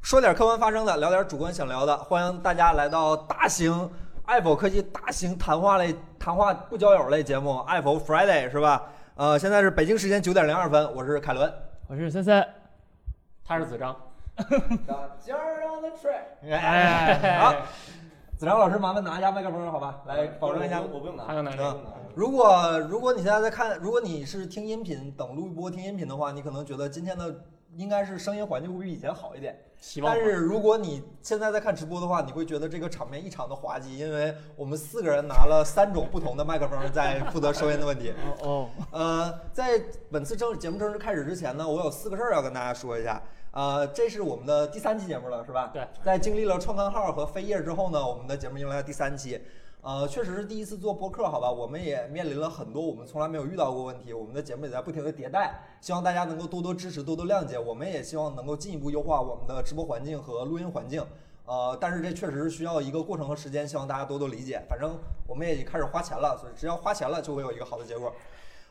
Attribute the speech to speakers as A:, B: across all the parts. A: 说点客观发生的，聊点主观想聊的，欢迎大家来到大型爱否科技大型谈话类谈话不交友类节目《爱否 Friday》是吧？呃，现在是北京时间九点零二分，我是凯伦。
B: 我是森森，他是子章。
A: 今儿 on the track，
B: 哎
A: 好，子章老师麻烦拿一下麦克风好吧？来保证一下。
C: 我嗯不用拿，
B: 还有哪
A: 嗯
B: 个？
A: 如果如果你现在在看，如果你是听音频等录播听音频的话，你可能觉得今天的应该是声音环境会比以前好一点。
B: 希望
A: 但是如果你现在在看直播的话，你会觉得这个场面异常的滑稽，因为我们四个人拿了三种不同的麦克风在负责收音的问题。
B: 哦，
A: 呃，在本次正节目正式开始之前呢，我有四个事儿要跟大家说一下。呃，这是我们的第三期节目了，是吧？
B: 对。
A: 在经历了创刊号和飞页之后呢，我们的节目迎来了第三期。呃，确实是第一次做播客，好吧，我们也面临了很多我们从来没有遇到过问题，我们的节目也在不停的迭代，希望大家能够多多支持，多多谅解，我们也希望能够进一步优化我们的直播环境和录音环境。呃，但是这确实是需要一个过程和时间，希望大家多多理解。反正我们也已经开始花钱了，所以只要花钱了，就会有一个好的结果。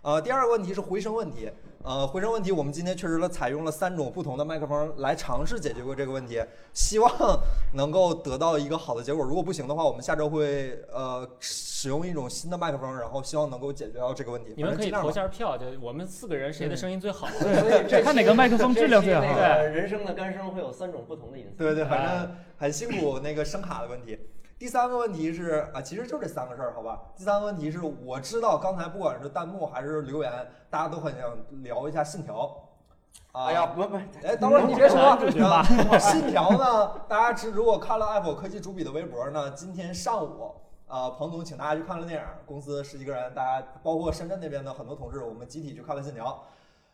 A: 呃，第二个问题是回声问题。呃，回声问题，我们今天确实了采用了三种不同的麦克风来尝试解决过这个问题，希望 能够得到一个好的结果。如果不行的话，我们下周会呃使用一种新的麦克风，然后希望能够解决到这个问题。
B: 你们
A: 反正
B: 可以
A: 尽量吧
B: 投下票，就我们四个人谁的声音最好。
C: 对
B: 看哪个麦克风质量最好
C: 那个人生的干声会有三种不同的音色。
A: 对对，反
B: 哎
A: 正很辛苦那个声卡的问题。第三个问题是啊，其实就这三个事儿，好吧？第三个问题是我知道刚才不管是弹幕还是留言，大家都很想聊一下信条。啊、
C: 哎呀，不不，
A: 哎，等会儿你别说啊
B: 出去吧，
A: 信条呢？大家知如果看了爱否科技主笔的微博呢，今天上午，呃，彭总请大家去看了电影，公司十几个人，大家包括深圳那边的很多同志，我们集体去看了信条。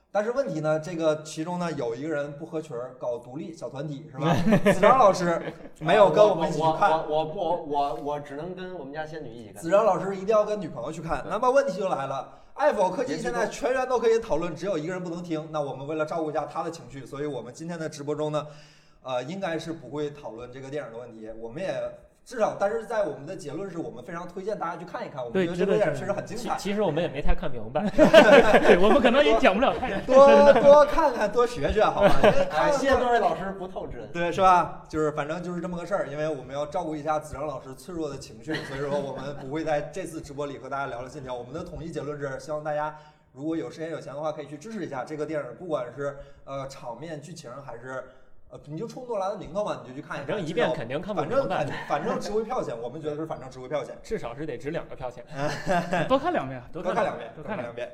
A: 但是问题呢，这个其中呢有一个人不合群儿，搞独立小团体是吧？子章老师 没有跟我们一起去看，
C: 啊我我不我我只能跟我们家仙女一起看。
A: 子章老师一定要跟女朋友去看。那么问题就来了，爱否科技现在全员都可以讨论，只有一个人不能听。那我们为了照顾一下他的情绪，所以我们今天的直播中呢，呃，应该是不会讨论这个电影的问题。我们也至少，但是在我们的结论是我们非常推荐大家去看一看，我们
B: 对
A: 觉得这个
B: 值得
A: 电影
B: 值
A: 确
B: 得
A: 实很精
B: 其
A: 彩。
B: 其实我们也没太看明白， 对我们可能也讲不了太。
A: 多多看看，多学学， 好吧？因为看
C: 感
A: 了
C: 谢各位老师不透支恩。
A: 对，是吧？就是反正就是这么个事儿，因为我们要照顾一下子章老师脆弱的情绪，所以说我们不会在这次直播里和大家聊了信条。我们的统一结论是，希望大家如果有时间有钱的话，可以去支持一下这个电影，不管是呃场面、剧情还是呃，你就冲诺兰的名头嘛，你就去看一
B: 反
A: 看。
B: 正一
A: 至
B: 遍
A: 少
B: 肯定看不
A: 反正
B: 明
A: 反
B: 白，
A: 正反正值回票钱，我们觉得是反正值回票钱。
B: 至少是得值两个票钱。
D: 多看两遍，
B: 多
A: 多看
B: 看
A: 两遍，
D: 多看
A: 看两
D: 两
A: 遍。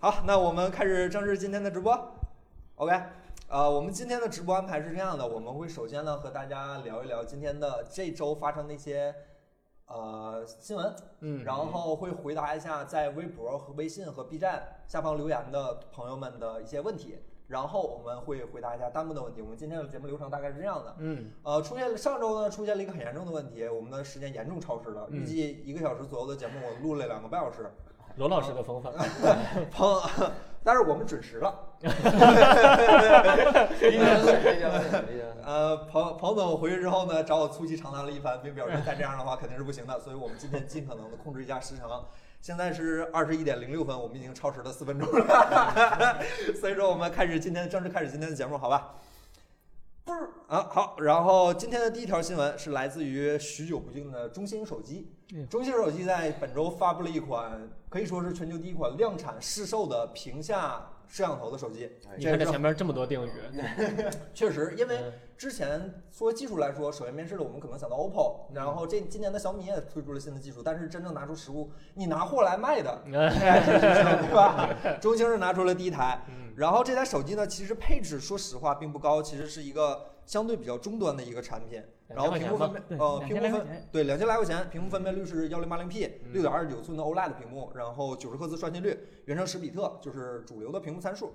A: 好，那我们开始正式今天的直播。OK，呃，我们今天的直播安排是这样的，我们会首先呢和大家聊一聊今天的这周发生的一些呃新闻，
B: 嗯，
A: 然后会回答一下在微博和微信和 B 站下方留言的朋友们的一些问题，然后我们会回答一下弹幕的问题。我们今天的节目流程大概是这样的。
B: 嗯，
A: 呃，出现了上周呢出现了一个很严重的问题，我们的时间严重超时了，预
B: 嗯
A: 计一个小时左右的节目，我录了两个半小时，
B: 罗老师的风
A: 啊
B: 范，
A: 朋，但是我们准时了。
C: 理解理解理解。
A: 呃，彭彭总回去之后呢，找我粗细长谈了一番，并表示再这样的话肯定是不行的，所以我们今天尽可能的控制一下时长。现在是二十一点零六分，我们已经超时了四分钟了， 所以说我们开始今天正式开始今天的节目，好吧？不
D: 嗯
A: 是啊，好，然后今天的第一条新闻是来自于许久不见的中兴手机
D: 哎呦。
A: 中兴手机在本周发布了一款可以说是全球第一款量产试售的屏下摄像头的手机。
B: 你看这前面这么多定语，
A: 确实，因为
B: 嗯
A: 之前说技术来说，首先面试的我们可能想到 OPPO，然
B: 嗯
A: 后这今年的小米也推出了新的技术，但是真正拿出实物，你拿货来卖的，哎
B: 嗯
A: 对吧？中兴是拿出了第一台，
B: 嗯
A: 然后这台手机呢，其实配置说实话并不高，其实是一个相对比较中端的一个产品。然后屏幕分辨
D: 对，
A: 呃，
D: 两
A: 屏
D: 千
A: 幕
D: 来块
A: 分
D: 钱，
A: 对，两千来块钱，屏幕分辨率是幺零八零 P，
B: 嗯
A: 六点二九寸的 OLED 屏幕，然后九十赫兹刷新率，原生十比特就是主流的屏幕参数。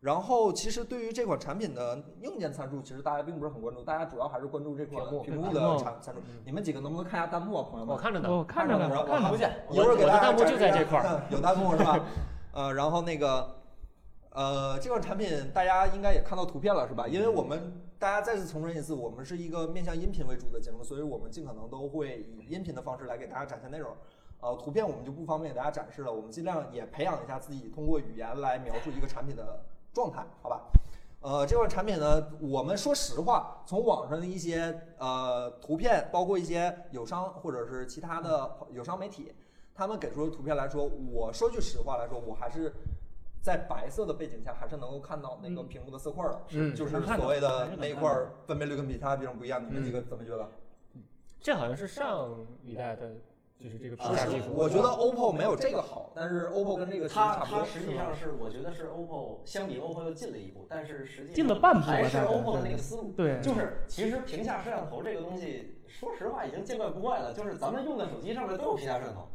A: 然后其实对于这款产品的硬件参数，其实大家并不是很关注，大家主要还是关注这款
B: 屏幕
A: 屏幕
D: 屏
A: 的
D: 幕
A: 参参数
B: 嗯。
A: 你们几个能不能看一下弹幕啊，朋友
B: 我
A: 们？
B: 看着呢。
D: 我哦看着
A: 看着
D: 呢，
A: 呢
D: 我看着
C: 不
D: 呢，
C: 见，
A: 一会儿给大家
B: 我的弹幕
A: 展示
B: 就
A: 一
B: 在
A: 下
B: 这块儿，
A: 有弹幕是吧？呃，然后那个，呃，这款产品大家应该也看到图片了是吧？因为我们大家再次重申一次，我们是一个面向音频为主的节目，所以我们尽可能都会以音频的方式来给大家展现内容。呃，图片我们就不方便给大家展示了，我们尽量也培养一下自己通过语言来描述一个产品的状态，好吧？呃，这款产品呢，我们说实话，从网上的一些呃图片，包括一些友商或者是其他的友商媒体，他们给出的图片来说，我说句实话来说，我还是在白色的背景下，还是能够看到那个屏幕的色块儿的，
D: 嗯
A: 就是
B: 能看到
A: 所谓
B: 还
A: 的
B: 是能
A: 那一
B: 看
A: 块儿分辨率跟其他地方不一样。你们几个怎么觉得？
D: 这好像是上一代的，就是这个
C: 啊
D: 评价
C: 是
D: 技术。
A: 我觉得 OPPO 没有这个好，但是 OPPO 跟这个其实
C: 它
A: 差不
C: 它
A: 多。
C: 实际上是，我觉得是 OPPO 相比 OPPO 又进了一步，但是实际上
B: 进了半步吧
C: 还是
B: 大概
C: OPPO 的
B: 对
C: 那个思路。
B: 对
C: 就是其实屏下摄像头这个东西，说实话已经见怪不怪了。就是咱们用的手机上面都有屏下摄像头。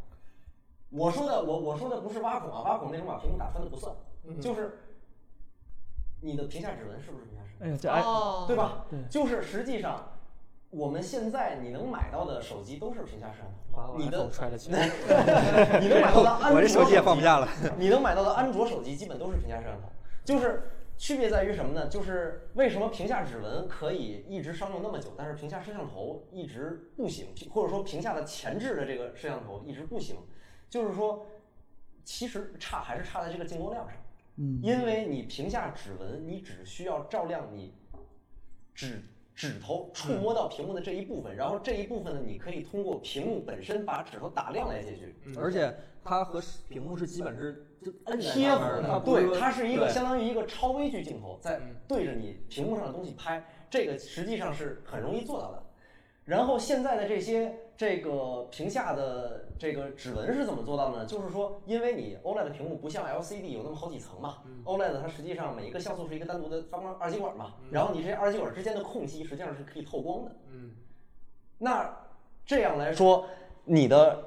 C: 我说的我我说的不是挖孔啊，挖孔那种把屏幕打穿的不算，
B: 嗯
C: 就是你的屏下指纹是不是屏下摄像头？
B: 哎呀，这哎，
D: 哦
C: 对？吧？
B: 对
C: 就是实际上，我们现在你能买到的手机都是屏下摄像
D: 把
C: 头，
D: 我
C: 你
D: iPhone
C: 的
D: 揣了起来。
C: 你能买到的安卓
A: 我这手机也放不下了。
C: 你能买到的安卓手机基本都是屏下摄像头，就是区别在于什么呢？就是为什么屏下指纹可以一直商用那么久，但是屏下摄像头一直不行，或者说屏下的前置的这个摄像头一直不行，就是说其实差还是差在这个进光量上。
B: 嗯，
C: 因为你屏下指纹，你只需要照亮你指指头触摸到屏幕的这一部分，然后这一部分呢，你可以通过屏幕本身把指头打亮来解决。
A: 而且它和屏幕是基本是就摁在
C: 贴
A: 那
C: 合
A: 儿的，它
C: 的，
A: 不是
C: 啊对，
A: 说
C: 它是一个
A: 对嗯
C: 相当于一个超微距镜头，在对着你屏幕上的东西拍，这个实际上是很容易做到的。然后现在的这些这个屏下的这个指纹是怎么做到的呢？就是说，因为你 OLED 的屏幕不像 LCD 有那么好几层嘛，OLED
A: 嗯
C: 它实际上每一个像素是一个单独的发光二极管嘛，
A: 嗯
C: 然后你这些二极管之间的空隙实际上是可以透光的。
D: 嗯，
C: 那这样来说，你的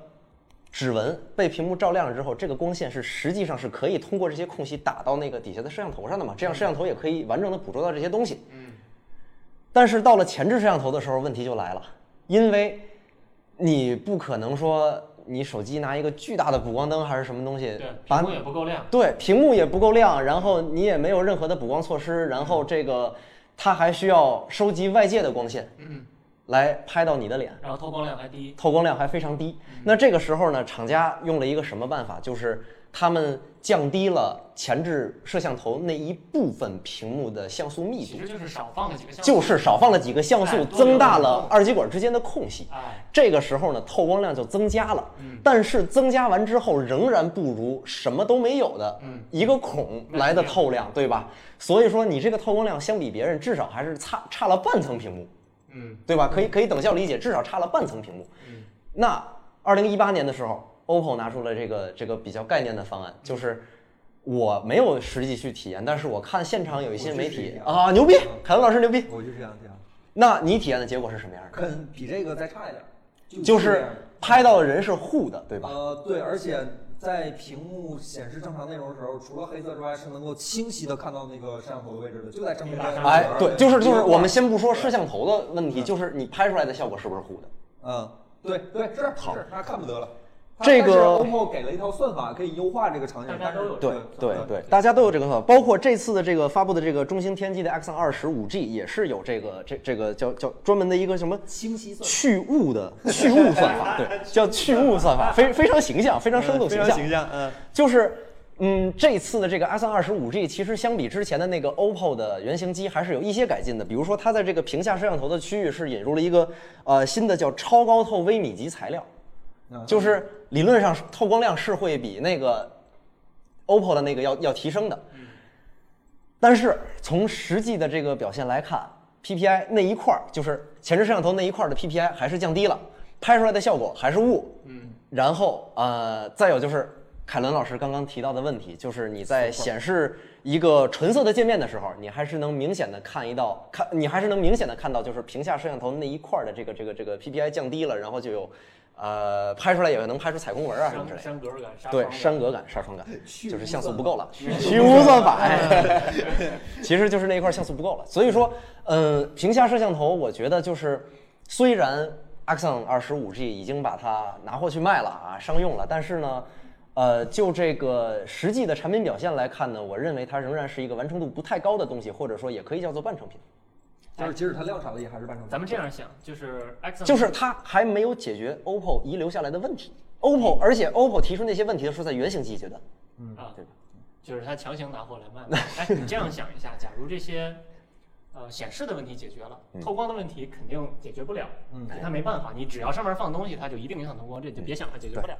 C: 指纹被屏幕照亮了之后，这个光线是实际上是可以通过这些空隙打到那个底下的摄像头上的嘛？这样摄像头也可以完整的捕捉到这些东西。
D: 嗯。
C: 但是到了前置摄像头的时候，问题就来了，因为你不可能说你手机拿一个巨大的补光灯还是什么东西，
D: 对，
C: 把
D: 屏幕也不够亮。
C: 对，屏幕也不够亮，然后你也没有任何的补光措施，然后这个它还需要收集外界的光线，
D: 嗯，
C: 来拍到你的脸，
D: 然后透光量还低。
C: 透光量还非常低。
D: 嗯
C: 那这个时候呢，厂家用了一个什么办法？就是他们降低了前置摄像头那一部分屏幕的像素密
D: 其
C: 度，
D: 实就是少放了几个像素。
C: 就是少放了几个像素，
D: 哎多留
C: 增大
D: 点
C: 了二极管之间的空隙。
D: 哎，
C: 这个时候呢，透光量就增加了，
D: 嗯
C: 但是增加完之后仍然不如什么都没有的
D: 嗯
C: 一个孔来的透亮，对吧？所以说你这个透光量相比别人至少还是差差了半层屏幕，
D: 嗯
C: 对吧？可以可以等效理解，至少差了半层屏幕。
D: 嗯
C: 那二零一八年的时候，OPPO 拿出了这个这个比较概念的方案，就是我没有实际去体验，但是我看现场有一些媒
A: 我支持
C: 体
A: 一下
C: 啊，牛逼，凯文老师牛逼。
A: 我就这样这样，
C: 那你体验的结果是什么样的？
A: 跟比这个再差一点儿，
C: 就是
A: 这样
C: 拍到的人是糊的，对吧？
A: 呃，对，而且在屏幕显示正常内容的时候，除了黑色之外，是能够清晰的看到那个摄像头的位置的，就在正面。
C: 哎，对，就是就是，我们
A: 先
C: 先不说摄像头的问题，就是你拍出来的效果是不是糊的？
A: 嗯，对对是
C: 好
A: 是，那看不得了。
C: 这个
A: OPPO 给了一套算法，可以优化这个场景，
B: 大家都有
A: 但
C: 对
A: 是
C: 对对，大家都有这个算法，包括这次的这个发布的这个中兴天玑的 X 二十五 G 也是有这个这这个叫叫专门的一个什么
A: 清晰算法。
C: 去雾的去雾算法，对，叫去雾算法，非非常形象，非常生动形象，
A: 象，嗯，
C: 就是。嗯，这次的这个 S 二十五 G 其实相比之前的那个 OPPO 的原型机还是有一些改进的，比如说它在这个屏下摄像头的区域是引入了一个呃新的叫超高透微米级材料，就是理论上是透光量是会比那个 OPPO 的那个要要提升的，但是从实际的这个表现来看，PPI 那一块儿就是前置摄像头那一块儿的 PPI 还是降低了，拍出来的效果还是雾。
D: 嗯，
C: 然后呃，再有就是凯伦老师刚刚提到的问题，就是你在显示一个纯色的界面的时候，你还是能明显的看一到看，你还是能明显的看到，就是屏下摄像头那一块儿的这个这个这个 PPI 降低了，然后就有呃拍出来也能拍出彩虹纹啊什么之
D: 山山
C: 类的。
D: 格儿感，纱
C: 对，
D: 窗感
C: 栅格感、纱窗感，
A: 虚
C: 就是
A: 无
C: 像素
A: 算
C: 不
A: 法
C: 够了，虚无算法，哎 其实就是那一块像素不够了。所以说，嗯、屏下摄像头，我觉得就是虽然 Axon 二十五 G 已经把它拿货去卖了啊，商用了，但是呢，呃，就这个实际的产品表现来看呢，我认为它仍然是一个完成度不太高的东西，或者说也可以叫做半成品，
A: 就是即使它量产了，也还是半成品。
D: 咱们这样想，就是 X
C: 就是它还没有解决 OPPO 遗留下来的问题。OPPO，而且 OPPO 提出那些问题的是在原型机阶
D: 啊，
C: 段。嗯对吧
E: 就是它强行拿货来卖嘛。哎，你这样想一下，假如这些呃显示的问题解决了，
C: 嗯
E: 透光的问题肯定解决不了，
A: 嗯
E: 它没办法，你只要上面放东西，它就一定影响透光，这你就别想了，解决不了。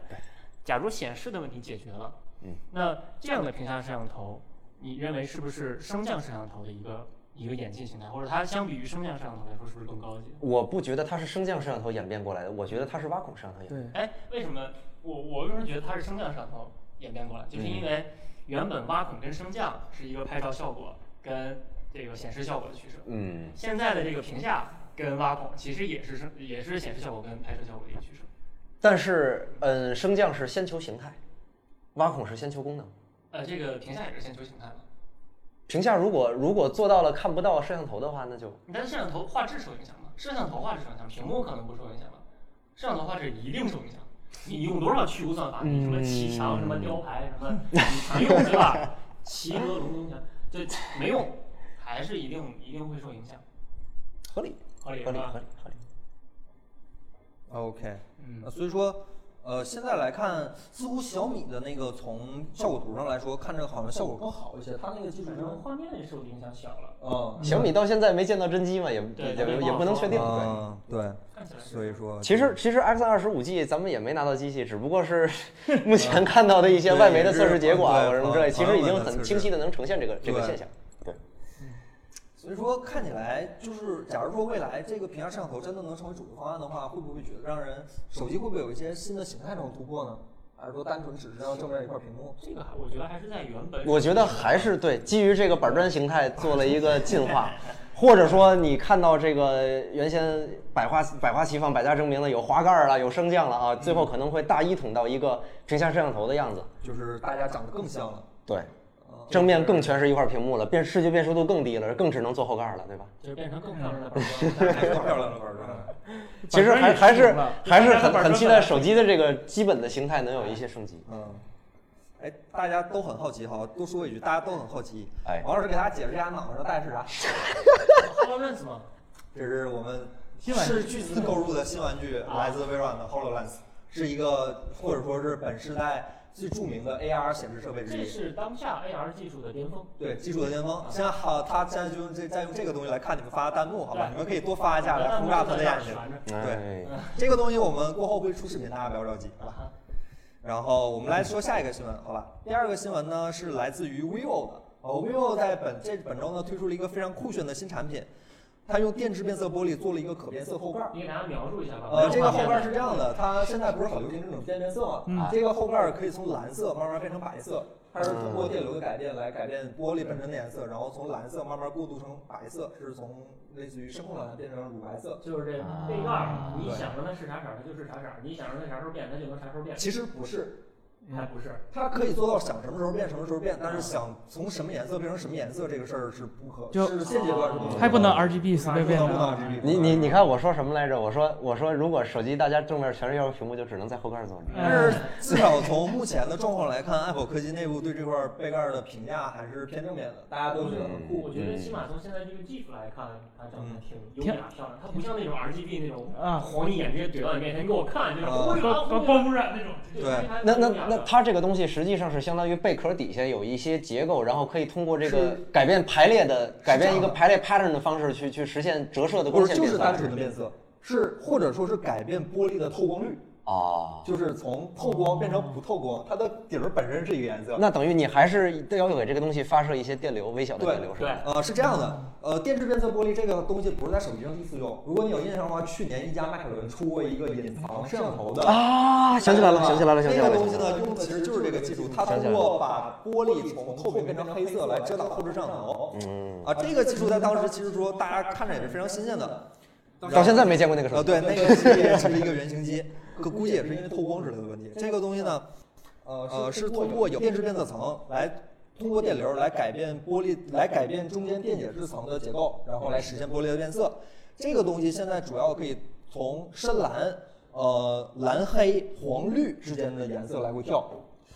E: 假如显示的问题解决了，
C: 嗯，
E: 那这样的屏下摄像头，你认为是不是升降摄像头的一个一个演进形态，或者它相比于升降摄像头来说，是不是更高级？
C: 我不觉得它是升降摄像头演变过来的，我觉得它是挖孔摄像头演变。
B: 对，
E: 哎，为什么我我为什么觉得它是升降摄像头演变过来？就是因为原本挖孔跟升降是一个拍照效果跟这个显示效果的趋势，
C: 嗯，
E: 现在的这个屏下跟挖孔其实也是升也是显示效果跟拍摄效果的一个趋势。
C: 但是嗯，升降是先求形态，挖孔是先求功能。
E: 呃，这个屏下也是先求形态嘛，
C: 屏下如果如果做到了看不到摄像头的话，那就
E: 但是摄像头画质受影响吗？摄像头画质受影响，屏幕可能不受影响吧？摄像头画质一定受影响。你用多少去污算法？你什么骑墙、什么雕牌、什么你常用对吧？骑鹅龙中墙，就没用，还是一定一定会受影响，
C: 合理，
E: 合理
C: 合理，
E: 吧
C: 合理，合理。
A: OK，
E: 嗯
A: 呃所以说，呃，现在来看，似乎小米的那个从效果图上来说，看着好像效果更好一些，它那个技术
E: 可
A: 上
E: 能，画面受影响小了，
A: 嗯，
C: 小米到现在没见到真机嘛，也
E: 对
C: 也
E: 对
C: 也
E: 不好
C: 也不能确定。对。
A: 嗯对，
E: 看起来是
A: 所以说，
C: 其实其实 X 二十五 G 咱们也没拿到机器，只不过是目
A: 啊
C: 前看到的一些外媒的测试结果啊，
A: 对
C: 或者什么之类，
A: 对
C: 其实已经
A: 朋友们的测
C: 很
A: 试
C: 清晰的能呈现这个这个
A: 对
C: 现象。对，
A: 所以说看起来就是，假如说未来这个屏下摄像头真的能成为主流方案的话，会不会觉得让人手机会不会有一些新的形态上的突破呢？还是说单纯只是让正面一块屏幕？
E: 这个还我觉得还是在原本。
C: 我觉得还是对，基于这个板砖形态做了一个进 化，或者说你看到这个原先百花百花齐放、百家争鸣的有滑盖儿了，有升降了啊，
A: 嗯
C: 最后可能会大一统到一个屏下摄像头的样子。
A: 就是大家长得更像了。
C: 对，
A: 嗯
C: 正面更全是一块屏幕了，辨视觉辨识度更低了，更只能做后盖儿了，对吧？
E: 就是变成更漂亮的板砖，
A: 还是漂亮的板砖。
C: 其实还还是还是很很期待
E: 手。
C: 手机的这个基本的形态能有一些升级。
A: 嗯，哎，大家都很好奇哈，多说一句，大家都很好奇。
C: 哎
A: 王老师给大家解释一下脑上戴是啥？
E: HoloLens 吗？
A: 这是我们
B: 新玩具
A: 是巨资购入的新玩具，
E: 啊
A: 来自微软的 HoloLens，是一个或者说是本世代最著名的 AR 显示设备之
E: 这
A: 一。
E: 是当下 AR 技术的巅峰。
A: 对，技术的巅峰。现在好，他现在就用这再用这个东西来看你们发的弹幕，好吧？
E: 对
A: 你们可以多发一下来轰炸他的眼睛。对
C: 哎
A: 这个东西我们过后会出视频，大家不要着急，好吧？
E: 啊，
A: 然后我们来说下一个新闻，好吧？第二个新闻呢是来自于 vivo 的，呃，vivo 在本这本周呢推出了一个非常酷炫的新产品，它用电致变色玻璃做了一个可变色后盖儿。
E: 你给大家描述一下吧。
A: 呃，这个后盖
E: 啊
A: 儿是这样的，它现在不是很流行这种渐变色吗？
B: 嗯
A: 这个后盖儿可以从蓝色慢慢变成白色，它是通过电流的改变来改变玻璃本身的颜色，然后从蓝色慢慢过渡成白色，是从类似于深空蓝变成乳白色。
E: 就是这
B: 啊
E: 背盖儿，你想让它是啥色儿，它就是啥色儿；你想让它啥时候变，它就能啥时候变。
A: 其实不是，
B: 嗯
E: 还不是，
A: 它可以做到想什么时候变什么时候变，但是想从什么颜色变成什么颜色这个事儿是不可，
B: 就是
A: 现阶段是可
B: 还哎不能
A: 做
B: RGB 随
A: 到的
B: 便变啊
A: 不能
B: 的。
E: 啊
A: RGB。
C: 你你你看我说什么来着？我说我说如果手机大家正面全是要屏幕，就只能在后盖儿做了。
A: 但是至少从目前的状况来看，爱普科技内部对这块背盖的评价还是偏正面的，大家都觉得很酷。
E: 我觉得
C: 嗯
E: 起码从现在这个技术来看，它长
A: 嗯
E: 得挺优雅漂亮，它不像那种 RGB 那种
B: 啊
E: 黄一眼直接怼到你面前，你给我看，就是
A: 啊
E: 忽悠啊
B: 光
E: 忽悠
B: 光污染那种，
C: 那那那它这个东西实际上是相当于贝壳底下有一些结构，然后可以通过这个改变排列的改变一个排列 pattern 的方式去去实现折射的
A: 不
C: 光
A: 是，
C: 线
A: 就
C: 变
A: 是
C: 色。
A: 单纯的变色，是或者说是改变玻璃的透光率，
C: 哦，
A: 就是从透光变成不透光，它的底儿本身是一个颜色。
C: 那等于你还是要给这个东西发射一些电流，微小的电流是吧？
E: 对
A: 呃，是这样的，呃，电致变色玻璃这个东西不是在手机上第一次用。如果你有印象的话，去年一加迈凯伦出过一个隐藏摄像头的
C: 啊，想起来了，想起来了，想起来
A: 那个
C: 了。想
A: 东
C: 起
A: 西
C: 来了
A: 呢，用的其实就是这个技术，它通过把玻璃从透明变成黑色来遮挡后置摄像头。嗯，啊，这个技术在当时其实说大家看着也是非常新鲜的。
C: 到现在没见过那个手
A: 呃，
C: 机。
A: 对，那个机也是一个原型 机，可估计也是因为透光之类的问题。这个东西呢，呃，是通过有电致变色层来。通过电流来改变玻璃，来改变中间电解质层的结构，然后来实现玻璃的变色。这个东西现在主要可以从深蓝、呃蓝黑、黄绿之间的颜色来回跳。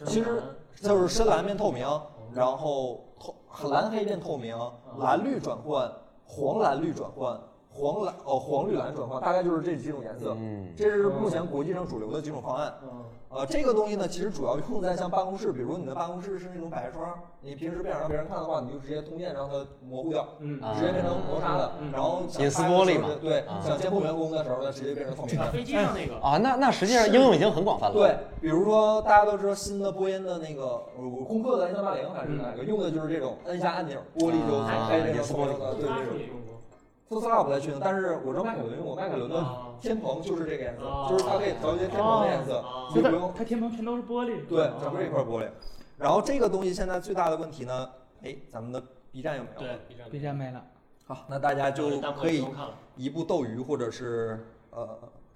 A: 其实就是深蓝变透明，然后透蓝黑变透明，蓝绿转换，黄蓝绿转换，黄蓝哦黄绿蓝转换，大概就是这几种颜色。
C: 嗯
A: 这是目前国际上主流的几种方案。
E: 嗯，
A: 呃，这个东西呢，其实主要用在像办公室，比如你的办公室是那种百叶窗，你平时不想让别人看的话，你就直接通电让它模糊掉，
E: 嗯
A: 直接变成磨砂的。然后想
C: 隐私玻璃嘛
A: 对
C: 啊，
A: 想监控员工的时候呢，直接变成透明的
E: 那。飞机上那个，
C: 啊，那那实际上应用已经很广泛了。
A: 对，，比如说大家都知道新的波音的那个，呃我攻克的 A 三八零还是哪个，用的就是这种，摁一下按钮，玻璃就哎
C: 啊
A: 开这
C: 也
A: 个
C: 是
A: 透明
C: 玻璃
A: 呃的，对
E: 拉
A: 对
E: 叔
A: 对。
E: 也用过，
A: 特斯拉我不太确定，但是我知道迈凯伦用过，迈凯伦的
E: 啊
A: 天棚就是这个颜色
E: 啊，
A: 就是它可以调节天棚的颜色
E: 啊，
A: 所以
B: 它
A: 不用
B: 它天棚全都是玻璃。啊
A: 对整个一块玻璃。然后这个东西现在最大的问题呢，哎，咱们的 B 站有没有？
E: 对，B 站
B: ，B 站没了，
A: 好，那大家就
E: 但
A: 可以
E: 不用看了。
A: 一步斗鱼或者是呃，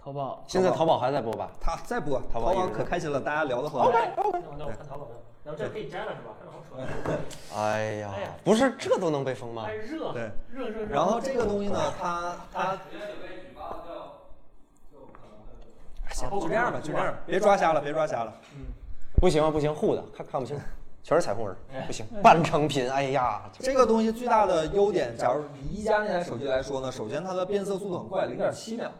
B: 淘宝
C: 现在淘宝还在播吧？
A: 他再播淘
C: 淘宝一
A: 宝
C: 直
A: 可开心了，大家聊的很。
E: 那我那我看淘宝上，然后这可以摘了是吧？然后说，
C: 哎呀
E: 哎呀，
C: 不是这都能被封吗
E: 哎？热，
A: 对
E: 热热热。
A: 然后这个东西呢，它它
E: 行
A: 就这样哦吧，就这样。吧，别抓瞎了，别抓瞎了。
C: 不行啊，不行，糊的，看看不清，全是彩虹人，不行，半成品，哎呀，
A: 这个东西最大的优点，假如以一加那台手机来说呢，首先它的变色速度很快，零点七秒，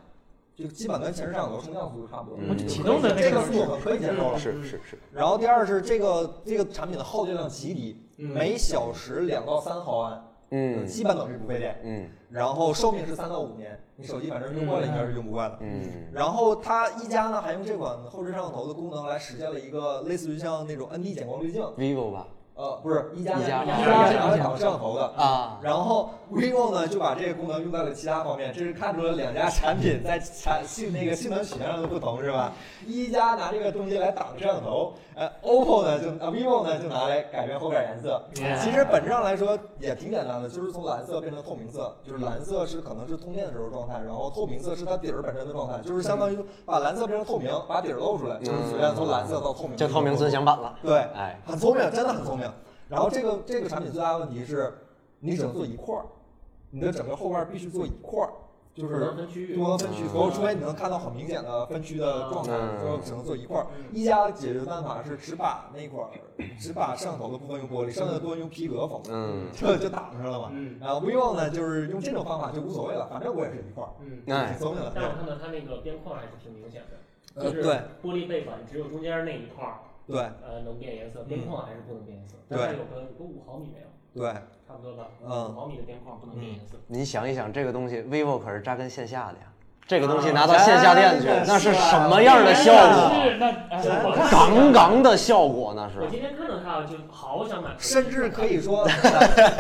A: 就基本跟前置摄像头升降速度差不多。
C: 嗯
B: 启动的那
A: 这
B: 个
A: 个速度很可以接受了。
C: 是是是，
A: 然后第二是这个这个产品的耗电量极低，
E: 嗯
A: 每小时两到三毫安，
C: 嗯
A: 基本等于不费电。
C: 嗯
A: 然后寿命是三到五年，你手机反正用惯了应该是用不惯的。
C: 嗯
A: 然后它一加呢还用这款后置摄像头的功能来实现了一个类似于像那种 ND 减光滤镜，
C: ，vivo 吧，
A: 呃，不是一加
C: 一加
A: 一加是拿来挡摄像头的。
C: 啊，
A: 然后 vivo 呢就把这个功能用在了其他方面，这是看出了两家产品在产性那个性能取向上的不同，是吧？一加拿这个东西来挡摄像头，呃，OPPO 呢就啊 vivo 呢就拿来改变后盖颜色。
C: 哎
E: Yeah
A: 其实本质上来说也挺简单的，就是从蓝色变成透明色，就是蓝色是可能是通电的时候状态，然后透明色是它底儿本身的状态，就是相当于把蓝色变成透明，把底儿露出来，就是随便从蓝色到透明。
C: 嗯就透明尊享版了，
A: 对，
C: 哎，
A: 很聪明，真的很聪明。然后这个这个产品最大的问题是，你只能做一块儿，你的整个后面必须做一块儿，就
E: 不
A: 是
E: 能分区域
A: 不能分区，除除非你能看到很明显的分区的状态，
C: 嗯
A: 就只能做一块儿。一加的解决办法是只把那块儿，只把摄像头的部分用玻璃，剩下的部分用皮革缝，
C: 嗯
A: 这就挡上了嘛。
E: 嗯
A: 然后 vivo 呢，就是用这种方法就无所谓了，反正我也是一块儿，
E: 嗯。
C: 哎
A: 挺，聪明的。
E: 但我看到它那个边框还是挺明显
A: 呃
E: 的，就是
A: 对
E: 玻璃背板只有中间那一块儿，
A: 对
E: 呃，能变颜色，边框还是不能变颜
A: 嗯
E: 色。
A: 对
E: 大概有个有个五毫米没有，
A: 对，
E: 差不多吧。
A: 嗯
E: 五毫米的边框不能变颜色。
C: 你想一想，这个东西 vivo 可是扎根线下的呀，这个东西拿到线下店去，那是什么样的效果？
B: 是那啊哎
E: 真的
B: 我看
C: 杠杠的效果那
E: 我
C: 是，
E: 今天看到它，我就好想买。
A: 嗯甚至可以说，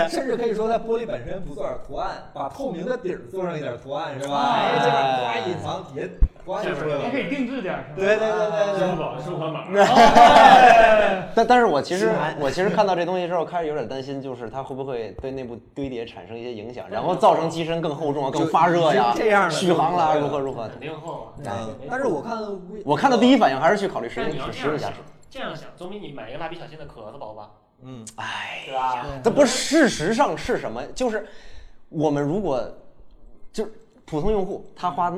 A: 甚至可以说，在玻璃本身不做点图案，把透明的底儿做上一点图案，是吧？
C: 哎
A: 哎，这边夸隐藏底下图案就出来
B: 还
A: 了
B: 可。以定制点儿，是吧啊
A: 对对对对
E: 支
A: 对
E: 付。宝支付 宝码，
B: 哎
C: 但但是我其实我其实看到这东西之后，开始有点担心，就是它会不会对内部堆叠产生一些影响，然后造成机身更厚重啊、更发热呀、
A: 就这样了
C: 续航啦，如何如何的
E: 肯。定厚啊。
A: 嗯，但是我看
C: 我看到第一反应还是去考虑实
E: 但你
C: 用
E: 要
C: 实
E: 这样
C: 用价
E: 想
C: 值。，
E: 这样想，总比你买一个蜡笔小新的壳子薄吧？
A: 嗯，
C: 哎，
E: 对吧？
C: 这不是事实上是什么？就是我们如果就是普通用户，他花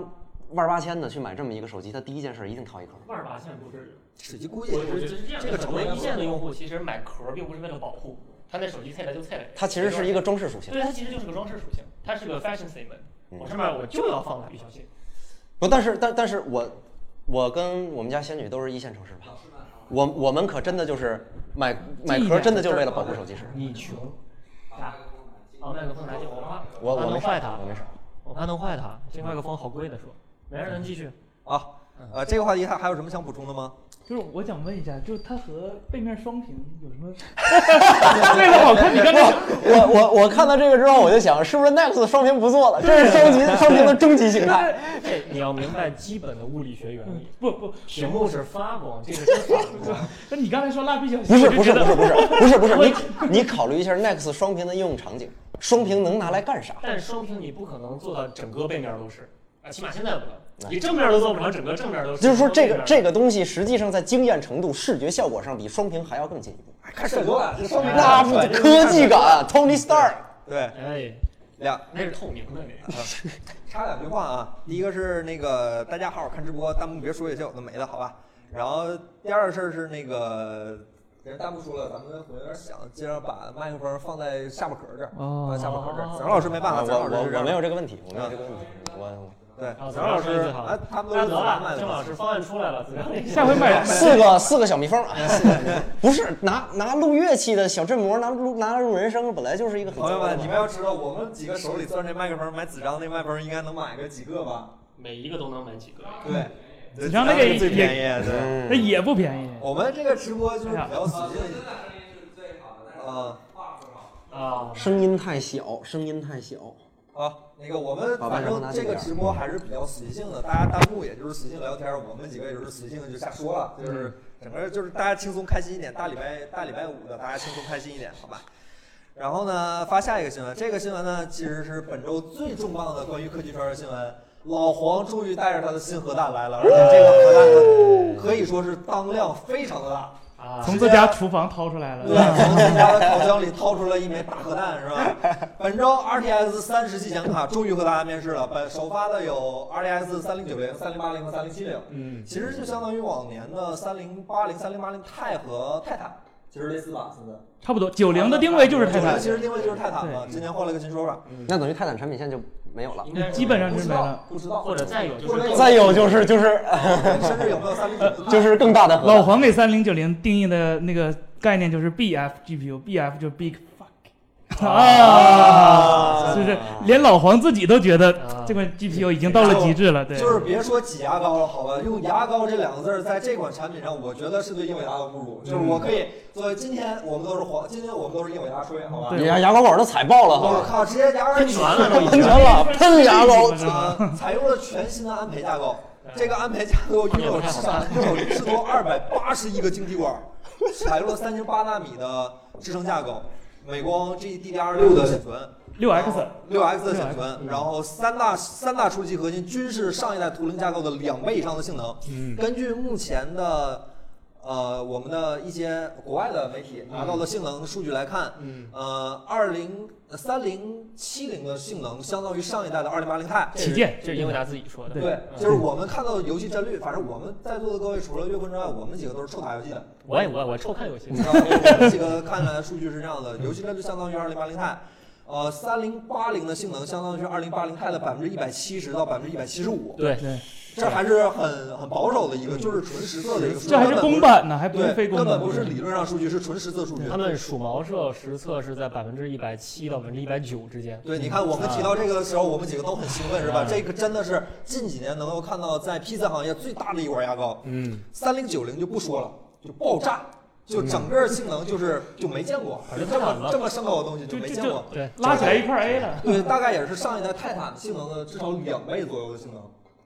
C: 万八千的去买这么一个手机，他第一件事一定掏一口。
E: 万八千不至于。
A: 手机估
E: 我
A: 计
E: 我
A: 也
E: 觉得
A: 是
E: 是这样，
A: 这个
E: 很
A: 成
E: 多
A: 本
E: 一线的用
A: 户。
E: 户其实买壳并不是为了保护，他那手机菜了就菜了。
C: 它其实是一个装饰属性，
E: 对，它其实就是个装饰属性，它是个 fashion statement。我
C: 嗯
E: 上面我就要放蜡笔小新，
C: 不，但是但但是我我跟我们家仙女都是一线城市吧，我我们可真的就是买买壳真的嗯就是为了保护手机使。
E: 你穷。啊，哦，麦克风拿进我怕，
C: 我
E: 怕
C: 我没
E: 弄
C: 事
E: 坏它，
C: 我没事。
E: 我怕弄坏它。这麦克风好贵的说，没事，咱继续。
A: 啊。呃，这个话题还还有什么想补充的吗？
B: 就是我想问一下，就是它和背面双屏有什么？
C: 啊
B: 这个好看，你看这个，
C: 我我我看到这个之后，我就想，是不是 Next 双屏不做了？这是双屏双屏的终极形态。
E: 哎， 你要明白基本的物理学原理，
B: 不不，
E: 屏幕是发光，这个是反光。
B: 那你刚才说蜡笔小新，
C: 不是不是
B: 我就
C: 不
B: 觉
C: 是
B: 得
C: 不是不是不是，你你考虑一下 Next 双屏的应用场景，双屏能拿来干啥？
E: 但双屏你不可能做到整个背面都是，啊，起码现在不能，你正面都做不成，整个正面都是。
C: 就是说，这个这
E: 个，
C: 个东西实际上在惊艳程度、视觉效果上比双屏还要更进一步。
A: 哎看帅多了，这说明
C: 那
A: 帅这
C: 科技感，Tony 啊 Stark。
A: 对
E: 哎，
A: 两
E: 那是透明的那
D: 啊
E: 个。
A: 插两句话啊，第一个是那个大家好好看直播，弹幕别说一些有的没的，好吧？然后第二个事儿是那个给人弹幕说了，咱们有点响，接着把麦克风放在下巴壳这儿，
B: 哦
A: 放在下巴壳这儿。子老师没办法，
C: 啊
A: 子
C: 我
A: 老
C: 我
A: 师是这
C: 我
A: 样
C: 没
A: 的
C: 有这个问题，我没有这个问题，我
A: 对，
D: 啊
A: 子老师
D: 最好
A: 哎，他们都
D: 那
A: 是
D: 得
A: 自然
D: 了
A: 卖，的
D: 郑
A: 嘛
D: 老。师方案出来了，子良
B: 下回买
C: 四个四个小蜜蜂，四个小蜜蜂不是拿拿录乐器的小振膜，拿录拿录人声，本来就是一个很
A: 朋友们，你们要知道，我们几个手里攥这麦克风，买子章那麦克风应该能买个几个吧？
D: 每一个都能买几个。
A: 对，
B: 子章那个
A: 最
B: 也
A: 便宜，对。
B: 那
C: 嗯
B: 也不便宜。
A: 我们这个直播
D: 哎
A: 就是比较随性一点。啊，
D: 啊，
C: 声音太小，声音太小。
A: 好，啊那个我们
C: 好吧
A: 反
C: 然后
A: 正
C: 拿
A: 这
C: 这
A: 个
C: 边
A: 直播还是比较随性的，大家弹幕也就是随性聊天，我们几个也就是随性就瞎说了，
C: 嗯
A: 就是整个就是大家轻松开心一点，大礼拜大礼拜五的大家轻松开心一点，好吧？然后呢，发下一个新闻，这个新闻呢其实是本周最重磅的关于科技圈的新闻。老黄终于带着他的新核弹来了，而且这个核弹呢可以说是当量非常的大，
D: 啊，
B: 从自家厨房掏出来
A: 对，
B: 了，
A: 从自家的烤箱里掏出了一枚大核弹，是 吧？本周 RTX 三十系显卡终于和大家面世了，本首发的有 RTX 三零九零、三零八零和三零七零，
D: 嗯，
A: 其实就相当于往年的三零八零、三零八零钛和泰坦，其实类似吧，现在。
B: 差不多。九零的定位就是泰
A: 九零
B: 坦，
A: 其实定位就是泰坦嘛，今年换了个新说法，
C: 那等于泰坦产品线就没有了。
D: 应该
B: 基本上
A: 不
B: 是
A: 知
B: 没
A: 道
B: 了。，
A: 不知道，
D: 或者再有就
A: 或者
D: 是
C: 再有就是就是
A: 甚至有没有三零九零，
C: 就是更大的
B: 老黄给三零九零定义的那个概念就是 BF GPU，BF 就是 Big Fuck 啊，就是连老黄自己都觉得
D: 啊
B: 这款 GPU 已经到了极致了，对，
A: 就是别说挤牙膏了，好吧？用牙膏这两个字儿在这款产品上，我觉得是对英伟达的侮辱。就是
D: 嗯
A: 我可以，所以今天我们都是黄，今天我们都是英伟达吹，好吧？
B: 对
C: 牙牙膏管都踩爆
A: 我
C: 了，
A: 靠，直接牙膏
D: 喷泉了都已
C: 喷
D: 经
C: 泉。了，喷牙膏。
A: 啊，采用了全新的安培架构。
D: 嗯
A: 这个安培架构拥有至
D: 哎
A: 少拥有至多二百八十一个晶体管，采用了三十八纳米的制程架构，美光 GDDR 六的显存，
B: 六 X
A: 六 X 嗯的显存，然后三大三大处理器核心均是上一代图灵架构的两倍以上的性能。根据目前的呃我们的一些国外的媒体拿到的性能数据来看，
D: 嗯
A: 呃，二零三零七零的性能相当于上一代的二零八零 Ti。
B: 旗舰，
D: 这是英伟达自己说的。嗯
A: 对，嗯就是我们看到的游戏帧率，反正我们在座的各位除了岳坤之外，我们几个都是臭打游戏的。
D: 我也我我臭看游戏
A: 你知道吗？我们几个看来数据是这样的，游戏帧就相当于二零八零 Ti，呃，三零八零的性能相当于是二零八零 Ti 的百分之一百七十到百分之一百七十五，
D: 对，
B: 对，
A: 这还是很很保守的一个，就是纯实测的一个数据，
B: 这还是公版呢，还
A: 根本不
B: 不是
A: 是，
B: 非
A: 对，
B: 公
A: 根
B: 版
A: 本，不是理论上数据，是纯实测数据
D: 他。
B: 嗯
D: 们数毛社实测是在百分之一百七到百分之一百九之间。嗯
A: 对，你看我们提到这个的时候，我们几个都很兴奋，是
B: 嗯
A: 吧？这个真的是近几年能够看到在 PC 行业最大的一管牙膏。
D: 嗯，
A: 三零九零就不说了，就爆炸，就整个性能就是就没见过，反正这么这么深厚的东西就
B: 就
A: 没
B: 就
A: 见过
B: 就。对，拉起来一块 A 了，
A: 对，大概也是上一代泰坦性能的至少两倍左右的性能，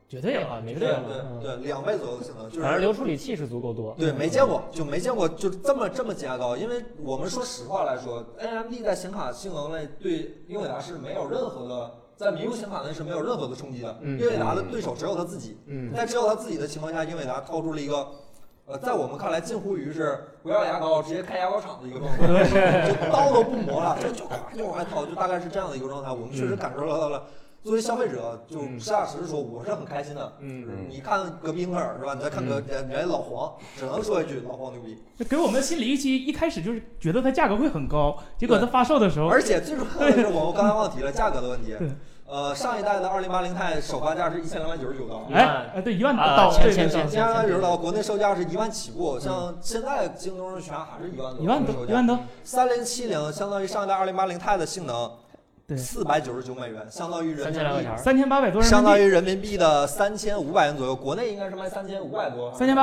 D: 绝对啊，没对
A: 对对
D: 了。
A: 对，两倍左右的性能，就
D: 反正
A: 是
D: 流处理器是足够多。
A: 对没见过，就没见过，就这么这么加高。因为我们说实话来说，AMD 在显卡性能类对英伟达是没有任何的，在民用显卡内是没有任何的冲击的。英伟达的对手只有他自己，
D: 嗯，
A: 在只有他自己的情况下，英伟达掏出了一个。呃，在我们看来，近乎于是不要牙膏，直接开牙膏厂的一个状态， 就刀都不磨了，就就咵就往外掏，就大概是这样的一个状态。我们确实感受到了，作为消费者，就实打实地说，我是很开心的。
D: 嗯，
A: 你看隔壁英特尔是吧？你再看隔人人家老黄，只能说一句老黄牛逼。
B: 就给我们的心理预期一开始就是觉得它价格会很高，结果它发售的
D: 哦
B: 时候，
A: 而且最重要的是，我们刚才忘提了价格的问题
B: 对。
A: 呃，上一代的二零八零 Ti 首发价是一千两百九十九刀，
B: 哎哎对，一万
D: 啊
B: 刀，
D: 前
B: 对对
D: 前
B: 对
D: 前。
A: 一千两百九十刀，国内售价是一万起步，像现在京东上全还是一万多，
B: 一万
A: 售
B: 多，一
A: 价
B: 万多，
A: 三零七零相当于上一代二零八零 Ti 的性能，
B: 对
A: 四百九十九美元，相当于人
D: 三
A: 民
D: 千两百
A: 币
D: 条，
B: 三千八百多人
A: 相
B: 民
A: 当
B: 币，
A: 于人民币的三千五百元左右，国内应该是卖三千五百多，
B: 3890
A: 三千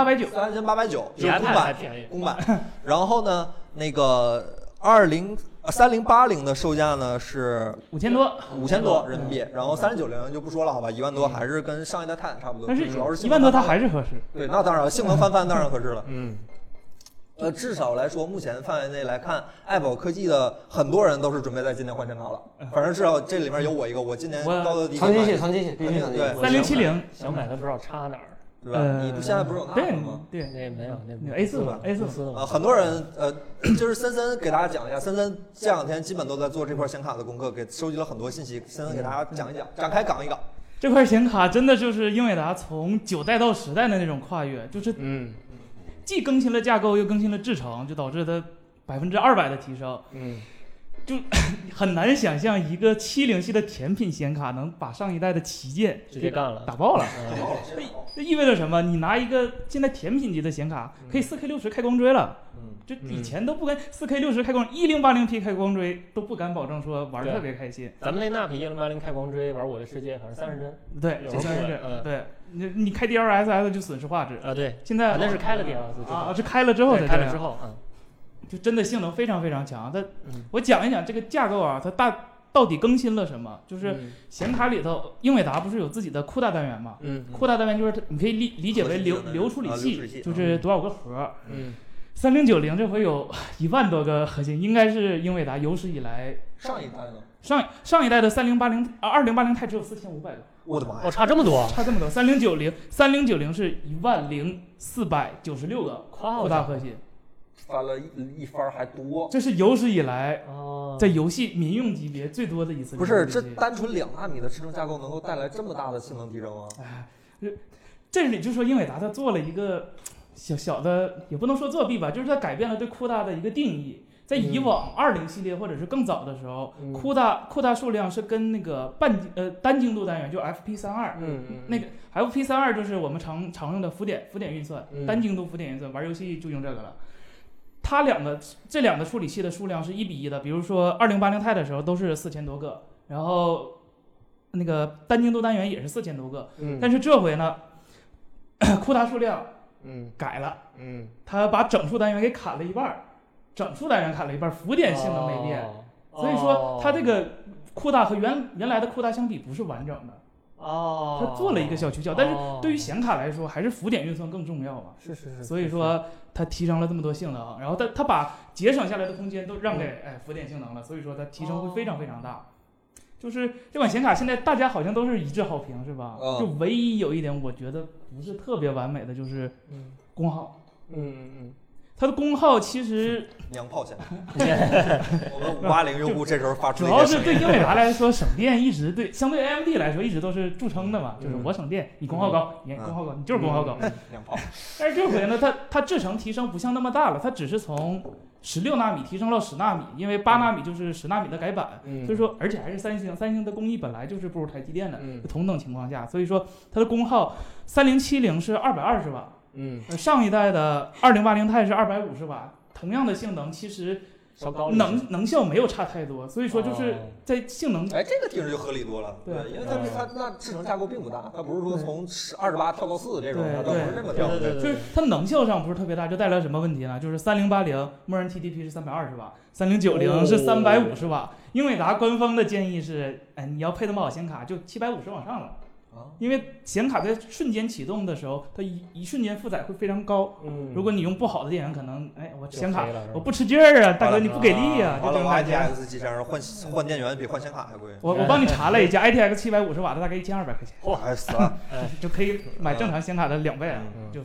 A: 八百九，
D: 比
A: 就是
D: 安
A: 公
D: 泰还
A: 版
D: 便宜。
A: 公版。然后呢，那个二零呃三零八零的售价呢是
B: 五千多，
A: 五千多人民币，
B: 嗯
A: 然后三零九零就不说了，好吧，一万多还是跟上一代泰坦差不多，
B: 但是
A: 主要是
B: 一万多它
A: 它
B: 还是合适。
A: 对，那当然了性能翻番当然合适了。
D: 嗯，
A: 呃，至少来说，目前范围内来看，爱宝科技的很多人都是准备在今年换显卡了。反正至少这里面有我一个，嗯我今年
D: 我
A: 高的第一个
C: 藏机器，
A: 买
C: 藏机器，必须藏机
A: 对
C: 器。
B: 三零七零，
D: 想买的不知道插哪儿。
A: 对吧？你不现在不是有那
B: 对
A: 个吗？
B: 对，
D: 那没有，那
B: 啊那 A 四吧，A 四
D: 四
A: 啊，很多人呃， 就是森森给大家讲一下，森森这两天基本都在做这块显卡的功课，给收集了很多信息，森森给大家讲一讲，展开讲一讲。
B: 这块显卡真的就是英伟达从九代到十代的那种跨越，就是
D: 嗯，
B: 既更新了架构，又更新了制程，就导致它百分之二百的提升。
C: 嗯，
B: 很难想象一个七零系的甜品显卡能把上一代的旗舰
E: 直接干了
B: 打爆了。
E: 嗯
B: 这这意味着什么？你拿一个现在甜品级的显卡，
E: 嗯
B: 可以 4K 六十开光追了。
C: 嗯，
B: 这以前都不敢 4K 六十开光，一零八零 P 开光追都不敢保证说玩儿特别开心。
E: 咱们那 NAP 1 0 8 0开光追玩《我的世界》，反正三十帧
B: 对，
E: 有
B: 就算是
E: 嗯
B: 对你你开 DLSS 就损失画质。
E: 啊，对，
B: 现在
E: 啊那是开了 DLS
B: 啊啊，是开了之后才
E: 开
B: 这
E: 了
B: 样
E: 之后，嗯，
B: 就真的性能非常非常强。它
E: 嗯
B: 我讲一讲这个架构啊，它大到底更新了什么？就是
E: 嗯
B: 显卡里头，英伟达不是有自己的库大单元吗？
E: 嗯
B: 库大单元就是它，你可以理理解为流
A: 核心的
B: 流处理
A: 啊流处理器
B: 器，就是多少个核儿。
E: 嗯
B: 三零九零这回有 一万多个核心，应该是英伟达有史以来
A: 上一代呢？
B: 上上一代的三零八零二零八零钛只有四千五百个，
A: 我的妈
E: 哦，
A: 呀！
E: 差这么多，
B: 差这么多。三零九零三零九零是一万零四百九十六个
E: 夸
B: 扩大核心，
A: 翻了一一番儿还多。
B: 这是有史以来
E: 哦，
B: 在游戏民用级别最多的一次。
A: 不是，这单纯两纳米的制程架构能够带来这么大的性能提升吗？
B: 哎这里就说英伟达它做了一个小小的，也不能说作弊吧，就是它改变了对酷大的一个定义。在
A: 嗯
B: 以往二零系列或者是更早的时候，
E: 嗯
B: 酷大酷大数量是跟那个半精呃单精度单元，就 FP 三二，
E: 嗯嗯
B: 那个 FP 三二就是我们常常用的浮点浮点运算，
E: 嗯
B: 单精度浮点运算，玩游戏就用这个了。它两个这两个处理器的数量是一比一的，比如说二零八零钛的时候都是四千多个，然后那个单精度单元也是四千多个，
E: 嗯
B: 但是这回呢， 酷大数量
E: 嗯
B: 改了，
E: 嗯，
B: 它把整数单元给砍了一半儿，整数单元砍了一半儿，浮点性能没变，
E: 哦，
B: 所以说它这
E: 个
B: 个酷大和原原来的酷大相比不是完整的。
E: 哦，
B: 它做了一个小取巧，但是
E: 哦
B: 对于显卡来说，还是浮点运算更重要嘛。
E: 是是是，
B: 所以说它提升了这么多性能，啊然后它它把节省下来的空间都让给
E: 嗯
B: 哎浮点性能了，所以说它提升
E: 哦
B: 会非常非常大。就是这款显卡现在大家好像都是一致好评是吧？
A: 嗯
B: 就唯一有一点我觉得不是特别完美的就是
E: 嗯
B: 功耗，
E: 嗯嗯
B: 它的功耗其实
A: 娘炮 显卡，我们五八零用户这时候发出了
B: 主要
A: 一
B: 是
A: 些
B: 对英伟达来说，省电一直对相对 AMD 来说一直都是著称的嘛，就是
E: 嗯
B: 我省电，你功耗高，你功耗高，你就是功耗高。
A: 娘炮，
B: 但是这回呢，它它制程提升不像那么大了，它只是从十六纳米提升到十纳米，因为八纳米就是十纳米的改版，
E: 嗯，
B: 所以说而且还是三星，三星的工艺本来就是不如台积电的，
E: 嗯
B: 同等情况下，所以说它的功耗三零七零是二百二十瓦，
E: 嗯
B: 呃上一代的二零八零钛是二百五十瓦，同样的性能其实
E: 稍高了一些
B: 能能效没有差太多，所以说就是
E: 哦
B: 在性能
A: 哎，这个听着就合理多了。
B: 对
A: 因为它
E: 嗯
A: 它那制程架构并不大，它不是说从十二十八跳到四这种，
B: 对
A: 它倒不是这么跳
E: 对
A: 的。
E: 对
B: 就是
E: 对，
B: 它能效上不是特别大，就带来什么问题呢？就是三零八零默认 TDP 是三百二十瓦，三零九
E: 哦
B: 零是三百五十瓦。英伟达官方的建议是，哎，你要配那么好显卡，就七百五十往上了，
A: 啊，
B: 因为显卡在瞬间启动的时候，它一一瞬间负载会非常高。
E: 嗯，
B: 如果你用不好的电源，可能哎，我
E: 就
B: 显卡
E: 黑了是吧
B: 我不吃劲儿啊，大
A: 完
B: 哥
A: 了
B: 你不给力呀、就
A: 完
B: 这
A: 了，
B: 种
A: 我
B: 感觉。
A: ITX 机箱换换电源比换显卡还贵，
B: 我我帮你查了一下，ITX 七百五十瓦的大概一千二百块钱，
A: 哎死了！
B: 就可以买正常显卡的两倍啊。
E: 嗯
B: 就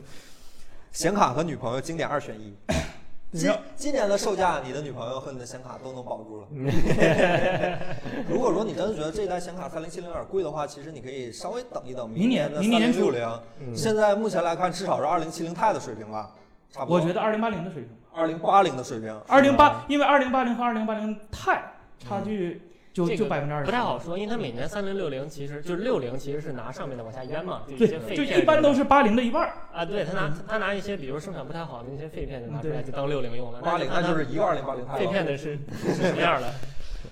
A: 显卡和女朋友经典二选 一。今
B: 然后
A: 今年的售价，你的女朋友和你的显卡都能保 住了。如果说你真的觉得这一代显卡三零七零有点贵的话，其实你可以稍微等一等，
B: 明年
A: 年的
B: 明
A: 三
B: 年
A: 零六
B: 出
A: 零。嗯现在目前来看，至少是二零七零 Ti 的水平吧，差不多。
B: 我觉得二零八零的水平。
A: 二零八零的水平，
B: 二零八，因为二零八零和二零八零钛差距就、
E: 这
B: 就
E: 个
B: 百分之二十，
E: 不太好说，因为它每年三零六零其实就是六零其实是拿上面的往下淹嘛，就一些
B: 对，
E: 废
B: 就
E: 片
B: 一般都是八零的一半儿。
E: 啊，对他拿他拿一些比如生产不太好的那些废片就拿出来
B: 嗯对
E: 就当六零用了，
A: 八零
E: 那
A: 那
E: 就
A: 就是一个二零八零 Ti 了。
E: 废片的是是什么样的？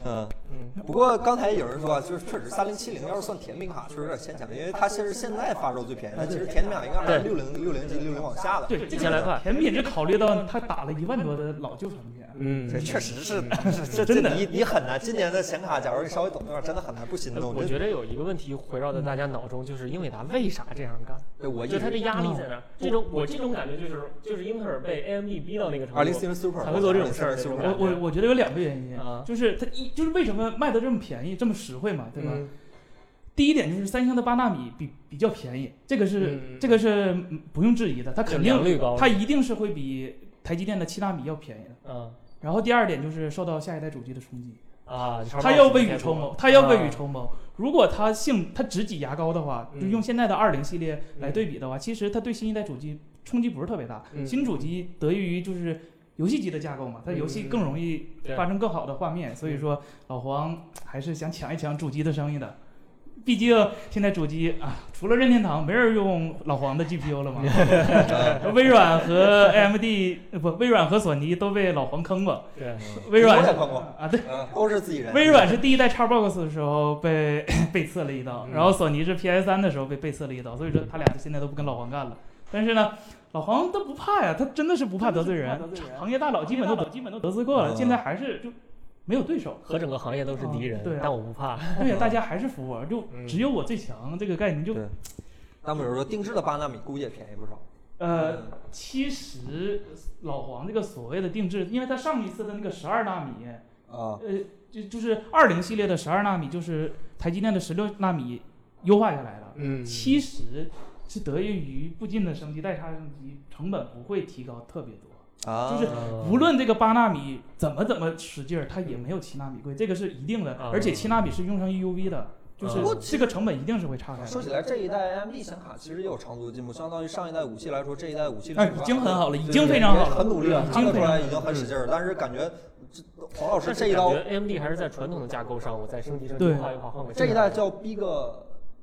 A: 嗯
E: 嗯，
A: 不过刚才有人说啊，就是确实三零七零要是算甜品卡，确实有点牵强，因为它其实现在发售最便宜，但其实甜品卡应该二六零六零级六零往下的。
B: 哎对，这
E: 一千来
B: 个
E: 块
B: 甜品是考虑到它打了一万多的老旧产品，
E: 嗯
A: 这确实 是，这这
B: 真的
A: 你你很难。今年的显卡，假如你稍微懂一点，真的很难不心
E: 呃
A: 动。
E: 我
A: 这
E: 觉得有一个问题围绕在大家脑中，就是英伟达为啥这样干？
A: 对我一
E: 就
A: 直
E: 他这压力在那儿。这种我这种感觉就是就是英特尔被 AMD 逼到那个程度。
A: 二零四零 Super
E: 才会做这种事儿
A: 2040
E: 对
B: 我
E: 吧
A: Super，
B: 我我觉得有两个原因，
E: 啊
B: 就是它一就是为什么卖的这么便宜，这么实惠嘛，对吧？
E: 嗯
B: 第一点就是三星的八纳米比比较便宜，这个是、
E: 嗯
B: 这个是嗯不用质疑的，它肯
E: 良
B: 定
E: 率高。
B: 它一定是会比台积电的七纳米要便宜的。
E: 嗯
B: 然后第二点就是受到下一代主机的冲击，
E: 啊，
B: 他要未雨绸
E: 冲
B: 缪，他要未雨绸缪。如果他性他只挤牙膏的话，就
E: 嗯
B: 用现在的二零系列来
E: 嗯
B: 对比的话，其实他对新一代主机冲击不是特别大。
E: 嗯
B: 新主机得益于就是游戏机的架构嘛，它游戏更容易
E: 嗯对嗯
B: 发生更好的画面，所以说老黄还是想抢一抢主机的生意的。毕竟现在主机啊，除了任天堂，没人用老黄的 GPU 了嘛。微软和 AMD 呃不，微软和索尼都被老黄坑过。
E: 对，
B: 微
A: 我也
B: 软
A: 碰过，
B: 啊，对，
A: 嗯，都是自己人。
B: 微软是第一代 Xbox 的时候 被被刺了一刀，然后索尼是 PS 3的时候被被刺了一刀，所以说他俩现在都不跟老黄干了。但是呢，老黄他不怕呀，他真的是不怕得罪人，行业大佬基本都基本都得罪啊过了，
A: 嗯
B: 现在还是就没有对 手。
E: 和整个行业都是敌
B: 哦
E: 人
B: 对啊，
E: 但我不怕。
B: 对呀，大家还是服我，就
E: 嗯
B: 只有我最强这个概念就
C: 对
A: 那比如说定制的八纳米，估计也便宜不少。嗯
B: 呃，其实老黄这个所谓的定制，因为他上一次的那个十二纳米，
A: 嗯啊，
B: 呃，就就是二零系列的十二纳米，就是台积电的十六纳米优化下来的。
E: 嗯
B: 其实是得益于步进的升级、代差升级，成本不会提高特别多。
A: 啊
B: 就是
E: 呃哦
B: 无论这个八纳米怎么怎么使劲儿，它也没有七纳米贵，这个是一定的。
E: 啊
B: 而且七纳米是用上 EUV 的，就是
E: 啊
B: 这个成本一定是会差开
A: 哦说
B: 的。
A: 起来，这一代 AMD 显卡其实也有长足的进步，相当于上一代五系来说，这一代五系
B: 哎，已经很好了，已经非常好
A: 很
B: 了。
A: 努力了，
B: 已
A: 看
B: 经
A: 得
B: 非
A: 出
B: 常好
A: 来已经很使劲儿了。但是感觉这黄老师
E: 但
A: 这
E: 是
A: 一
E: 感
A: 刀
E: 觉 AMD 还是在传统的架构上，我再升级升级，
B: 对
E: 画一画，换个
A: 这一
E: 架
A: 代叫 Big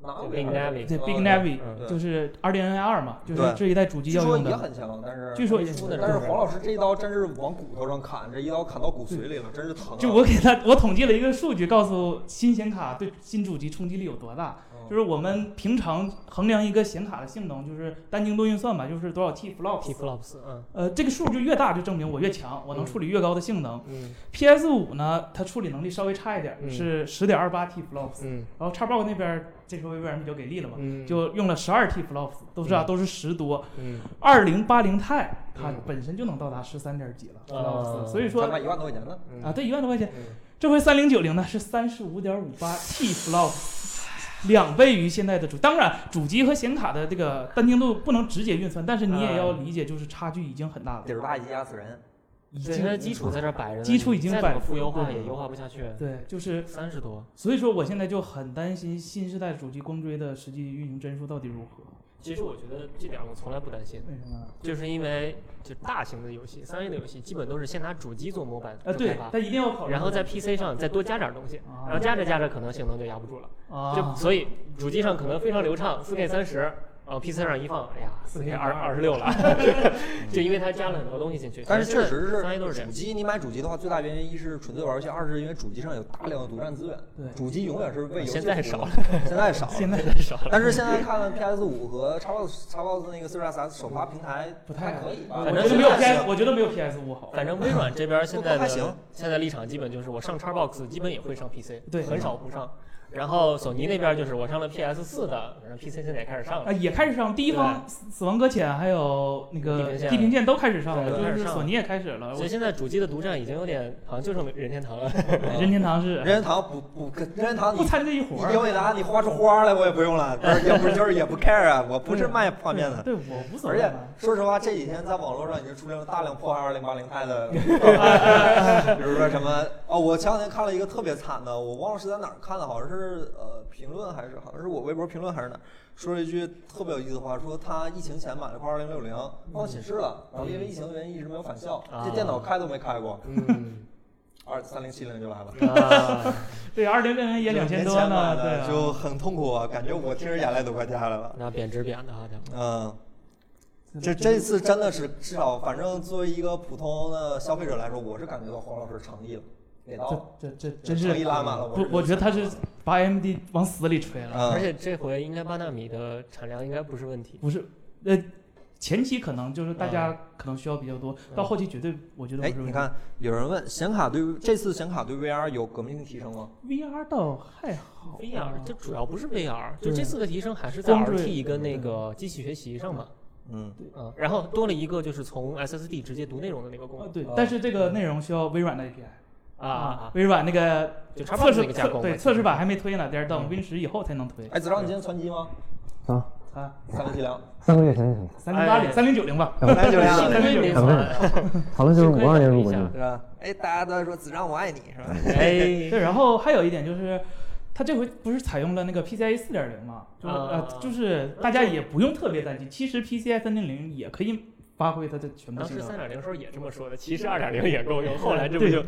A: Navi，
E: Big Navi
B: 对
A: 嗯
B: Big Navi
E: 嗯
B: 就是 RDNA 二嘛，就是
A: 对
B: 这一代主机
A: 据
B: 要
A: 说
B: 用
A: 也
B: 的。
A: 很强，但是
B: 据说也
A: 但是黄老师这一刀真是往骨头上砍，这一刀砍到骨髓里了，真是疼啊。
B: 就我给他，我统计了一个数据，告诉新显卡对新主机冲击力有多大。
A: 嗯
B: 就是我们平常衡量一个显卡的性能，就是单精度运算嘛，就是多少 T
E: T
B: flops。
E: flops，嗯
B: 呃，这个数就越大，就证明我越强，我能处理越高的性能。
E: 嗯
B: PS 五呢，它处理能力稍微差一点，
E: 嗯
B: 是十点二八 T flops。
E: 嗯
B: 然后 Xbox 那边这时候微软比较给力了嘛，
E: 嗯，
B: 就用了十二 T flops，都是啊，都是十多。
E: 嗯
B: 二零八零 Ti 它
E: 嗯
B: 本身就能到达十三点几了
E: 啊
B: flops，所以
A: 才
B: 说
A: 卖一万多块钱呢，
E: 嗯
B: 啊，这一万多块钱
E: 嗯，
B: 这回三零九零呢是三十五点五八 T flops，两倍于现在的主。当然，主机和显卡的这个单精度不能直接运算，但是
E: 啊
B: 你也要理解，就是差距已经很大了
A: 底，儿大一压死人。
B: 已
E: 对，它的
B: 经
E: 基础在这儿摆着呢，
B: 基础已经
E: 再
B: 摆
E: 怎么
B: 着
E: 不优化
B: 对
E: 也优化不下去，
B: 对，就是
E: 三十多。
B: 所以说我现在就很担心新时代主机光追的实际运行帧数到底如何。
E: 其实我觉得这点我从来不担心，
B: 为什么呢？
E: 就是因为就大型的游戏，三 A 的游戏基本都是先拿主机做模板
B: 呃，
E: 做开
B: 对
E: 发，，
B: 但一定要考虑。
E: 然后在 PC 上再多加点儿东西，
B: 啊
E: 然后加着加着可能性能就压不住了。就
B: 啊，
E: 所以主机上可能非常流畅，4 K 三十，然后 PC 上一放，哎呀，4 K 二二十六 了，就因为它加了很多东西进去。
A: 但是确实
E: 三 A 都是
A: 是
E: 这
A: 主
E: 样。
A: 机，你买主机的话，最大原因一是纯粹玩游戏，二是因为主机上有大量的独占资源。
B: 对
A: 主机永远是为游戏
E: 现在
A: 服务
E: 少
A: 的，现在少了，
B: 现在
E: 太少 了，
A: 但是现在看 PS 五和 Xbox Xbox 那个 Series S 首发平台
B: 不太
A: 可以吧？
B: 我
E: 反
B: 觉
E: 正
B: 得
E: 是
B: 没有
E: 大
B: PS，我觉得没有 PS 五好。
E: 反正微软这边现在
A: 还行
E: 的现在立场基本就是我上 Xbox 基本也会上 PC，
B: 对
E: 很少不上。然后索尼那边就是我上了 PS 四的，然后 PC 现在也开始上
B: 啊，
E: 了。
B: 也开始上第一方死死亡搁浅，还有那
E: 地平
B: 个
E: 线
B: 地平线都开始上了，
E: 对都开
B: 就
E: 始
B: 是
E: 上了
B: 索尼也开始
A: 哎
B: 了。
E: 所
B: 我
E: 以现在主机的独占已经有点，好像就剩任天堂了。
B: 任天堂是
A: 嗯任天堂不不跟任天堂
B: 不
A: 你
B: 掺这一
A: 你
B: 伙
A: 英
B: 儿，
A: 伟达你画出花来我也不用了，但是也不就是也不 care 啊，我不是卖画面的。
B: 对我无所
A: 而
B: 谓
A: 且
B: 嘛。
A: 说实话，这几天在网络上已经出现了大量破坏二零八零 i 的，比如说什么哦，我前两天看了一个特别惨的，我忘了是在哪儿看的，好像是呃评论还是好像是我微博评论还是哪儿，说了一句特别有意思的话，说他疫情前买了块二零六零放寝室了，然后因为疫情的原因一直没有返校，
E: 啊
A: 这电脑开都没开过，
E: 嗯，
A: 二三零七零就来了。
E: 啊
B: 对，二零零零也两千多
A: 年前买
B: 呢，对
A: 的
B: 啊，
A: 就很痛苦啊，感觉我听着眼泪都快掉下来了。
E: 那贬值贬的啊好家伙。
A: 嗯，这这次真的是至少，反正作为一个普通的消费者来说，我是感觉到黄老师诚意了，给到了，
B: 这这这真是
A: 诚意拉满了。
B: 不，我觉得他是把 AMD 往死里吹了，
A: 嗯，
E: 而且这回应该八纳米的产量应该不是问题。
B: 不是，呃，前期可能就是大家可能需要比较多，到后期绝对我觉得
A: 哎，
B: 不是
A: 你
B: 问题。
A: 看，有人问显卡对这次显卡对 VR 有革命性提升吗？
B: VR 倒还好
E: VR 这主要不是 VR，
B: 对
E: 就这次的提升还是在
B: 光追
E: RT 跟那个机器学习上嘛。
A: 嗯，
E: 嗯，然后多了一个就是从 SSD 直接读内容的那个功
B: 啊
E: 能
B: 对
A: 啊，
B: 但是这个内容需要微软的 API
E: 啊啊，啊
B: 微软那个
E: 就 Xbox
B: 测试
E: 那个架构嘛
B: 对
E: 其实
B: 测试版还没推呢，得等 Win 十以后才能推。
A: 哎，子章，你今天攒机吗？
F: 啊，
B: 啊，
A: 三零七零，
F: 三个月前就想
B: 三零八零、三零九零吧，
A: 那就这样
E: 幸
A: 了，
E: 亏没
F: 看
E: 算。
F: 讨论就是
E: 幸亏
F: 五二年
E: 等
F: 入
E: 一
F: 国
E: 下
F: 军，
A: 是吧？哎，大家都在说子章我爱你，是吧？
E: 哎，
B: 对，然后还有一点就是，它这回不是采用了那个 PCIe 四点零嘛？就是呃
E: 啊，
B: 就是大家也不用特别担心，其实 PCIe 三点零也可以发挥它的全部
E: 当
B: 性
E: 啊时三
B: 能。
E: 点零时候也这么说的，其实二点零也够用，后来这不就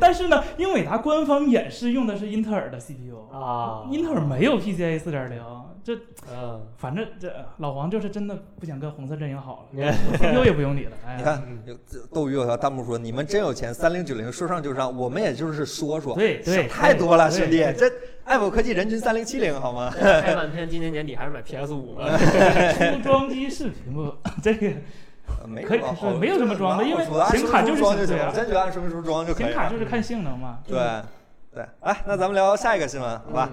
B: 但是呢，英伟达官方演示用的是英特尔的 CPU，
E: 啊
B: 英特尔没有 PCIe 四点零，这
E: 嗯，
B: 反正这老黄就是真的不想跟红色阵营好 了，CPU 也不用理了。哎呀，
A: 你看，有这斗鱼有条弹幕说：“你们真有钱，三零九零说上就上，我们也就是说说，
B: 对对
A: 想太多了，
B: 对
A: 兄弟，这爱普科技人均三零七零好吗？
E: 开半天，今年年底还是买 PS 五吧。
B: 出装机视频不， 这个
A: 呃没
B: 可以
A: 么好，
B: 没有什么装的因为
A: 我觉得按
B: 显卡
A: 说明
B: 就是
A: 书装就
B: 这
A: 行了，
B: 样
A: 真觉得按说明书装就可以
B: 显卡
A: 了嗯
B: 就。是嗯看性能嘛。
A: 对，对，来，那咱们聊下一个新闻，好吧？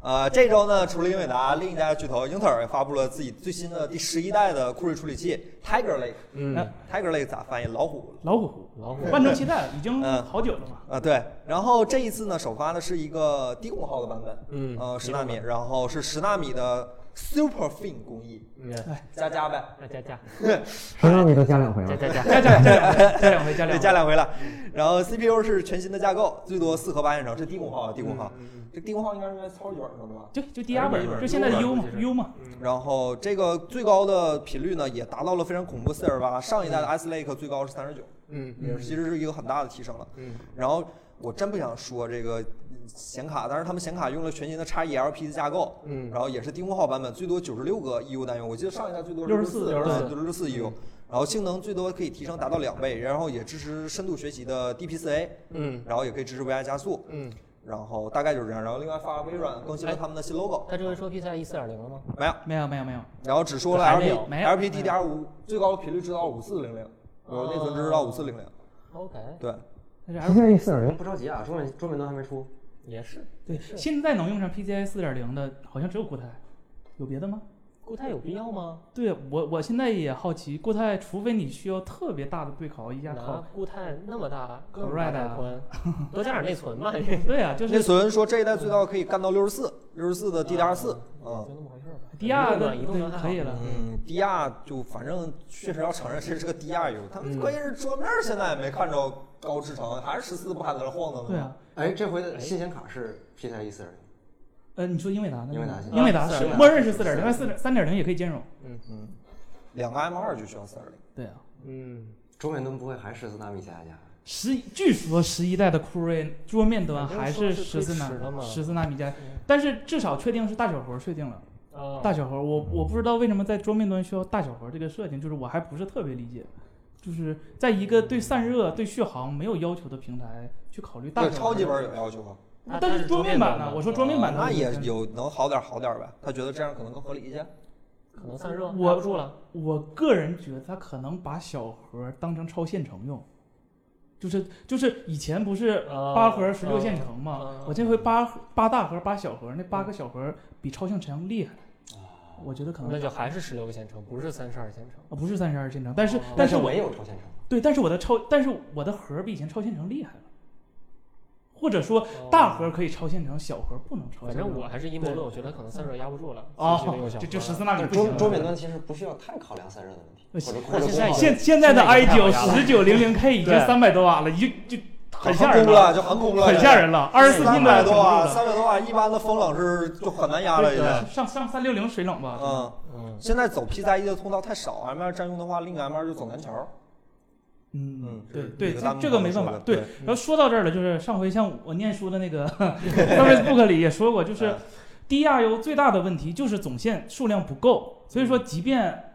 A: 呃，这周呢，除了英伟达，另一家巨头英特尔也发布了自己最新的第十一代的酷睿处理器 Tiger Lake。
E: 嗯，
A: Tiger Lake 咋翻译？老虎
B: 老虎，
E: 老虎
B: 万众期待，已经
A: 嗯
B: 好久了嘛。
A: 啊，对。然后这一次呢，首发的是一个低功耗的版本，
E: 嗯
A: 呃，十纳米，然后是十纳米的 Super Fin 工艺，
E: 嗯，
A: 加加呗，
E: 那加加
F: 谁让你都加两回
E: 加
F: 了？
E: 加加，
B: 加加加两回，加两回，加
A: 对，
B: 两
A: 加
B: 回。
A: 两回了。然后 CPU 是全新的架构，最多四核八线程，这低功耗啊，低功耗。这低功耗应该是在操作软上的吧？
B: 就就低压本
A: 嗯
B: 儿，就现在的 U 嘛
E: 嗯
B: ，U 嘛，
A: 然后这个最高的频率呢，也达到了非常恐怖四点八，上一代的 S Lake 最高是三十九，
E: 嗯
A: 也是其实是一个很大的提升了。
E: 嗯，
A: 然后我真不想说这个显卡，但是他们显卡用了全新的 x ELP 的架构，
E: 嗯
A: 然后也是低功耗版本，最多九十六个 EU 单元，我记得上一代最多
B: 64
A: 对六十四 EU，然后性能最多可以提升达到两倍，然后也支持深度学习的 DP4A，
E: 嗯
A: 然后也可以支持 VI 加速，
E: 嗯，
A: 然后大概就是这样。然后另外发微软更新
B: 哎
A: 了他们的新 logo，
E: 他这回说 PCIe 四点零了吗？
A: 没有。
B: 没有没有没有，
A: 然后只说了
E: 还
A: L
E: 没
A: P
E: 有
B: 没有
A: L P D D R 五最高频率知道五四零零，有内存支持到五四零零，
B: 哦
E: OK，
A: 对，
B: 但是
F: 现
B: L
F: 在四点零
C: 不着急啊，桌面桌面端还没出。
E: 也是。
B: 对现在能用上 PCIe 四点零的，好像只有固态，有别的吗？
E: 固态有必要吗？
B: 对我我现在也好奇，固态除非你需要特别大的对烤，一下
E: 拿
B: 烤。
E: 固态那么大，
B: Correct
E: 那么大带宽， 多加点内存吧。你
B: 对啊，就
A: 内
B: 是
A: 存说这一代最大可以干到六十四，六十四的 D D R 四，
E: 就
B: 哦
A: 嗯
E: 那么回事吧。
B: 低压的
E: 移动
B: 对
E: 的
B: 可以了。
A: 嗯，D R 就反正确实要承认这是个低压 U，他们
B: 嗯
A: 关键是桌面现在也没看着高制程，还是十四不还在那晃荡呢？
B: 对啊，
C: 哎，这回的新显卡是 PCIe 四点零。
B: 呃，你说英伟达呢？
C: 英伟达
B: 英伟达
E: 4.0
B: 是默认是四点啊零，四点三点零也可以兼容。
A: 嗯，两个 M 二就需要四点零，
B: 对啊，
E: 嗯，
C: 桌面端不会还是四纳米加加？
B: 十据说十一代的酷睿桌面端还
E: 反正说
B: 是十
E: 是
B: 四
E: 推迟了
B: 纳
E: 嘛
B: 十四纳米加，但是至少确定是大小核确定了。
E: 啊，
B: 大小核，我我不知道为什么在桌面端需要大小核这个设定，就是我还不是特别理解，就是在一个对散热、对续航没有要求的平台去考虑大
A: 对
B: 小核。
A: 超级本有要求啊，
E: 啊
B: 但是桌面版呢？我说桌面版呢
A: 哦那也。有能好点好点呗，他觉得这样可能更合理一些。
E: 可能散热
B: 我
E: 拿不住了。
B: 我个人觉得他可能把小核当成超线程用，就是就是以前不是
E: 啊
B: 八核十六线程嘛，
E: 啊
B: 我这回八八大核八小核，那八个小核比超线程厉害，我觉得可能
E: 那就还是十六个线程，不是三十二线程。
B: 啊不是三十二线程，但是、
E: 哦
B: 但是我
C: 没有超线程。
B: 对，但是我的超，但是我的核比以前超线程厉害了，或者说大核可以超线程，小核不能超
E: 反
B: 线程。
E: 正我还是阴谋论，
B: 对
E: 我觉得可能散热压不住了。继续用
B: 哦
E: 小，
B: 就就
E: 核
B: 十四纳米不行
C: 桌
B: 了
C: 桌面端其实不需要太考量散热的问题，
B: 那
C: 或者或者
B: 行
E: 现在
C: 功耗
B: 现现在的
E: 现在已
B: i
E: 经太
B: 九
E: 好了
B: 十九零零 K 已经
E: 对
B: 三百多瓦了，一就很吓
A: 横空
B: 人啊
A: 了，，就横空了，
B: 很吓人了，二十四 P
A: 三
B: 的
A: 百
B: 程
A: 多
B: 度
A: 瓦，
B: 了
A: 三百多瓦，一般的风冷是就很难压了，已经。
B: 对，上上三六零水冷吧，
A: 嗯，
E: 嗯，
A: 现在走 P 3 E 的通道太少，M 二占用的话，另一个 M 二就走南桥。
B: 嗯
A: 嗯，
B: 对
A: 是
B: 对，
A: 这个
B: 这
A: 弹幕
B: 这个
A: 上
B: 没
A: 说
B: 办法
A: 的。
B: 对
A: 对，
B: 然后说到这儿了，就是上回像我念书的 那个 Facebook 里也说过，就是
A: 嗯
B: 低压 U 最大的问题就是总线数量不够，所
A: 嗯
B: 以说即便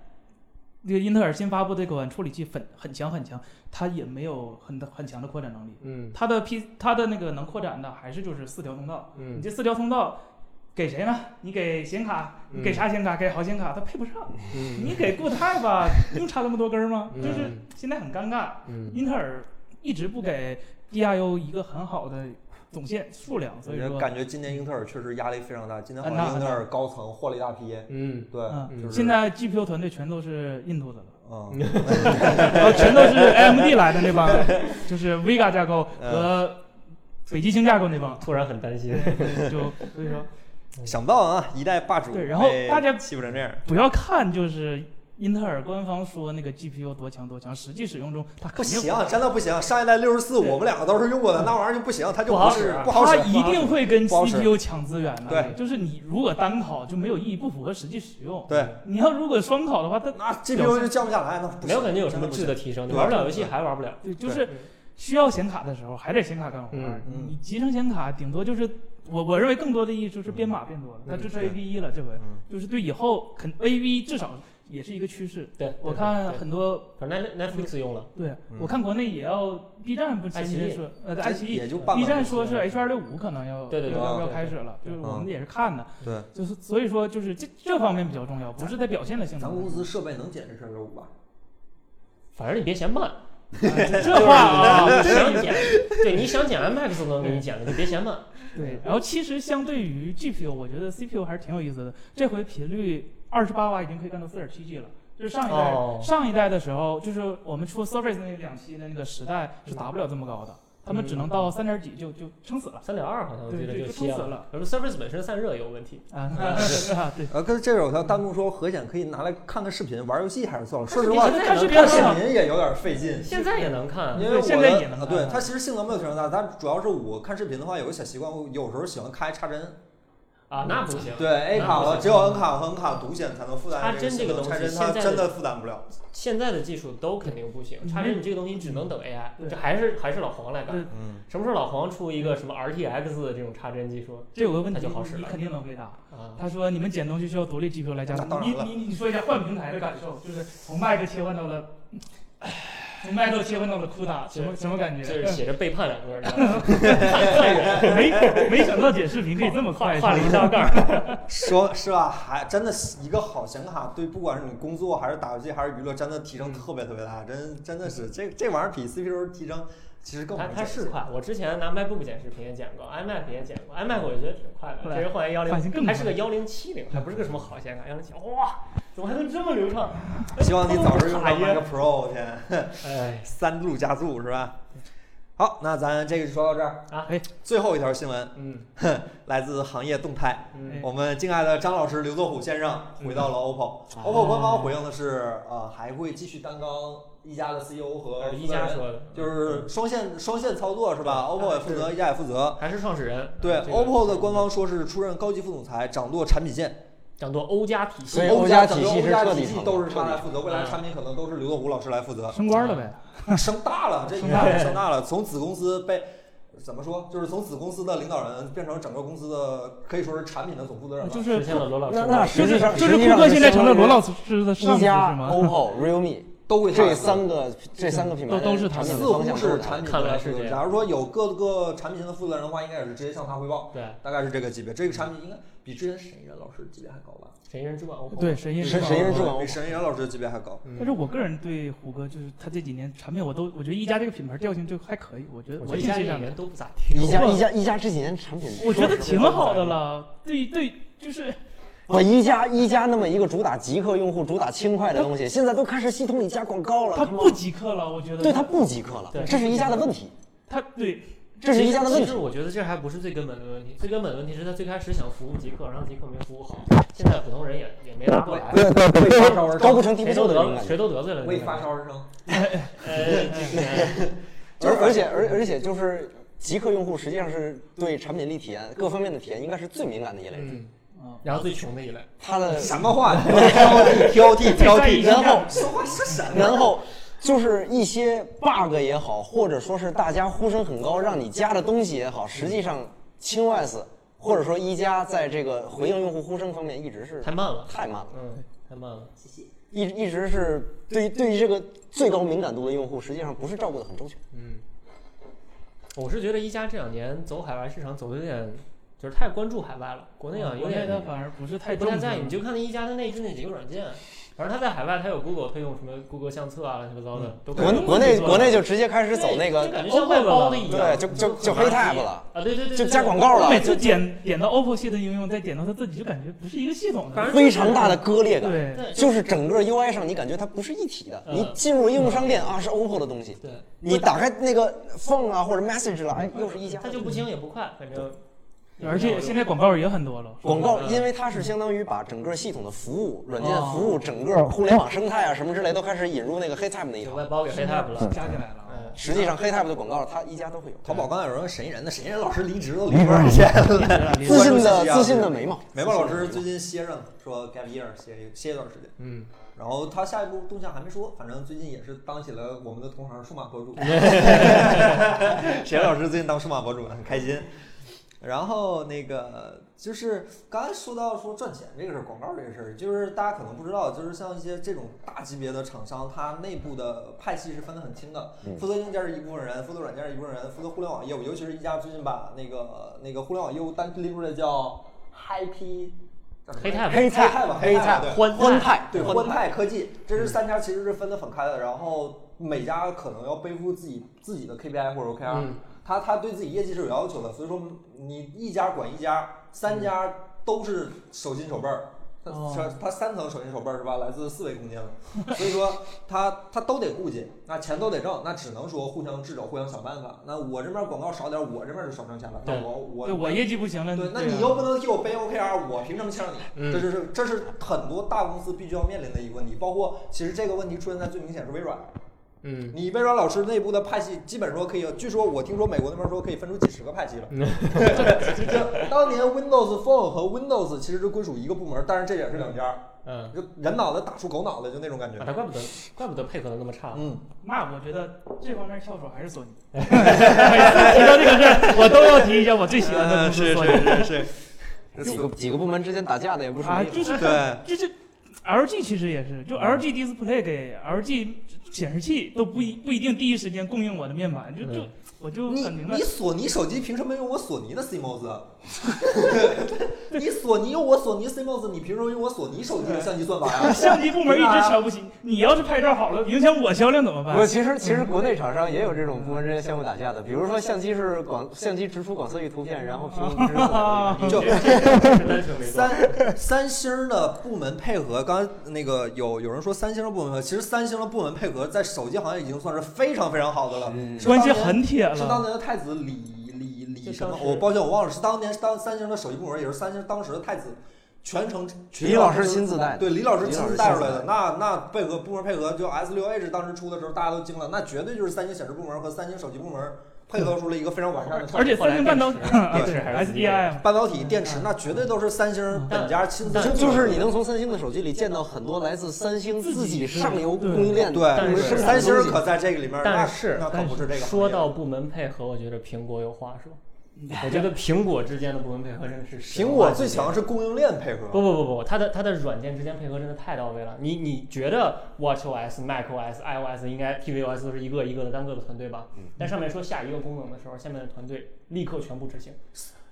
B: 这个英特尔新发布这款处理器很很强很强，它也没有很大很强的扩展能力。
E: 嗯
B: 它的 P 它的那个能扩展的还是就是四条通道，你
E: 嗯
B: 这四条通道给谁呢？你给显卡，你给
E: 嗯
B: 啥显卡？给好显卡，它配不上。
E: 嗯
B: 你给固态 吧，用插那么多根儿吗？
E: 嗯
B: 就是现在很尴尬。
E: 嗯
B: 英特尔一直不给 DIO 一个很好的总线数量，所以
A: 我
B: 说，
A: 感觉今年英特尔确实压力非常大，今年好
B: 嗯那
A: 像英特尔高层换了一大批，
E: 嗯
A: 对，
B: 嗯，
A: 就是
B: 现，在 GPU 团队全都是印度的了，
A: 嗯，
B: 然后全都是 AMD 来的那帮，就是 Vega 架构
E: 嗯
B: 和北极星架构那帮，
E: 突然很担心。
B: 就所以说
A: 想不到啊，一代霸主，
B: 对然后大家
A: 欺负成这样，
B: 不要看就是英特尔官方说那个 GPU 多强多强，实际使用中它
A: 不
B: 肯定
A: 行，啊真的不行。上一代六十四，
B: 对
A: 我们两个都是用过的，那玩意儿就不行，它就
E: 不好
A: 不是
E: 使
A: 不好使
B: 它。一定会跟
A: 不好使
B: CPU 抢资源的。
A: 对，
B: 就是你如果单考就没有意义，不符合实际使用。
A: 对，
B: 你要如果双考的话，它
A: 那 GPU 就降不下来，那不行
E: 没有感觉有什么
A: 真
E: 质
A: 的
E: 的提升，你
A: 对
E: 玩不了游戏还玩不了。
B: 对就是需要显卡的时候还得显卡干活。
E: 嗯
A: 嗯
B: 你集成显卡顶多就是我我认为更多的意义就是编码变多了，
A: 嗯
B: 它支持 AV 一了这回，就是对以后肯 AV 至少也是一个趋势。
E: 对，
B: 我看很多
E: 反正 Net- Netflix 用了，
B: 对
A: 嗯，
B: 我看国内也要 B 站不前几天说，呃，
A: 不行
B: 爱奇
A: 这
B: 艺
A: 也就半
B: B
A: 个。
B: 站说是 H 二六五可能要
E: 对对
A: 对
B: 要
A: 对
B: 要
E: 对
B: 开始了，就是我们
A: 嗯
B: 也是看的，
A: 对，
B: 就是所以说就是这这方面比较重要，不是在表现的性
A: 咱们公
B: 能。
A: 司设备能减至三点五吧？
E: 反正你别嫌慢。
B: 呃这 话啊，
E: 就是你想减，对，你想减 MX 能给你减了，你别嫌慢。
B: 对。然后其实相对于 GPU，我觉得 CPU 还是挺有意思的。这回频率二十八瓦已经可以干到四点七 G 了。就是上一代，
E: 哦
B: 上一代的时候，就是我们出 Surface 那两期的那个时代是达不了这么高的，他们只能到三点几就就撑死了
E: 三点二好像我记得
B: 对
E: 就
B: 就
E: 切
B: 撑死
E: 了
B: 了。
E: 而 Surface 本身散热也有问题，
B: 啊 啊对。
A: 呃，跟这有条弹幕说核显可以拿来看看视频，玩游戏还是算了。说实
E: 你
A: 话
E: 现，在
B: 看视
E: 能
B: 频
A: 看
E: 看
A: 视
E: 吗？
A: 频也有点费劲。
E: 现在也能看，
A: 因为我
B: 现在也
A: 的
B: 能
A: 啊，
B: 看
A: 对它其实性能没有提升大，但主要是我看视频的话，有个小习惯，我有时候喜欢开插针。
E: 啊，
B: 嗯
E: 那不行。
A: 对 A
E: 那
A: 卡
E: 不
A: 和
E: 行
A: 只有 N 卡和 N 卡独显才能负担
E: 插针
A: 性
E: 这个
A: 能
E: 东
A: 插
E: 西
A: 针
E: 现
A: 它
E: 在
A: 真
E: 的
A: 的负担不了。
E: 现在的技术都肯定不行，
B: 嗯
E: 插针你这个东西只能等 AI，
B: 对
E: 这还是还是老黄来干
B: 对。嗯
A: 嗯，
E: 什么时候老黄出一个什么 RTX 的这种插针技术
B: 这有个问题，
E: 那就好使了
B: 你肯定能回答。
E: 啊？
B: 他说你们捡东西需要独立 GPU 来加
A: 那当
B: 速，
A: 然
B: 你
A: 了
B: 你你说一下换平台的感受，就是从 Mac 切换到了，从 Mac 切换到了 CUDA，什么什么感觉？呃
E: 这是写着背叛两个字 儿你知道吗，
B: 没没想到剪视频可以这么快，
E: 画了一
B: 是
E: 道
B: 吧
E: 杠儿。
A: 说是吧，还真的是一个好显卡，对不管是你工作还是打游戏还是娱乐，真的提
E: 嗯
A: 升特别特别大，真真的是这这玩意儿比 CPU 提升其实更
E: 它
A: 明
E: 它
A: 显
E: 是快，我之前拿 MacBook 剪视频也剪过，iMac 也剪过，iMac 我也觉得挺快的，
B: 对
E: 这是换幺
B: 反应更
E: 零，
B: 快
E: 还是个幺零七零，还不是个什么好显卡，幺零七，哇，怎么还能这么流畅？
A: 希望你早日用
E: 卡
A: 到那
E: 耶
A: 个 Pro，天，
E: 哎
A: 三路加速是吧？好，那咱这个就说到这儿。
E: 啊，
C: 哎
A: 最后一条新闻
E: 嗯
A: 来自行业动态，
C: 哎
E: 嗯，
A: 我们敬爱的张老师刘作虎先生回到了
E: 啊
A: OPPO。OPPO 官方回应的是，呃，还会继续担纲一加的 CEO 和
E: 呃一加
A: 负责人
E: 说的，嗯啊
A: 就是双线双线操作是吧
E: 对
A: ？OPPO 也负责，一加也负责。
E: 还是创始人，
A: 对
E: 这个
A: ，OPPO 的官方说是出任高级副总裁，掌舵产品线，
E: 掌舵欧家体系
C: 所以，
A: 欧
C: 欧家
A: 整
C: 体
A: 个
C: 系
A: 欧
C: 是
A: 家
C: 彻
A: 体
C: 底
A: 系
C: 成
A: 都是
C: 的
A: 他
C: 彻
A: 来
C: 底
A: 负责，未来产品可能都是刘德虎老师来负责。
B: 升官了呗。
A: 升大了，这一下子升大了，从子公司被怎么说，就是从子公司的领导人变成整个公司的可以说是产品的总负责人了。
B: 就是
E: 实现了罗老师
C: 那
E: 的，
C: 那
B: 就
C: 实际
B: 是
C: 上
B: 就是库克现在成了罗老师的上
C: 一
B: 司是
C: 加、
B: 吗？
C: OPPO、realme
A: 都归他
C: 这
A: 们
C: 三个这三个品牌的
B: 都都是他
C: 产
B: 们
C: 品
A: 似
C: 的方
A: 乎
C: 向都
A: 是
C: 他
A: 产
C: 们
A: 品
E: 看
A: 的
E: 来
A: 负
E: 是
A: 责
E: 这
A: 人。
E: 样
A: 假如说有各个产品的负责人的话，应该也是直接向他汇报，
E: 对，
A: 大概是这个级别。这个产品应该比之前沈一人老师级别还高吧？
E: 谁人主管 OPPO？
B: 对，神医
C: 是嗯沈一人主管
A: 比沈一人老师级别还高。
B: 但是我个人对虎哥就是他这几年产品，我都我觉得一加这个品牌调性就还可以，我觉得
E: 我觉
B: 我
E: 得一
B: 挺
E: 家
B: 欣
E: 演
B: 赏的
E: 员。都不 咋地，
C: 一加一加一加这几年产品，
B: 我觉得挺好的了，对对，就是
C: 我一加一加那么一个主打极客用户、主打轻快的东西，现在都开始系统里加广告了。
B: 他
C: 他妈
B: 不极客了，我觉得
C: 对他不极客了
E: 对，
C: 这是一加的问题，
B: 他对
C: 这是一加的问
E: 其
C: 题
E: 实。我觉得这还不是最根本的问题，最根本的问题是他最开始想服务极客，然后极客没服务好，现在普通人也也没拉过来，
A: 为发烧而
C: 高不
A: 生，
C: 成低不
E: 谁
C: 就
E: 都
C: 的那种
E: 得
C: 感
E: 谁
C: 觉。
E: 都得罪了。
A: 为发烧而生。
E: 呃，
C: 而而且而而且就是极客用户实际上是对产品力体验各方面的体验应该是最敏感的一类人，
E: 嗯，然后最穷的一类，
C: 他的
A: 什么话？ 挑剔挑剔挑剔，
C: 然后
A: 说话是什么？
C: 然后就是一些 bug 也好，或者说是大家呼声很高让你加的东西也
E: 嗯
C: 好，实际上轻 OS 或者说一加在这个回应用户呼声方面一直是
E: 太慢了，
C: 太慢了，
E: 嗯，太慢了。
C: 一一直是对于对于这个最高敏感度的用户，实际上不是照顾的很周全。
E: 嗯，我是觉得一加这两年走海外市场走的有点，就是太关注海外了，国内啊有
B: 嗯国内
E: 点
B: 他反而不是太
E: 不
B: 重
E: 太
B: 视
E: 在意。你就看那一加它内置那几个软件，反正它在海外它有 Google，它用什么 Google 相册啊乱七八糟
B: 嗯
E: 的，都可以
C: 国
E: 用
C: 国内
E: 对
C: 国内就直接开始走
E: 对
C: 那
E: 就
C: 个，
E: 感觉像外包的一样，
C: 对，就就就黑 tab 了，
E: 啊，对对对，
C: 就加广
E: 告，
C: 告
B: 我每
C: 了，
B: 次点点到 OPPO 系的应用，再点到他自己，就感觉不是一个系统的。
C: 非常大的割裂感。
B: 对，
E: 对
C: 就是整个 UI 上，你感觉它不是一体的。
E: 嗯
C: 你进入应用商店啊，是 OPPO 的东西，
E: 对，
C: 你打开那个 Phone 啊或者 Message 了，哎，又是一加。
E: 它就不轻也不快，反正
B: 而且现在广告也很多了。
C: 广告，因为它是相当于把整个系统的服务、软件服务、整个互联网生态啊什么之类都开始引入那个 HeyTap 那一
E: 就
C: 套
E: 外。包给 HeyTap 了。嗯哎
B: 加起来了。啊
C: 实际上 HeyTap 的广告它一家都会有。
A: 淘宝刚才有人问神人呢，神人老师离职都嗯离多少天 了？
C: 自信的自啊信的眉毛，
A: 眉毛老师最近歇着呢，说 gap year 歇一歇一段时间。
E: 嗯，
A: 然后他下一步动向还没说，反正最近也是当起了我们的同行数码博 主。 沈老师最近当数码博主呢，很开心。然后那个就是刚才说到说赚钱这个事儿，广告这个事儿，就是大家可能不知道，就是像一些这种大级别的厂商，它内部的派系是分得很清的，负责硬件是一部分人，负责软件是一部分人，负责互联网业务，尤其是一家最近把那个那个互联网业务单拎出来叫 Happy 叫什么
E: 黑炭
A: 黑炭吧，
C: 黑
A: 炭
C: 炭
A: 对
E: 欢
C: 欢派
A: 对，欢泰科技，这是三家其实是分得很开的，然后每家可能要背负自己自己的 KPI 或者 OKR，、他他对自己业绩是有要求的，所以说你一家管一家，三家都是手心手背儿。他
B: 哦
A: 他他三层手心手背儿是吧？来自四维空间的，所以说他他都得顾忌，那钱都得挣，那只能说互相掣肘，互相想办法。那我这边广告少点儿，我这边就少挣钱了。那
E: 对
A: 我我
B: 对，我业绩不行了。
A: 对，那
B: 啊
A: 你又不能替我背 OKR，我凭什么签上你？
E: 嗯
A: 这就是这是很多大公司必须要面临的一个问题，包括其实这个问题出现在最明显是微软。
E: 嗯，
A: 你微软老师内部的派系，基本说可以，据说我听说美国那边说可以分出几十个派系了。
E: 嗯
A: 这当年 Windows Phone 和 Windows 其实是归属一个部门，但是这也是两家，
E: 嗯，
A: 就人脑袋打出狗脑袋，就那种感觉
E: 啊，。他怪不得，怪不得配合的那么差。
A: 嗯，
B: 那我觉得这方面翘楚还 是索尼。每次提到这个事儿，我都要提一下我最喜欢
A: 嗯
B: 的公
E: 呃
B: 司索尼。
A: 是是
C: 几个几个部门之间打架的也不是
B: 啊，就是
A: 对，
B: 就是 LG 其实也
E: 嗯
B: 是，就 LG Display 给 LG 显示器都不一不一定第一时间供应我的面板，
E: 嗯
B: 就就我就
A: 你
B: 很明白
A: 你。索尼手机凭什么用我索尼的 CMOS？啊 你索尼用我索尼 CMOS，你凭什么用我索尼手机的相机算法呀、
B: 相机部门一直瞧不起你，要是拍照好了，影响我销量怎么办
C: 不，？其实其实国内厂商也有这种部门之间相互打架的，比如说相机是广相机直出广色域图片，然后屏幕不支持广色 域。
A: 就
E: 单纯没做。
A: 三三星儿的部门配合，刚才那个有有人说三星的部门配合，其实三星的部门配合在手机行业已经算是非常非常好的了，是
B: 关系
A: 当年
B: 很铁
A: 是当
B: 了。
A: 年的太子李李李
E: 就
A: 什么
E: 当？时
A: 我抱歉，我忘了，是当年是当三星的手机部门，也是三星当时的太子，全程全
C: 李老师
A: 程
C: 亲自带的
A: 对，李老师
C: 李
A: 亲
C: 老
A: 自
C: 师
A: 带
C: 亲
A: 出
C: 自
A: 来
C: 带
A: 的
C: 的。
A: 那那配合部门配合，就 S 六 H 当时出的时候，大家都惊了，那绝对就是三星显示部门和三星手机部门配合出了一个非常完善
C: 嗯
A: 的产
B: 而
A: 品。
B: 且三星半导体
E: 电池还是
B: SDI 嘛，
A: 半导体电池那绝对都是三星本家亲自
E: 但
A: 设
C: 嗯就
A: 计的，
C: 就是你能从三星的手机里见到很多来自三星自己上游供应链
A: 对，
E: 但
C: 供应
E: 是
C: 生产
A: 三
C: 的
A: 星
C: 东
A: 儿
C: 西
A: 可在这个里面，那
E: 但是
A: 那可
E: 但
A: 不这个行业了。
E: 说到部门配合，我觉得苹果有话 说。我觉得苹果之间的部门配合真的是神
A: 苹
E: 话
A: 果
E: 级
A: 最
E: 别
A: 强是供应链配
E: 不
A: 合，
E: 不不不，它的它的软件之间配合真的太到位了。你你觉得 WatchOS、macOS、iOS 应该 tvOS 都是一个一个的单个的团队
A: 嗯
E: 吧？但上面说下一个功能的时候，下面的团队立刻全部执行。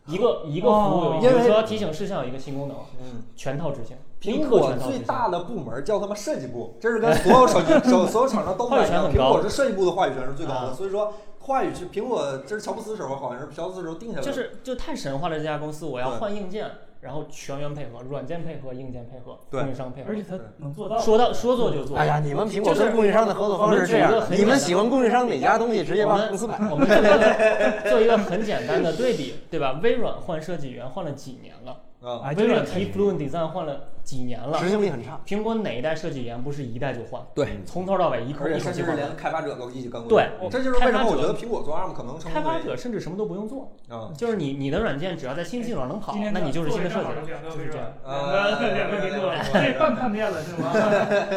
E: 一个一个服务有
A: 嗯哦
E: 一个，
A: 因
E: 比
A: 为
E: 如说提醒事项有一个新功能，
A: 嗯。
E: 全套执行，立
A: 苹
E: 刻
A: 果
E: 全套执
A: 最
E: 行。
A: 大的部门叫他妈设计部，这是 跟所有手机、手所有厂商都不一样。
E: 话语权很
A: 苹
E: 高
A: 果是设计部的话语权是最高的，
E: 啊
A: 所以说话语是苹果，这是乔布斯时候好像是乔布斯时候定下来的。
E: 就是就太神话了这家公司，我要
A: 对
E: 换硬件，然后全员配合，软件配合，硬件配合，
A: 对
E: 供应商配合
B: 而且。它能做到。
E: 嗯说到说做就做。
C: 哎呀，你们苹果跟供应商的合作方式是这样
E: 就是我
C: 的
E: 们，觉得很
C: 你们喜欢供应商哪家东西，直接
E: 我
C: 帮
E: 们
C: 公司买。
E: 我们做一个做一个很简单的对比，对吧？微软换设计员换了几年了？
A: 啊，
B: 啊，
E: 微
B: 这
E: 软
B: 个
E: 提 Fluent Design 换了几年了？
C: 执行力很差。
E: 苹果哪一代设计员不是一代就换？
A: 对，
E: 从头到尾一口
A: 嗯而且
E: 一
A: 甚
E: 手
A: 至
E: 就是换。
A: 连开发者都一起跟过。
E: 对，
A: 这就是为什
E: 开
A: 么
E: 发
A: 我
E: 者
A: 觉得苹果做 ARM 可能成
E: 开发
A: 为
E: 者甚至什么都不用做，
A: 啊，
E: 就是你你的软件只要在新系统上能跑
B: 哎今，天
E: 那你就是新的设计
B: 做了一
E: 员
B: 张好，
E: 就
B: 的
E: 是这样。嗯
B: 两个两个苹果，这半看遍了是吗？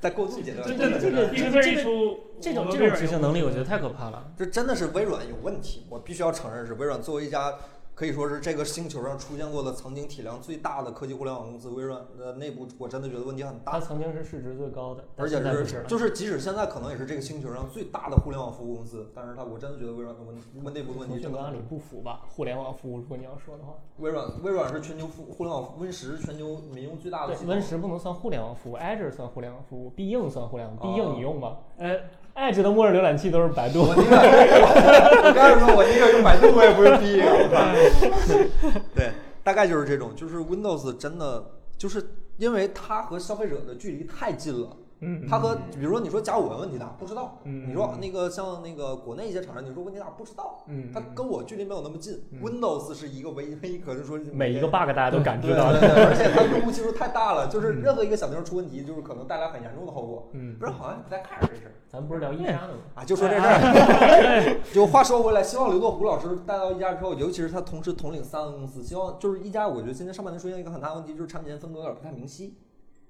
A: 在过渡阶段，
E: 这这这个
B: 一个字儿一出，
E: 这种这种执行能力，我觉得太可怕了。
A: 这真的是微软有问题，我必须要承认是微软作为一家可以说是这个星球上出现过的曾经体量最大的科技互联网公司，微软的内部我真的觉得问题很
E: 它
A: 大，
E: 曾经是市值最高的，但
A: 而且
E: 现在不
A: 是
E: 了
A: 就是即使现在可能也是这个星球上最大的互联网服务公司，但是它我真的觉得微软的问问内部的问
E: 腾
A: 题
E: 讯
A: 真
E: 跟阿
A: 的
E: 里，不符吧？互联网服务，如果你要说的话，
A: 微软微软是全球服互联网 Win 十全球民用最大的
E: 对
A: 系，统
E: 温，十不能算互联网服务，Edge 算互联网服务，必应算互联网，
A: 哦
E: 必应你用吗？
B: 呃，
E: Edge 的末日浏览器都是百度
A: 我，宁愿我刚才说我宁愿用百度，我也不用 B 我靠。对，大概就是这种，就是 Windows 真的就是因为它和消费者的距离太近了，
E: 嗯
A: 它和比如说你说甲骨文问题大不知道，
E: 嗯
A: 你说那个像那个国内一些厂商，你说问题大不知道，
E: 嗯
A: 它跟我距离没有那么近。Windows 是一个唯唯一可能说是
E: 每一个 bug 大家都感
A: 对
E: 知
A: 对
E: 到
A: 对
E: 的。
A: 对，而且它用户基数太大了，就是任何一个小地方出问题，就是可能带来很严重的后果。
E: 嗯
A: 不是好像也不太 care 这事儿
E: 咱不是聊印刷的吗？
A: 啊，就说这事
C: 哎
A: 儿。就话说回来，希望刘作虎老师带到一加之后，尤其是他同时统领三个公司，希望就是一加，我觉得今年上半年出现一个很大问题，就是产品线分割有点不太明晰。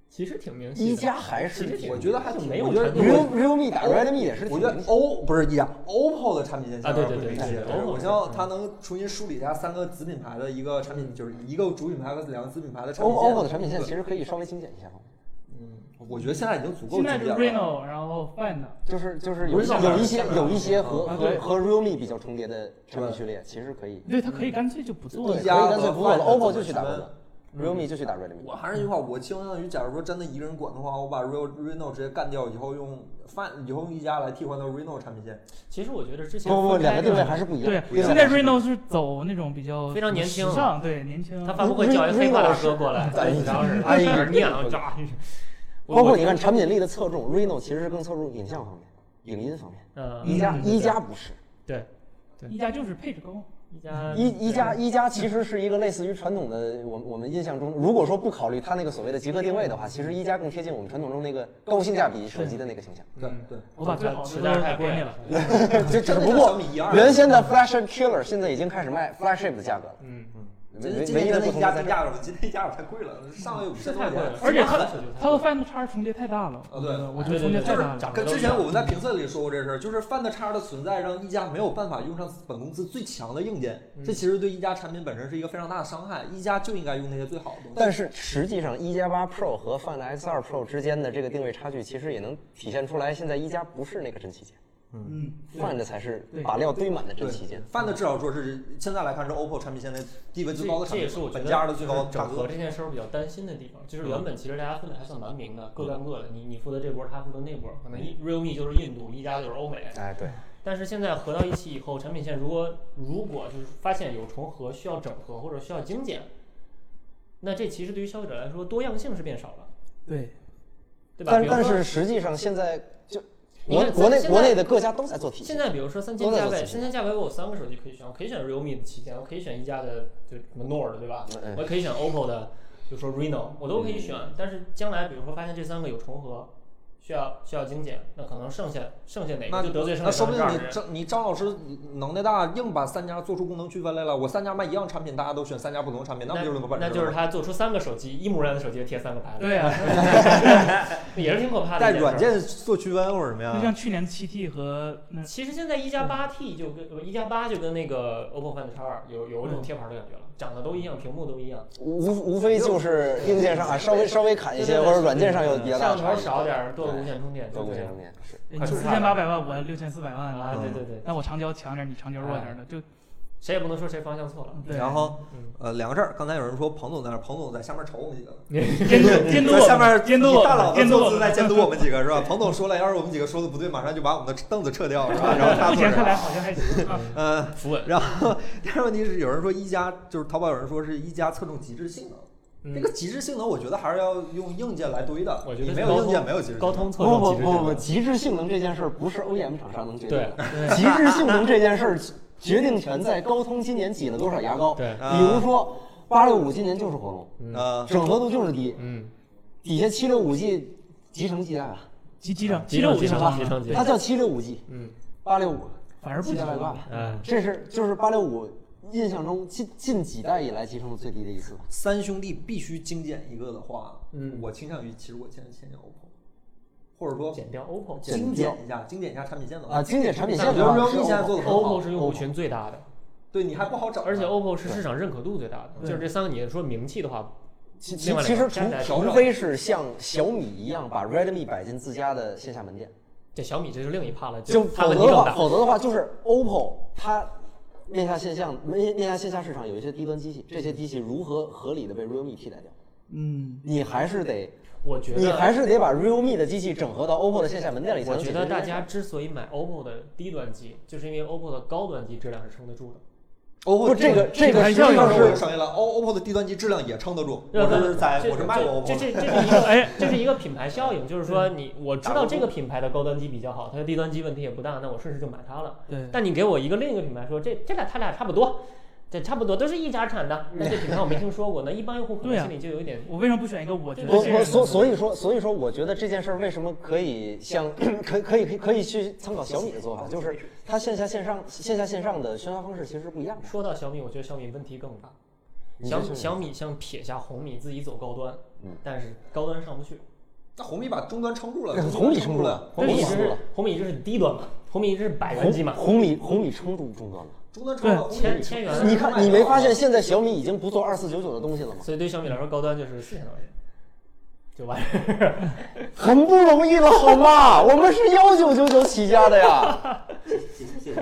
E: 其实挺明
C: 一
E: 晰的。
C: 加还是
E: 其实挺
A: 我觉得还挺，
E: 没有
A: 我觉得
E: 产品
A: 我
C: real realme 打 redmi 也是挺
A: 我觉得
C: 明显的
A: O 不是一加 OPPO 的产品线
E: 啊对对
A: 相当
E: 对
A: 不明
E: 对
A: 显
E: 对对
A: 我
E: OPPO
A: 希
C: 嗯
A: 望它能重新梳理一下三个子品牌的一个产品，就是一个主品牌和两个子品牌的产
C: O
A: 品线。
C: OPPO 的产品线其实可以稍微精简一下嘛，
A: 我觉得现在已经足够
B: 现在
A: 精
B: 就是
A: 简
E: 啊
A: 了
B: Reno，然后 Find，
C: 就是就是有一些有一些有一些和和和 realme 比较重叠的产品序列，其实可以
B: 对，它可以干脆就不做
A: 一
B: 了。
A: 加
C: 可以干脆不做了
A: 和
C: ，OPPO 就去打
A: 和
C: redmi，realme 就去打 redmi。
A: 我还是那句话，我倾向于，假如说真的一个人管的话，我把 Real Reno 直接干掉，以后用范，以后用一加来替换到 Reno 产品线。
E: 其实我觉得之前
C: 不不，
E: 分
C: 两
E: 开
C: 个定位还是嗯不一样。
B: 对，
A: 一样
B: 现在 Reno 是走那种比较
E: 非常年轻
A: 啊
B: 时尚，对年轻。
E: 他发布会叫一黑发大哥过来，
C: Reno 是
E: 然后是
C: 哎
E: 有点念啊，扎。我
C: 包括你看，产品力的侧重，Reno 其实是更侧重影像方面、影音方面。
E: 嗯，
C: 一加一加不是，
E: 对，
B: 一加就是配置高，
E: 一加
C: 一一加一加其实是一个类似于传统的我我们印象中，如果说不考虑它那个所谓的极客定位的话，其实一加更贴近我们传统中那个高性价比手机的那个形象。
A: 对对，
B: 我把最好的
E: 实
B: 都
E: 在是太
B: 卖
E: 贵
B: 给你
E: 了
B: 了。。
C: 就只
A: 真的
C: 不
A: 像小
C: 过
A: 米一样。
C: 原先的 Flash Killer 现在已经开始卖 Flagship 的价格了。
E: 嗯，
A: 真
C: 唯
A: 今
C: 唯一
A: 天
C: 的
A: 真的
C: 不同
A: 一
C: 就
A: 加
C: 在
A: 太
C: 这儿。
A: 价了，今天一加太贵了，上个月五千多
E: 太
A: 块
E: 贵了
A: 钱。，
B: 而且它
E: 的
B: 它和 Find X 重叠太大了，
A: 哦
B: 我
A: 对
B: 觉得，我觉
E: 对
B: 得
E: 对
B: 重
E: 对
B: 叠太
E: 就是
B: 大了。
A: 跟之前我们在评测里说过这事儿，就是 Find X 的存在让一加没有办法用上本公司最强的硬件，
E: 嗯
A: 这其实对一加产品本身是一个非常大的伤害。一加就应该用那些最好的东西。
C: 但是实际上，一加八 Pro 和 Find X2 Pro 之间的这个定位差距，其实也能体现出来。现在一加不是那个真旗舰
B: 嗯，
C: ，Find 才是
B: 对
C: 把料堆满的真旗舰。
A: Find 至少说是现在来看是 OPPO 产品线内地位最高的
E: 这
A: 产
E: 也
A: 品
E: 是我，觉得
A: 本家的最高
E: 整
A: 价
E: 合
A: 格。
E: 这件事儿比较担心的地方，就是原本其实大家分的还算蛮明的，各干各的，你你负责这波，他负责那波，可能一 realme 就是印度，一加就是欧美，
C: 哎，对，
E: 但是现在合到一起以后，产品线如果如果就是发现有重合，需要整合或者需要精简，那这其实对于消费者来说多样性是变少了，
B: 对，
E: 对吧？
C: 但
E: 比如
C: 但
E: 说
C: 是实际上现在就
E: 你
C: 国
E: 看
C: 国内
E: 现在
C: 国内的各家都在做体
E: 现
C: 系，
E: 在比如说三千
C: 都在
E: 价
C: 做
E: 位，
C: 旗舰
E: 三千价位我有三个手机可以选，我可以选 realme 的旗舰，我可以选一加的，就什么 Nord 对吧？
C: 嗯
E: 我也可以选 OPPO 的，比如说 Reno，我都可以
A: 嗯
E: 选。但是将来比如说发现这三个有重合，需要需要精简，那可能剩下剩下哪
A: 那
E: 个就得罪剩
A: 那
E: 下
A: 说不定
E: 哪
A: 你
E: 个人。
A: 张你张老师能耐大，硬把三家做出功能区分来了。我三家卖一样产品，大家都选三家不同的产品，那不就是那么本事
E: 那
A: 吗？
E: 就是他做出三个手机，一模一样的手机贴三个牌子，
B: 对啊，
E: 也是挺可怕的。
A: 在软，件做区分或者什么
B: 就
A: 呀？
B: 像去年七 T 和那
E: 嗯其实现在一加八 T 就跟呃一加八就跟那个 OPPO Find X2 有有
A: 嗯
E: 一种贴牌的感觉了，长得都一样，屏幕都一样。
C: 无无非就是硬件上啊稍微稍微砍一
E: 对
C: 些，
E: 对对
C: 或者软件上有比较大
E: 摄像
C: 的差
E: 头
C: 异。
E: 少点儿，多个无线充电，
C: 多
E: 就
C: 无
E: 这
C: 线
E: 样
C: 充电是，
B: 你
E: 快出
B: 四
E: 发
B: 千
E: 吧
B: 八百万，我六千四百万
E: 啊，对对对，
B: 那我长焦强点儿，你长焦弱点儿的，就
E: 谁也不能说谁方 向错了。
B: 对。
A: 然后
E: 嗯
A: 呃，两个事儿，刚才有人说彭总在那儿，彭总在下面瞅我们几个，
B: 监督监督我
A: 在
B: 们，
A: 下面
B: 监督我
A: 以
B: 们
A: 大佬的
B: 监督我
A: 坐姿
B: 们
A: 在监 督我们几个是吧？彭总说了，要是我们几个说的不对，马上就把我们的凳子撤掉是吧？然后他
B: 目
A: 坐
B: 前看
A: 着。
B: 来好像还行啊。
A: 呃，
E: 扶稳，
A: 然后第二个问题是，有人说一加就是淘宝有人说是一加侧重极致性能，
E: 嗯
A: 这个极致性能我觉得还是要用硬件来堆的。
E: 我觉得
A: 你
E: 是
A: 没
E: 高
A: 有硬
E: 通
A: 件没有极致性能
E: 高通侧
C: 不
E: 重
C: 不
E: 其实
C: 不不，极致性能这件事儿不是 OEM 厂商能决定的，
B: 对
C: 极致性能这件事儿决定权在高通今年挤了多少牙膏。
E: 对
A: 啊
C: 比如说八六五今年就是活龙，
A: 呃，
C: 整合度就是低，
E: 嗯，
C: 底下七六五 G 集成基带啊，
B: 集集成，
E: 集
B: 集
E: 成
B: 成五
E: 集
B: 集
E: 成
B: 成
E: 集
B: 吧
E: 成，集
C: 它叫七六五 G，
E: 嗯，
C: 八六五，
B: 反而不
C: 七
B: 集
C: 百
B: 成。
C: 万。
E: 嗯，
C: 这是就是八六五印象中近近几代以来集成度最低的一次吧。
A: 三兄弟必须精简一个的话，
E: 嗯
A: 我倾向于其实我现在倾向 OPPO，或者说
E: 减掉 OPPO，
C: 减
A: 精
C: 掉
A: 简一下，精简一下产品线的话
C: 啊，，经典产品线
A: 我觉
C: 的
A: 得
C: 话
A: realme
C: 是
A: 现在做的很好
E: OPPO 是用户群最大的，
A: 对你还不好找呢，
E: 而且 OPPO 是市场认可度最大的，就是这三个你说名气的话，
C: 其
E: 另外
C: 其实
E: 两个
C: 除
E: 加起来
C: 除非是像小米一样把 Redmi 摆进自家的线下门店，
E: 这小米这是另一趴了，
C: 就
E: 它
C: 否
E: 问
C: 则
E: 题
C: 的
E: 更
C: 话，
E: 大。
C: 否则的话就是 OPPO 它面下线下面面下线下市场有一些低端机器，这些机器如何合理的被 Realme 替代掉？
B: 嗯，
C: 你还是得，
E: 我觉
C: 你
E: 得，
C: 还是得把 Realme 的机器整合到 OPPO 的线下门店里才
E: 我
C: 能解
E: 觉
C: 决这
E: 得
C: 件事儿。
E: 大家之所以买 OPPO 的低端机，就是因为 OPPO 的高端机质量是撑得住的。
A: OPPO
C: 不这个这个
A: 还
C: 实际上
A: 是
C: 是
A: 商业了，O OPPO 的低端机质量也撑得住。
E: 对
A: 我
E: 对
A: 是在
E: 这
A: 我是卖过 OPPO 的。
E: 这 这这这是一个哎，这是一个品牌效应，就是说你我知道这个品牌的高端机比较好，它的低端机问题也不大，那我顺势就买它了。
B: 对
E: 但你给我一个另一个品牌说这这俩它俩差不多，这差不多都是一家产的，那这品牌我没听说过，那一般用 户可能
B: 对啊
E: 心里就有一点
B: 我为什么不选一个我觉得
C: 我
B: 这
C: 我
B: 个
C: 所所以说所以说，我觉得这件事儿为什么可以像 可可以可以可以去参考小米的做法，就是它线下线上线下线上的宣发方式其实是不一样的。
E: 说到小米，我觉得小米问题更大。
C: 你
E: 小
C: 这是
E: 小米想撇下红米自己走高端，
C: 嗯
E: 但是高端上不去。
A: 那红米把终端撑住了，
C: 红米撑住了，
E: 红米一直
C: 撑住
E: 是
C: 了，
E: 红米一直是低端嘛，红米一直是百元机嘛，
C: 红米红米撑住终端了。
A: 终端撑住了，红米
E: 千千元。
C: 你看，你没发现现在小米已经不做二四九九的东西了吗？
E: 所以对小米来说，高端就是四千多块钱，就完事儿。
C: 很不容易了，好吗？我们是幺九九九起家的呀。
G: 谢谢谢谢谢谢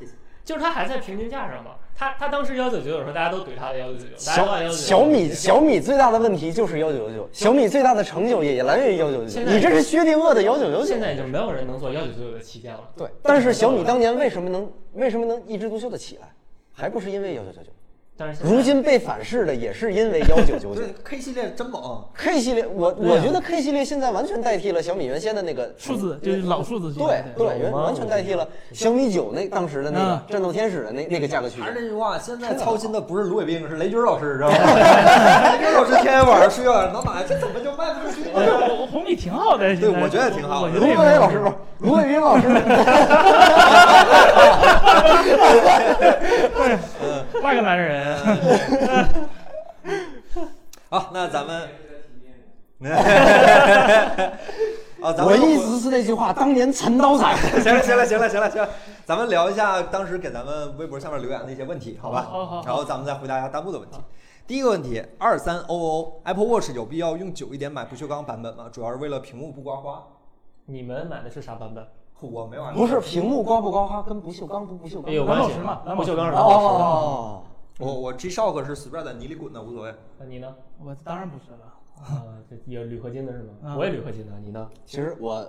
G: 谢谢。
E: 就是它还在平均价上嘛。它它当时幺九九九的时候，大家都怼它的幺九九九，大家都按
C: 小
E: 199
C: 小米小米最大的问题就是幺九九九，小米最大的成就也来源于幺九九
E: 现
C: 九。
E: 在
C: 你这是薛定谔的幺九九九
E: 现。在已经没有人能做幺九九九的旗舰了。
C: 对，但是小米当年为什么能为什么能一枝独秀的起来，还不是因为幺九九九？
E: 但是现在
C: 如今被反噬的也是因为幺九九九
A: 对。K 系列真猛，
C: K 系列，我我觉得 K 系列现在完全代替了小米原先的那个嗯
B: 数字就是老数字系
C: 对
B: 列
C: 对，完完全代替了小米九那当时的那个战斗天使的那那个价格区
A: 还是
C: 间。
A: 那句话，现在操心的不是卢伟冰，是雷军老师，知道吗？ 雷军老师天天晚上睡觉脑脑这怎么就卖不出去了？
B: 我我红米挺好的，现在
A: 我觉得挺好
B: 我
A: 的
B: 觉
C: 卢
B: 得也
C: 伟
B: 没有
C: 斌老师不，卢伟斌老师，
B: 外个男人，
A: 好，那咱 们，啊，咱们
C: 我意思是那句话，当年陈刀仔。
A: 行了，行了，行了，行了，行了，咱们聊一下当时给咱们微博下面留言的一些问题，好吧？
B: 好好好
A: 然后咱们再回答一下弹幕的问题。第一个问题，二三 O O Apple Watch 有必要用久一点买不锈钢版本吗？主要是为了屏幕不刮花。
E: 你们买的是啥版本？
B: 呃
A: 我没玩过，
C: 不是屏幕刮不刮花跟不锈钢不不锈钢
E: 也有
B: 蓝
E: 关
B: 宝
E: 系啊
B: 石嘛蓝
E: 不
B: 宝石
E: 锈钢是蓝宝石哎的。
C: 哦，
A: 我我 G Shock 是 spread 泥里滚的，无所谓。
E: 那你呢？
B: 我当然不是了。
E: 啊，这也铝合金的是吗？
B: 嗯
E: 我也铝合金的，你呢？
C: 其实我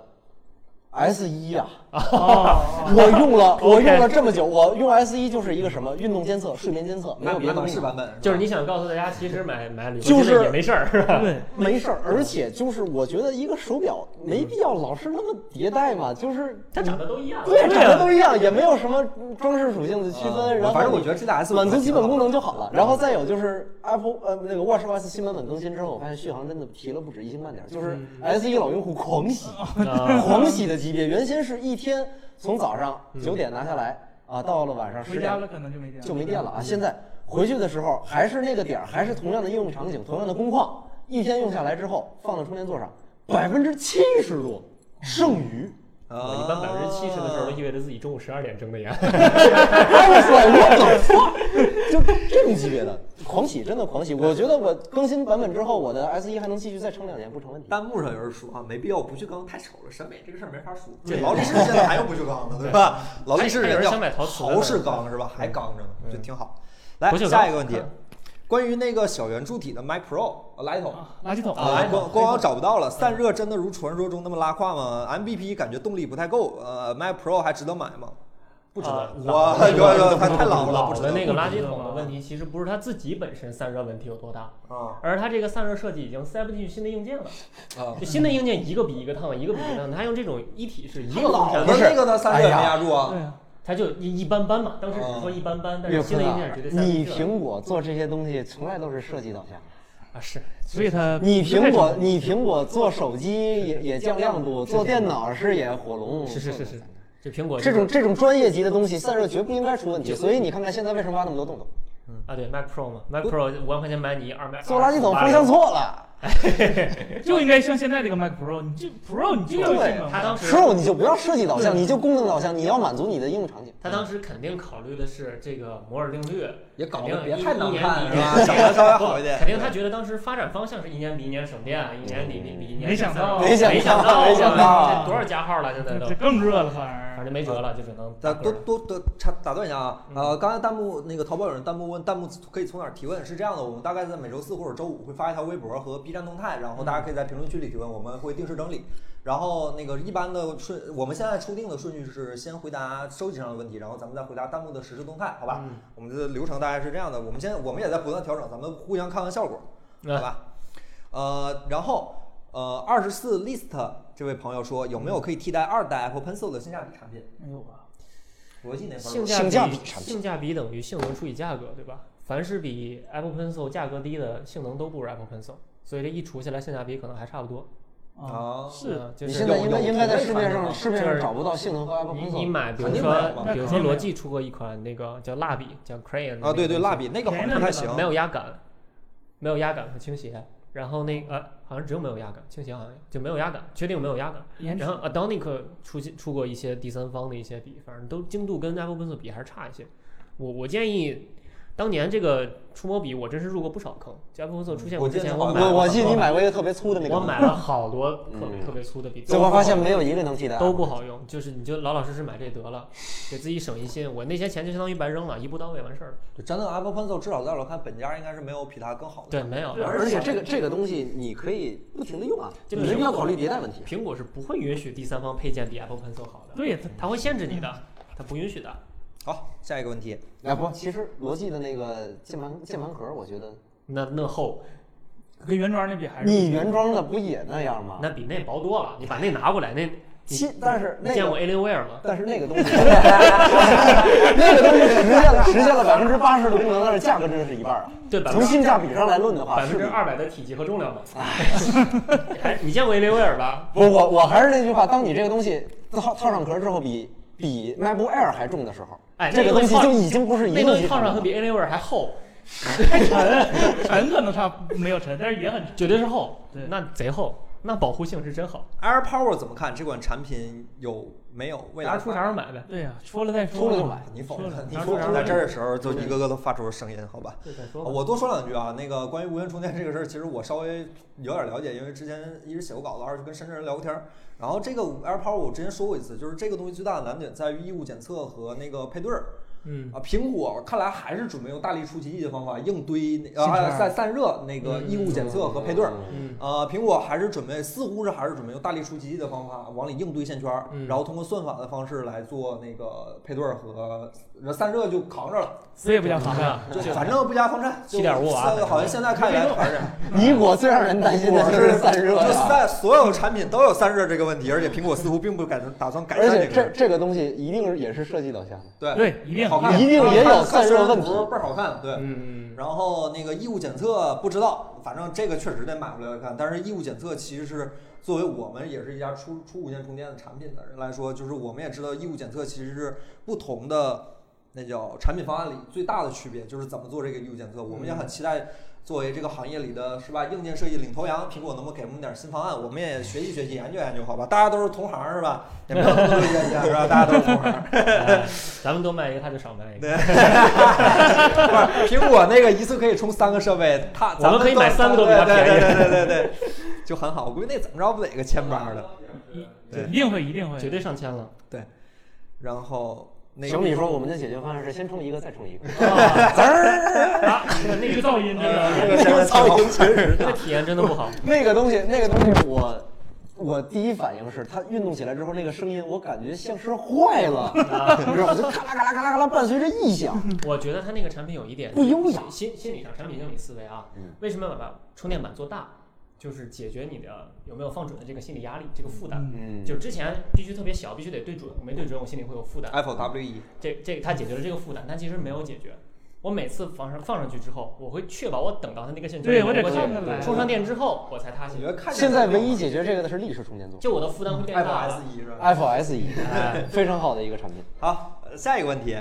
C: S 一啊，
B: 哦，
C: 我用了我
E: OK
C: 用了这么久，我用 S 一就是一个什么运动监测、睡眠监测，没
A: 那
C: 有别
A: 别
C: 的东
A: 的
C: 西
A: 是版本，
E: 就是
A: 吧
E: 你想告诉大家，其实买买铝合
C: 就
E: 金
C: 是嗯
E: 的也没事儿，是吧？
B: 哦对，
C: 没事儿，而且就是我觉得一个手表没必要老是那么迭代嘛，就是嗯
E: 它长得都一样。
C: 对长得都一样，也没有什么装饰属性的区分。然后
A: 嗯反正我觉得这代 S
C: 满足基本功能就好了。然后再有就是 Apple 呃那个 WatchOS 新版本更新之后，我发现续航真的提了不止一星半点儿，就是 S 一老用户狂喜，
E: 啊
C: 狂喜的级别。原先是一天从早上九点拿下来啊，到了晚上十
B: 回家
C: 点
B: 了可能就没电了，
C: 就没电了啊。现在回去的时候还是那个点儿，还是同样的应用场景，同样的工况，一天用下来之后放到充电座上，百分之七十多剩余。
A: 啊，
E: 我一般百分之七十的时候都意味着自己中午十二点睁的眼。
C: 哎，我甩我怎么就这种级别的狂喜，真的狂喜！我觉得我更新版本之后，我的 S 一还能继续再撑两年不成问题。
A: 弹幕上有人说啊，没必要不锈钢太丑了，审美这个事儿没法说。这劳力士现在还用不锈钢呢，对吧？劳力士人
E: 还有人
A: 要
E: 想买陶瓷的
A: 陶式钢是吧？还钢着呢，就挺好。来
E: 不锈钢
A: 下一个问题
E: 看，
A: 关于那个小圆柱体的 Mac Pro 呃垃圾桶。
B: 啊垃 圾桶
A: 啊，官官网找不到了。散热真的如传说中那么拉胯吗？MBP 感觉动力不太够，呃，Mac Pro 还值得买吗？不值得
E: 啊，
A: 我
E: 老
A: 有有太太老了，
E: 老
A: 不值
E: 的
A: 得
E: 那个垃圾
B: 不值得
E: 桶的
B: 吗
E: 问题，其实不是它自己本身散热问题有多大，
A: 啊
E: 而它这个散热设计已经塞不进去新的硬件了。
A: 啊，
E: 就新的硬件一个比一个烫，一个比一个烫，它用这种一体式一个风
A: 老
E: 扇
A: 的
C: 不是
A: 那个它散热也没
C: 哎呀
A: 压住啊
B: 对。啊，
E: 它就一一般般嘛。当时只说一般般，但
C: 岳
E: 是新
C: 坤
E: 的硬
C: 啊
E: 件绝对塞不进
C: 你
E: 去了
C: 苹果做这些东西从来都是设计导向。
E: 啊是。
B: 所以它
C: 你苹果，你苹果做手机也也降亮度，做电脑是也火
A: 嗯
C: 龙。
E: 是是是是，这苹果
C: 这种这种专业级的东西，散热绝不应该出问题。所以你看看现在为什么挖那么多洞洞？
E: 啊对 Mac Pro 嘛，Mac Pro 五万块钱买你二百，
C: 做垃圾桶方向错了。
B: 就应该像现在这个 Mac Pro，你这 Pro 你就要
C: 对
B: 性能
E: 他当时
C: Pro 哦你就不要设计导向，你就功能导向，你要满足你的应用场景。
E: 他当时肯定考虑的是这个摩尔定律，
A: 也搞
E: 肯
A: 得
E: 定
A: 别
E: 一
A: 太难
E: 一年
A: 看
E: 比
A: 是
E: 一
A: 吧？
E: 年
A: 长得稍微好一点。
E: 肯定他觉得当时发展方向是一年比一年省电，啊一年比比比一年
B: 没想到
E: 省电
C: 没
E: 嗯没
C: 想到
E: 到，
C: 没想到
E: 这多少加号了现在都
B: 这，更热了，反
E: 反
B: 而
E: 正没辙了，就只能
A: 咱
E: 打
A: 多
E: 嗝。
A: 多多插打断一下啊，呃，刚才弹幕那个淘宝有人弹幕问弹幕可以从哪儿提问，是这样的，我们大概在每周四或者周五会发一条微博和 B 站动态，然后大家可以在评论区里提问，我们会定时整理。然后那个一般的顺，我们现在抽定的顺序是先回答收集上的问题，然后咱们再回答弹幕的实时动态，好吧？我们的流程大概是这样的。我们现在我们也在不断调整，咱们互相看看效果，好吧？呃，然后呃，二十四 list 这位朋友说，有没有可以替代二代 Apple Pencil 的性价比产品？
B: 没有吧？
A: 逻辑那块
E: 性
A: 儿，
E: 价
C: 性价比产品
E: 性价比等于性能除以价格，对吧？凡是比 Apple Pencil 价格低的性能都不如 Apple Pencil，所以这一除下来性价比可能还差不多。
A: 啊
B: 是
E: 嗯就
C: 你
E: 是
C: 现在应该
A: 有有
C: 应该在市
A: 有
C: 面上
A: 有
C: 市面上找不到性能和 Apple
E: 你你
C: Pencil。
E: 买，比如
A: 肯定没有
E: 说
A: 嘛
E: 比如说
B: 那肯定没有
E: 罗技出过一款那个叫蜡笔，叫 Crayon 的
A: 啊，对
E: 那个
A: 对，
E: 东西
A: 蜡笔那个好像不太行
E: 没。有压感，没有压感和倾斜。然后那个、呃、好像只有没有压感，倾斜好像就没有压感，确定没有压感。
B: 延迟
E: 然后 Adonic 出现出过一些第三方的一些笔，反正都精度跟 Apple Pencil 比还是差一些。我我建议，当年这个触摸笔我真是入过不少坑。就 Apple Pencil 出现
A: 我
E: 之
A: 记得
E: 前，
A: 好
E: 我
A: 像
C: 嗯我我记得你买过一个特别粗的那个，
E: 我买了好多特别
C: 嗯
E: 特别粗的笔，
C: 最后发现没有一个能替代。
E: 都不好用，就是你就老老实实买这得了，给自己省一心。我那些钱就相当于白扔了，一步到位完事儿了。
A: 就啊真的 Apple Pencil 至少在我看本家应该是没有比它更好的。
E: 对，没有，
C: 而且这个这个东西你可以不停的用啊，
E: 这
C: 你一定要考虑迭代问题。
E: 苹果是不会允许第三方配件比 Apple Pencil 好的，
B: 对，它嗯
E: 它会限制你的，它不允许的。
A: 好，下一个问题，
C: 啊不，其实罗技的那个键盘键盘盒，我觉得
E: 那那厚，
B: 跟原装那比还是
C: 你原装的不也那样吗？
E: 那比那薄多了。你把那拿过来，那
C: 其但是
E: 你
C: 那
E: 见过
C: 个
E: Alienware 吗？
C: 但是那个东西，那个东西实现了实现了百分之八十的功能，但是价格真是一半啊。
E: 对，百分
C: 从
E: 之
C: 性价比上来论的哎话，
E: 百分之
C: 啊是
E: 二百的体积和重量嘛。 还你见过 Alienware 吧？
C: 不，我我还是那句话，当你这个东西套套上壳之后比，比 MacBook Air 还重的时候，
E: 哎，
C: 这个
E: 那
C: 东西
E: 套
C: 就已经不是一
E: 那
C: 个
E: 东
C: 级
E: 西套上
C: 别了
E: 可比 Alienware 还厚，
B: 沉可能差没有沉，但是也很沉。
E: 绝对是厚，
B: 对
E: 那贼厚，那保护性是真好。
A: Air Power 怎么看这款产品有没有未
E: 啥
A: 来？
E: 出啥时候买呗。
B: 对呀、啊说了再说，
C: 出了就买。
A: 你否
B: 说
A: 认
B: 了？
A: 你
E: 当
A: 否
E: 然
A: 认
E: 了
A: 在这儿的时候就一个个都发出声音，好吧？
E: 对，再说吧。
A: 我多说两句啊，那个关于无源充电这个事儿，其实我稍微有点了解，因为之前一直写过稿子，二是跟深圳人聊过天儿。然后这个 AirPower 我之前说过一次，就是这个东西最大的难点在于异物检测和那个配对儿。
E: 嗯，
A: 啊，苹果看来还是准备用大力出奇迹的方法硬堆那
B: 芯片
A: 呃
B: 儿
A: 散散热那
C: 嗯
A: 个异物检测和配对儿。
E: 嗯
A: 呃，苹果还是准备，似乎是还是准备用大力出奇迹的方法往里硬堆线圈儿，
E: 嗯
A: 然后通过算法的方式来做那个配对儿和散热就扛着了，
B: 死也不想扛着。
A: 就反正不加防晒，就
E: 7.5瓦
A: 算好像现在看起 来还是这样。
C: 你我最让人担心
A: 我
C: 的啊就是散热啊
A: 就
C: 呀、
A: 散所有产品都有散热这个问题，而且苹果似乎并不改打算改
C: 而
A: 善这
C: 且
A: 个
C: 这
A: 事。
C: 这个东西一定是也是设计导向的。
A: 对
B: 对，一定
A: 好看，
C: 一定也有
A: 看
C: 散
A: 虽
C: 热
A: 然
C: 问题
A: 图倍儿好看，对。
E: 嗯，
A: 然后那个异物检测不知道，反正这个确实得买回来看。但是异物检测其实是作为我们也是一家出出无线充电的产品的人来说，就是我们也知道异物检测其实是不同的那叫产品方案里最大的区别，就是怎么做这个异物检测。我们也很期待作为这个行业里的是吧硬件设计领头羊，苹果能不能给我们点新方案？我们也学习学习，研究研究，好吧？大家都是同行是吧？也没有那么多意见是吧？大家都是同行。
E: 哎 咱们多卖一个，他就少卖一个。
A: 不是苹果那个一次可以充三个设备，它咱
E: 我们可以
A: 都
E: 买三个都比它便宜
A: 对对对对对对，就很好。我估计那怎么着不得个千八的？对
B: 一定会，一定会，
E: 绝对上千了。
A: 然后那
C: 小
A: 个
C: 米说我们的解决方案是先充一个再充一个，
E: 啊， 那个那个噪音真的，
A: 那个真的挺好
E: 那个体验真的不好。
C: 那个东西那个东西我。我第一反应是，它运动起来之后那个声音，我感觉像是坏了，你知道吗？就咔啦咔啦咔啦咔啦，伴随着异响，
E: 我觉得他那个产品有一点
C: 不优雅
E: 心心理上产品经理思维啊
C: 嗯，
E: 为什么要把充电板做大？就是解决你的有没有放准的这个心理压力，这个负担。
C: 嗯
E: 就之前必须特别小，必须得对准，我没对准我心里会有负
C: 啊
E: 担。
A: Apple W 一，
E: 这这个它解决了这个负担，但其实没有解决。我每次放上放上去之后，我会确保我等到它那个线圈
B: 对我
E: 流
B: 得
E: 过去
B: 看看来
E: 充上电之后我才踏
A: 你
E: 心
A: 觉。得看
C: 现在唯一解决这个的是立式充电座
E: 就我的负担会变
A: Apple
E: 大
A: S
E: 了。
A: 一是吧？
C: ，Apple S 一，非常好的一个产品。
A: 好，呃下一个问题，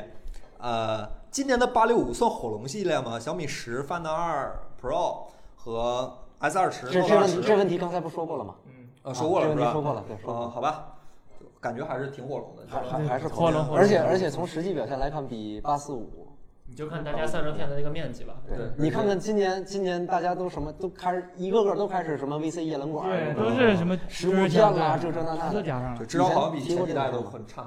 A: 呃，今年的八六五算火龙系列吗？小米十、Find 二 Pro 和 S 二十、
C: 这
A: Note
C: 这
A: 二
C: 问题这
A: 十，
C: 问题刚才不说过了吗？
A: 呃，说过了
C: 这
A: 是
C: 问题
A: 吧？
C: 说过了，对，说过
A: 啊，
C: 了。
A: 好吧，感觉还是挺火龙的，
C: 还还还是
B: 火龙火龙
C: 而且而且从实际表现来看，比八四五，
E: 你就看大家散热片的那个面积吧。
A: 对
C: 你看看今年今年大家都什么都开始一个个都开始什么 VC 夜冷管，什
B: 对，
C: 么
B: 都是什么
C: 食物酱啊，这这那那
B: 都
C: 的。
B: 加上
A: 就
B: 了，
A: 嗯至少好像比前几代都很差，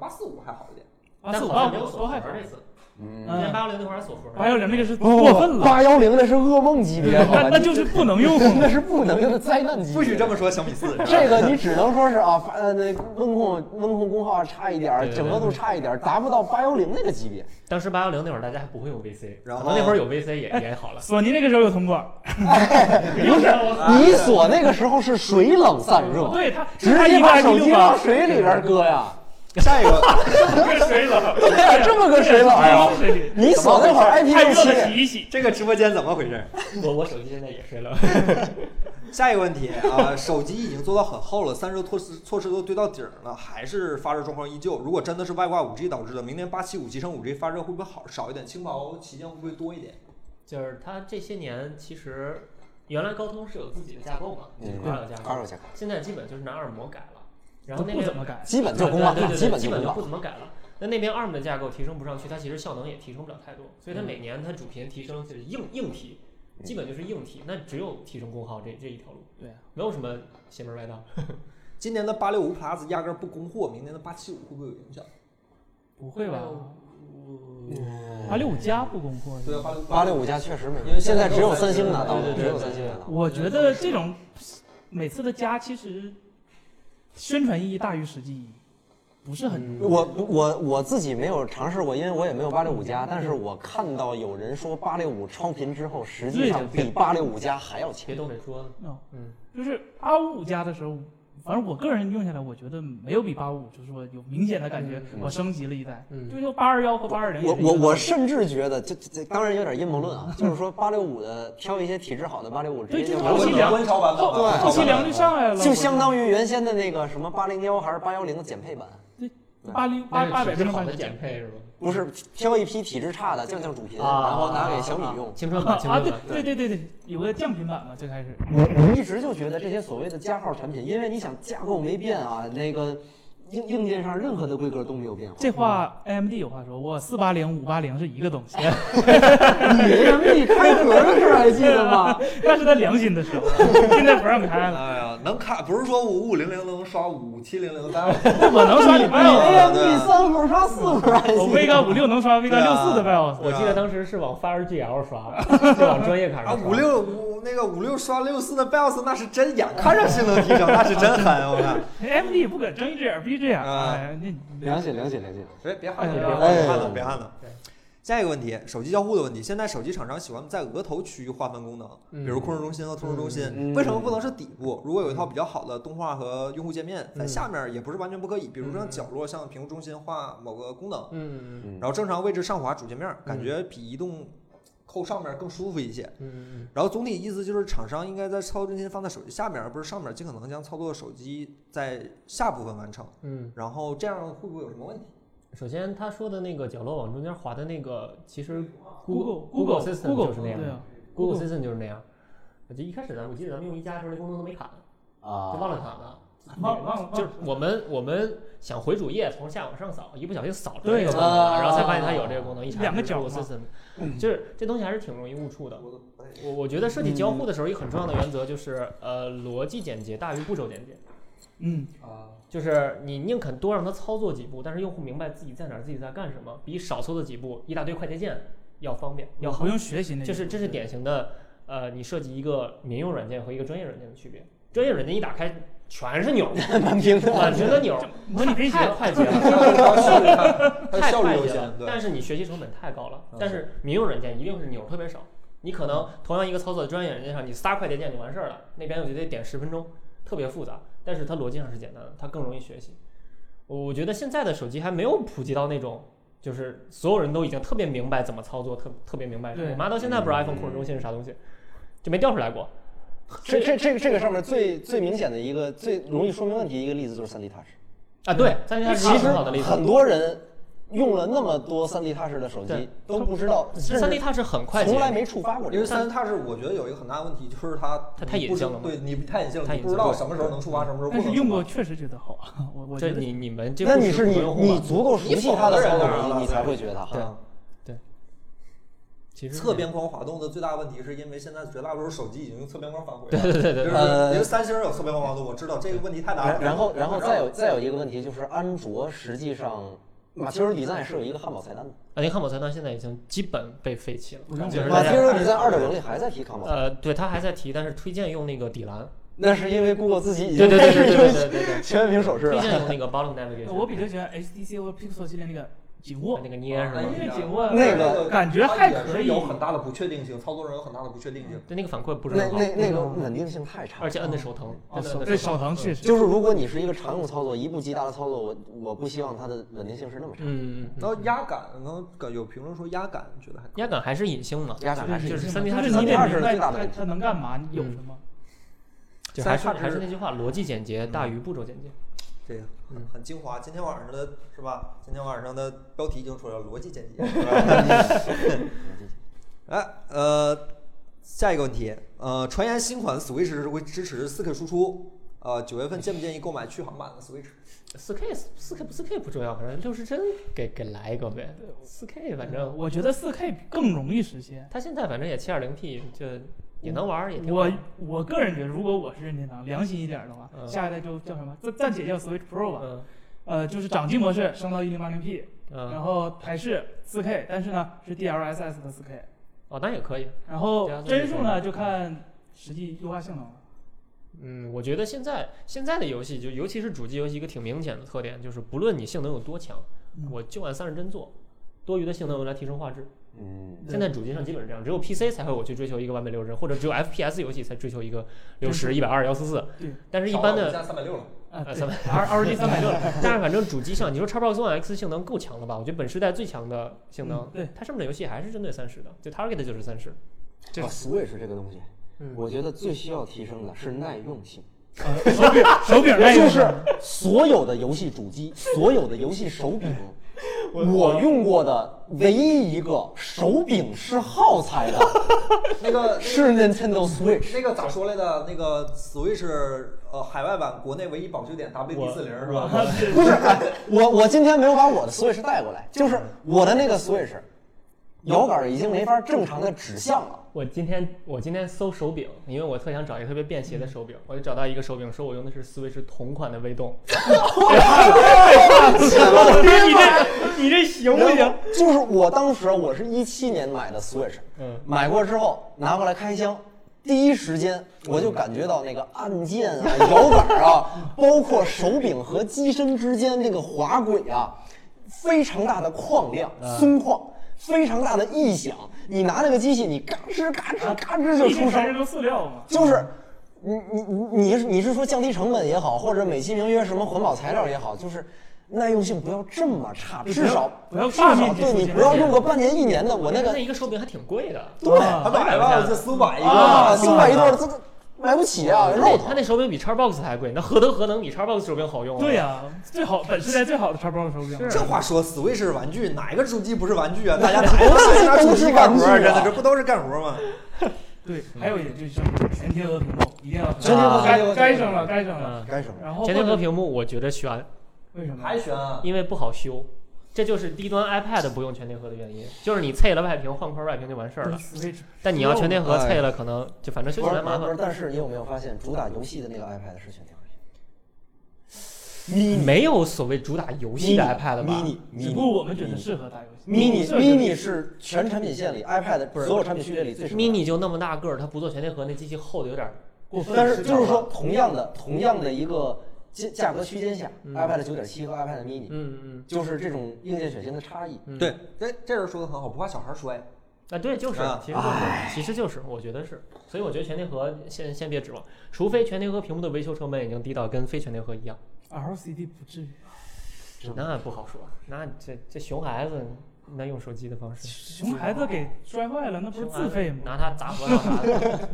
A: 八四五还好一点。
B: 啊八四五
E: 好
B: 八
E: 像没有
B: 五
E: 锁
B: 都还
E: 壳
B: 好。
E: 这次，之前八六零那会儿还锁盒呢，
B: 八幺零那个是过分了，
C: 嗯哦八幺零那是噩梦级别，好吧。
B: 那那就是不能用
C: 那是不能用的灾难级别。
A: 不许这么说小米四，啊是吧
C: 这个你只能说是啊，发呃，那温控温控功耗差一点儿，整合度差一点儿，达不到八幺零那个级别。
E: 当时八幺零那会儿大家还不会用 VC，
A: 然后
E: 可能那会儿有 VC 也也好 了。
B: 索尼那个时候有铜管，
C: 不是，你所那个时候是水冷散热，
B: 对它
C: 直
B: 它
C: 接
B: 一
C: 把
B: 个
C: 手
B: i
C: 机
B: 六
C: 往
B: 八，
C: 水里边搁呀。
A: 下一个
E: 谁了？
C: 对呀，这么个水冷呀。你所那会儿 IP
B: 太
C: 六
B: 热了洗
C: 七，
B: 一洗。
A: 这个直播间怎么回事？
E: 我我手机现在也 摔了。
A: 下一个问题啊、手机已经做到很厚了，散热措施措施都堆到底儿了，还是发热状况依旧。如果真的是外挂 5G 导致的，明年八七五 G 升 5G 发热会不会好少一点？轻薄旗舰会不会多一点？
E: 就是它这些年其实原来高通是有自己的架构嘛，就是
C: 嗯
E: 二六架
C: 二
E: 构，
C: 手架构
E: 现在基本就是拿二模改了，然
B: 都
E: 后那
B: 不
E: 边
B: 怎么改，
C: 基本就
E: 对
C: 功了
E: 对对，对
C: 基
E: 基
C: 本
E: 就
C: 就功了
E: 不。怎么改了。那那边 ARM 的架构提升不上去，它其实效能也提升不了太多，所以
C: 嗯
E: 它每年它主频提升就是硬硬提，基本就是硬提，那只有提升功耗这这一条路，
B: 对啊，
E: 没有什么邪门歪道。
A: 今年的八六五 Plus 压根儿不供货，明年的八七五会不会有影响？
B: 不会吧？
C: 嗯
B: 八六五加不供货是
A: 对啊，
B: 吧，
A: 八六
C: 八六五加确实没
A: 因为
C: 有，
A: 现
C: 现
A: 在
C: 在只有三星拿到
E: 对对
C: 了，
E: 对
C: 只有
E: 对
C: 三
E: 对
C: 星拿到了。
B: 我觉得这种每次的加其实宣传意义大于实际意义，不是很重要。
C: 我我我自己没有尝试过，因为我也没有八六五加，但是我看到有人说八六五超频之后，实际上比八六五加还要强
E: 别。动这桌子，
B: 嗯
E: 嗯，
B: 就是八五五加的时候，反正我个人用下来，我觉得没有比八五五就是说有明显的感觉，我升级了一代。
E: 嗯
B: 就就八二幺和八二零。
C: 我我我甚至觉得，这这这当然有点阴谋论啊，就是说八六五的挑一些体质好的八六五，直
B: 对，
C: 接
B: 就是
C: 就
B: 后期
A: 我
C: 完了
B: 良
A: 温潮版本
B: 后
A: 啊对
B: 后期良率上来了，
C: 就相当于原先的那个什么八零幺还是八幺零的减配版，
B: 八零八八百
E: 是
B: 分之
E: 好
B: 八
E: 的减配是吧？
C: 不是挑一批体质差的降降主频，
E: 啊
C: 然后拿给小米用。
E: 青春
B: 啊
E: 版，青
B: 啊
E: 春
B: 对
E: 版，
B: 对对对对，有个降频版嘛，最开始。
C: 我我一直就觉得这些所谓的加号产品，因为你想架构没变啊，那个硬硬件上任何的规格都没有变化。
B: 这话 AMD 有话说，我四八零五八零是一个东西，
C: AMD 开盒的事儿还记得吗？
B: 那是他良心的时候，啊现在不让开了。
A: 哎呀，能卡不是说五五零零能刷五七零零，但是
B: 我能刷你
C: 你
B: BIOS，
C: AMD 三核刷四核还
B: 我
C: 记得
B: Vega 五六能刷 Vega 六四的 BIOS，
E: 我记得当时是往 FireGL 刷，是往专业卡
A: 啊
E: 上刷。
A: 五六五那个五六刷六四的 BIOS 那是真眼看上性能提升，那是真狠，我 看。
B: AMD 也不可睁一只眼闭一只眼。
A: 啊
B: 哎呀，那
C: 了解了解嗯了解。
A: 别别焊了，
B: 哎
A: 别焊
C: 哎
A: 了，别焊了
E: 对。
A: 下一个问题，手机交互的问题。现在手机厂商喜欢在额头区域划分功能，比如控制中心和通知中心，
C: 嗯
A: 为什么不能是底部？如果有一套比较好的动画和用户界面，在下面也不是完全不可以，比如说像角落向屏幕中心画某个功能，
E: 嗯
C: 嗯
A: 然后正常位置上滑主界面，感觉比移动扣上面更舒服一些。
E: 嗯
A: 然后总体意思就是，厂商应该在操作中心放在手机下面，而不是上面，尽可能将操作手机在下部分完成。
E: 嗯，
A: 然后这样会不会有什么问题？
E: 首先他说的那个角落往中间滑的那个，其实
B: Google
E: Google
B: Google
E: System 就是那样
B: 对啊
E: ，Google
B: Google
E: System 就是那样。我记得一开始咱们我记得咱们用一加的时候，那功能都没砍，就
C: 啊，
E: 忘了砍了。
B: 忘忘了
E: 就是我们我们想回主页，从下往上扫，一不小心扫出来
B: 对
E: 这个功
C: 啊
E: 能，然后才发现它有这个功能，一查
B: 两个
E: 就是
B: 角
E: Google
B: 嘛
E: System，就是这东西还是挺容易误触的。我我觉得设计交互的时候，一个很重要的原则就是，呃，逻辑简洁大于步骤简洁。
B: 嗯，
E: 就是你宁肯多让他操作几步，但是用户明白自己在哪儿，自己在干什么，比少操作几步一大堆快捷键要方便要好
B: 不。用学习那个，
E: 这是这是典型的，呃，你设计一个民用软件和一个专业软件的区别。专业软件一打开全是钮 儿，
C: 满屏的。
E: 满屏的钮儿，
B: 模拟飞行
E: 太快捷了。
A: 效率看，它
E: 太
A: 效率
E: 快
A: 优
E: 捷了
A: 先，，对。
E: 但是你学习成本太高了
A: 嗯。
E: 但是民用软件一定是钮儿特别少，你可能同样一个操作，专业软件上你仨快捷键就完事儿了，那边我就得点十分钟，特别复杂。但是它逻辑上是简单的，它更容易学习。我我觉得现在的手机还没有普及到那种，就是所有人都已经特别明白怎么操作，特特别明白什么。
B: 对
E: 我妈到现
C: 嗯
E: 在不知道 iPhone 控制中心是啥东西，就没调出来过。
C: 这这这个这个上面最最明显的一个最容易说明问题一个例子就是三 D Touch。
E: 啊，对，三星是一
C: 嗯其
E: 个
C: 实
E: 很好的例子。
C: 很多人用了那么多三 D Touch 的手机
E: 对
C: 都不知道，
E: 三 D 它是很快捷，
C: 从来没触发过这
A: 因为
C: 个。
A: 三 D Touch 我觉得有一个很大的问题，就是它
E: 它太
A: 你不
E: 隐性
A: 知
E: 了嘛
A: 对你太隐性了，
E: 太
A: 你
E: 隐
A: 不
E: 性
A: 知道
E: 了
A: 什么时候能触发，什么时候不能
B: 但
A: 触
B: 是
A: 发。
B: 用过确实觉得好啊，我我
E: 这
B: 觉得
E: 你你们这
C: 那
E: 不
C: 你是
E: 是
C: 你
E: 普通
C: 你
E: 话
C: 足够熟悉它的操
A: 你否则
C: 作手
A: 人
C: 机，你才会觉得哈。
E: 对
A: 啊
E: 其实
A: 侧边框滑动的最大问题是因为现在绝大多数手机已经用侧边框返回了。
E: 对对
A: 就
E: 对对
A: 是
C: 呃
A: 因为三星有侧边框滑动，我知道这个问题太大
C: 然
A: 了。
C: 然后然后再有再有一个问题就是安卓实际上。马奇尔比赛是有一个汉堡菜单的，
E: 啊，那个汉堡菜单现在已经基本被废弃了。
C: 马奇尔比赛二点零里还在提汉堡菜单，
E: 呃，对，他还在提，但是推荐用那个底栏，
C: 那是因为 Google 自己已
E: 对对
C: 经
E: 对
C: 开始
E: 对
C: 用
E: 对对对对，
C: 全屏手势
E: 推
C: 了。
E: 荐用那个 Bottom Navigation。
B: 我比较喜欢 HTC 和 Pixel 系列那个紧握，
E: 那个捏
A: 啊哎
E: 是吧？
B: 因为紧握
C: 那个
B: 感觉还
A: 它也
B: 可
A: 是
B: 以
A: 有很大的不确定性，操作上有很大的不确定性。
E: 对，那个反馈不是
C: 那
E: 很好，
C: 那那个稳定性太差
E: 而
C: 了，
E: 且摁的手疼，真的摁
B: 对
E: 得手
B: 哦手
E: 疼。
B: 疼确实。
C: 就是如果你是一个常用操作，一步即达的操作，我我不希望它的稳定性是那么差。
E: 嗯，嗯嗯
A: 然后压感，然后有评论说压感，觉得还
E: 压感还是隐性嘛，
C: 压感还
E: 就是是三 D 它
B: 就是
E: 只
B: 你
E: 能
B: 得
C: 二
B: 明
C: 是
B: 白
C: 最大的
B: 它
C: 问题
B: 它能干嘛，你有
E: 嗯
B: 什么？
E: 就还是
A: 三叉指
E: 还是那句话，逻辑简洁大于步骤简洁。
A: 这个很
E: 嗯
A: 很精华。今天晚上的是吧？今天晚上的标题已经出来了，逻辑简 洁。是吧 来，呃，下一个问题，呃，传言新款 Switch 是会支持 4K 输出，呃，九月份建不建议购买续航版的 Switch？
E: 四 K 四 K 不四 K 不重要，反正六十帧给给来一个呗。四 K 反正
B: 我觉得四 K 更容易实现。
E: 它现在反正也七二零 P，就也能玩儿，也挺好
B: 我我个人觉得，如果我是任天堂，良心一点儿的话，
E: 嗯
B: 下一代就叫什么？暂暂且叫 Switch Pro 吧。
E: 嗯
B: 呃，就是掌机模式升到一零八零 P，然
E: 嗯，
B: 后台式四 K，但是呢是 DLSS 的四 K，
E: 哦，那也可以。
B: 然后帧数呢就看实际优化性能了。
E: 嗯，我觉得现在现在的游戏，就尤其是主机游戏，一个挺明显的特点就是，不论你性能有多强，
B: 嗯
E: 我就按三十帧做，多余的性能用来提升画质。
C: 嗯，
B: 对
E: 现在主机上基本是这样，只有 PC 才会我去追求一个完美六十帧，或者只有 FPS 游戏才追求一个六十、一百二、幺四四
B: 对。
E: 但是，一般
A: 现
E: 的，
A: 在三百六了，
B: 啊，
E: 呃
B: 对
E: 三百
B: ，R R G 三百六，
E: 但是反正主机上，你说 Xbox One X 性能够强了吧？我觉得本世代最强的性能
B: 嗯，对
E: 它上面的游戏还是针对三十的，就 Target 就是三十。
C: 啊，Switch 这个东西，
E: 嗯
C: 我觉得最需要提升的是耐用 性，
B: 呃手柄手柄耐用
C: 就是所有的游戏主机，所有的游戏手柄， 我用过的唯一一个手柄是耗材 的，
A: 那个
C: 是 Nintendo Switch。
A: 那个咋说来的？那个 Switch 呃海外版国内唯一保修点 WD 四零是吧？
C: 不是， 哎我我今天没有把我的 Switch 带过来，就是我的那个 Switch，摇杆已经没法正常的指向了。
E: 我今天我今天搜手柄，因为我特想找一个特别便携的手柄，我就找到一个手柄，说我用的是 Switch 同款的微动。
B: 我说你这你这行不行？
C: 就是我当时我是一七年买的 Switch，
E: 嗯
C: 买过之后拿过来开箱，第一时间我就感觉到那个按键啊、摇杆啊，包括手柄和机身之间这个滑轨啊，非常大的矿量、松旷，非常大的异响。你拿那个机器，你嘎吱嘎吱嘎吱就出声
B: 这，都塑料嘛。
C: 就是你你你你是你是说降低成本也好，或者美其名曰什么环保材料也好，就是耐用性不要这么差，至少
B: 不要
C: 至
B: 大
C: 少
B: 面积
C: 对
B: 出
C: 你
B: 现
C: 不要
B: 问题
C: 用个半年一年的，我那
E: 那
C: 个
E: 一个手柄还挺贵的，
C: 对
B: 啊
A: 他买吧，这四五百一个，
C: 啊，
A: 四
C: 新
A: 五
C: 买
A: 百
C: 一
A: 一
C: 对儿
A: 个。
C: 这个买不起啊，肉
E: 他
C: 疼。
E: 那手柄比 Xbox 还贵，那何德何能比 Xbox 手柄好用？
B: 对、呀，最好本世代最好的叉 box 手柄。
A: 这话说，Switch 是玩具，哪个主机不是玩具啊？大
C: 哦
A: 家哪个哪个主机干活啊？真的，这不都是干活吗？
B: 对，还有一点就是全贴合屏幕，一定要
C: 全贴合
B: 该该省了该省了。
E: 嗯，
C: 该什么？
B: 然后
E: 全天和屏幕我觉得悬，
B: 为什么？
A: 还悬啊？
E: 因为不好修。这就是低端 iPad 不用全贴合的原因，就是你脆了外屏换块外屏就完事儿了，
B: Switch
E: 但你要全贴合
C: 哎
E: 脆了，可能就反正修
C: 不
E: 起
C: 是
E: 来麻
C: 不是，
E: 烦。
C: 但是你有没有发现，主打游戏的那个 iPad 是全天
E: 没有所谓主打游戏的 iPad 吧？
C: mini
B: 只不过我们觉得适合打游戏。
C: mini
B: 设计
C: mini 是全产品线里 iPad 所有产品序列里最少的
E: mini 就那么大个儿，它不做全贴合，那机器厚的有点儿
B: 过分，
C: 但是就是说，同样的同样的一嗯个价价格区间下，iPad 九点七和 iPad mini
E: 嗯嗯
C: 就是这种硬件血型的差异。
E: 嗯，
A: 对，这这人说的很好，不怕小孩摔。
E: 啊，对，就是
A: 啊，
E: 其实就是，其实就是，我觉得是，所以我觉得全贴合先先别指望，除非全贴合屏幕的维修成本已经低到跟非全贴合一样，
B: LCD 不至于。
E: 那不好说。那这这熊孩子，那用手机的方式，
B: 熊孩子给摔坏了，那不是
E: 熊孩子
B: 自费吗？
E: 拿它砸核桃啥的，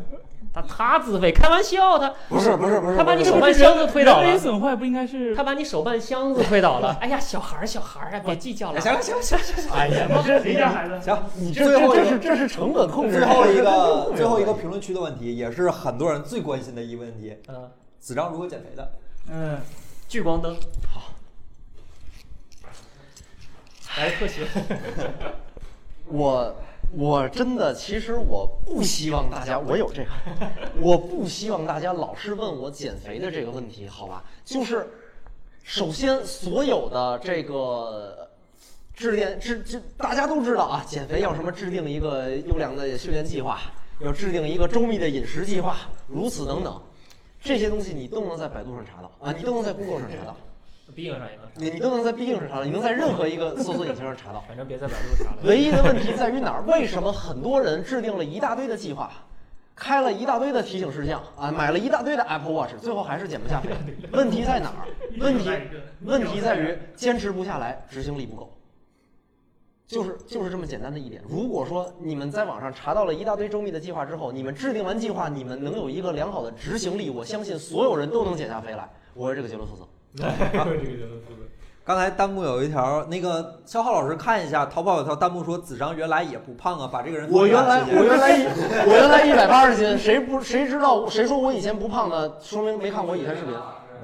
E: 他他自费，开玩笑，他
C: 不是不是不是，
E: 他把你
C: 不是
E: 手
B: 不
E: 办
B: 是
E: 箱子推倒
B: 人为
E: 了，
B: 损坏不应该是
E: 他？把你手办箱子推倒了。哎呀，小孩儿小孩儿啊，别计较了。
A: 行了行了行了行了，哎呀，
B: 你这谁家孩子？
A: 行，你
C: 这
A: 最后一
C: 这
A: 个
C: 是这是 成本控制
A: 最。后一个最后一个评论区的问题，也是很多人最关心的一个问题：
E: 嗯，
A: 子章如何减肥的？
B: 嗯，
E: 聚光灯，好，来科学。
C: 我我真的，其实我不希望大家，我有这个，我不希望大家老是问我减肥的这个问题，好吧？就是首先所有的这个制定制制，大家都知道啊，减肥要什么制定一个优良的训练计划，要制定一个周密的饮食计划，如此等等，这些东西你都能在百度上查到啊，你都能在 Google 上查到，
E: 毕竟上也能查，
C: 你你都能在 b 竟上查到，你能在任何一个搜索引擎上查到。
E: 反正别在百度查了。
C: 唯一的问题在于哪儿？为什么很多人制定了一大堆的计划，开了一大堆的提醒事项啊，买了一大堆的 Apple Watch，最后还是减不下肥？问题在哪儿？问题问题在于坚持不下来，执行力不够。就是就是这么简单的一点。如果说你们在网上查到了一大堆周密的计划之后，你们制定完计划，你们能有一个良好的执行力，我相信所有人都能减下肥来。我是这个结论负责。
A: 刚才弹幕有一条，那个肖浩老师看一下，淘宝有条弹幕说子章原来也不胖啊，把这个人
C: 我原来
A: 放大
C: 我原 来一我原来一百八十斤，谁不谁知道谁说我以前不胖呢？说明没看我以前视频。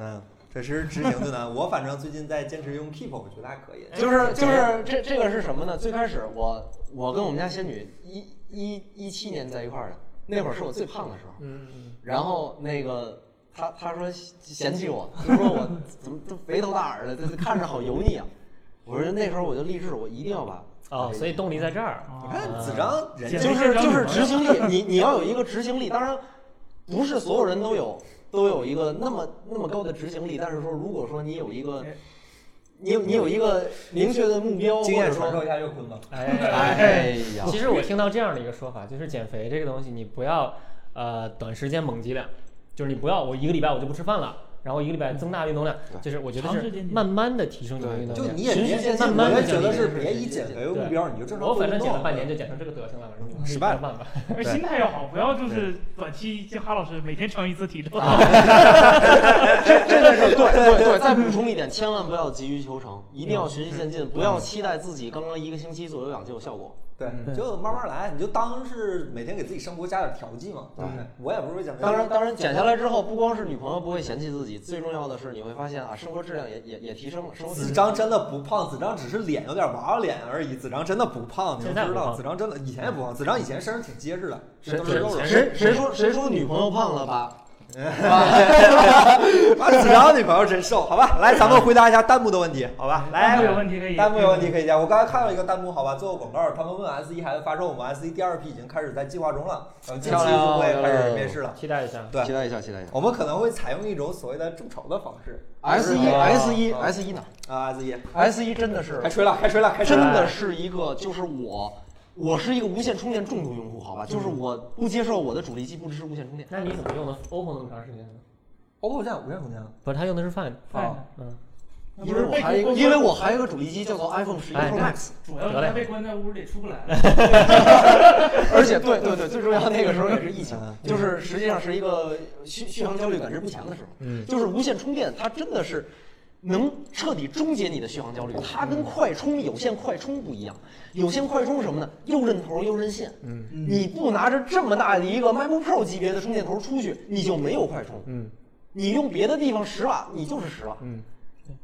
A: 嗯，这是执行的难。我反正最近在坚持用 Keep，我觉得还可以。
C: 就是就是这这个是什么呢？最开始我我跟我们家仙女一一一七年在一块儿的，那会儿是我最胖的时候。
E: 嗯，
C: 然后那个她她说嫌弃我，就说我怎么都肥头大耳的，这看着好油腻啊。我说那时候我就立志，我一定要把
E: 哦，所以动力在这儿。
A: 你看子章人家
B: 简
C: 就
B: 直
C: 是
B: 张
C: 就
B: 女
C: 是
B: 朋
C: 执行 力，你你要有一个执行力，当然不是所有人都有都有一个那么那么高的执行力，但是说如果说你有一个，你有你有一个明确的目标，
A: 经
C: 或
A: 验
C: 者
A: 传授
C: 说，
A: 一下岳坤吧。
E: 哎，
C: 哎呀，
E: 其实我听到这样的一个说法，就是减肥这个东西，你不要呃短时间猛积量，就是你不要我一个礼拜我就不吃饭了，然后一个礼拜增大运动量，就是我觉得
B: 长时
E: 是
B: 间
E: 慢慢的提升你的运动
A: 嗯就
E: 量。
A: 你也
C: 循序
A: 别，
C: 渐
A: 我
C: 进
E: 慢慢
A: 也觉得是
C: 地
A: 别以减肥为目标，你就正常
E: 我反正减了
A: 做
E: 半年就减成这个德行了，反正
A: 失败了
E: 慢吧。
B: 而心态要好，不要就是短期就哈老师每天称一次体重。
C: 这这个是对对对，再补充一点，千万不要急于求成，一定要循序渐进，不要期待自己刚刚一个星期左右养就有效果。
E: 嗯
A: 对，就慢慢来，你就当是每天给自己生活加点调剂嘛，对不对？我也不是为减肥，
C: 当然，当然，减下来之后，不光是女朋友不会嫌弃自己，最重要的是你会发现啊，生活质量也也也提升了。生活质
A: 子
C: 量
A: 章真的不胖，子章只是脸有点娃娃脸而已。子章真的不胖，你
E: 现
A: 要
E: 在
A: 知
E: 不
A: 道，
E: 胖
A: 子章真的以前也不胖，子章以前身上挺结实的，
C: 谁
A: 都是肉了。
C: 谁谁说谁说女朋友胖了吧？
A: 啊，子章女朋友真瘦，好吧？来，咱们回答一下弹幕的问题，好吧？来，
E: 哎
B: 弹哎幕有问题可以
A: 弹幕有问题可以加。我刚才看到一个弹幕，好吧，做个广告，他们问 S 一还会发售吗？S 一第二批已经开始在计划中了，咱们近期就会开始面试了。
E: 期待一下。
A: 对
C: 期待一下，期待一下。
A: 我们可能会采用一种所谓的众筹的方式
C: S 一
A: E？
C: S 一 S 一呢
A: 啊，S 一
C: ？S 一真的是
A: 开吹了，开吹了，开吹
C: 哎真
A: 了。
C: 的是一个，就是我，我是一个无线充电重度用户，好吧，就是我不接受我的主力机不支持无线充电。
E: 那你怎么用的 OPPO 那么长时间呢？
A: OPPO 占五千空间了。
E: 不是，他用的是 Find。
B: 哎
E: 嗯，
C: 因为我还有一个因为我还有一个主力机叫做 iPhone 十一 Pro Max，
B: 主要是他被关在屋里出不来。
C: 而且对对对，最重要那个时候也是疫情，就是实际上是一个续续航焦虑感知不强的时候。嗯，就是无线充电，它真的是能彻底终结你的续航焦虑。它跟快充、有线快充不一样，有线快充是什么呢？又认头又认线。嗯，你不拿着这么大的一个 MacBook Pro 级别的充电头出去，你就没有快充。嗯，你用别的地方十瓦，你就是十瓦。嗯，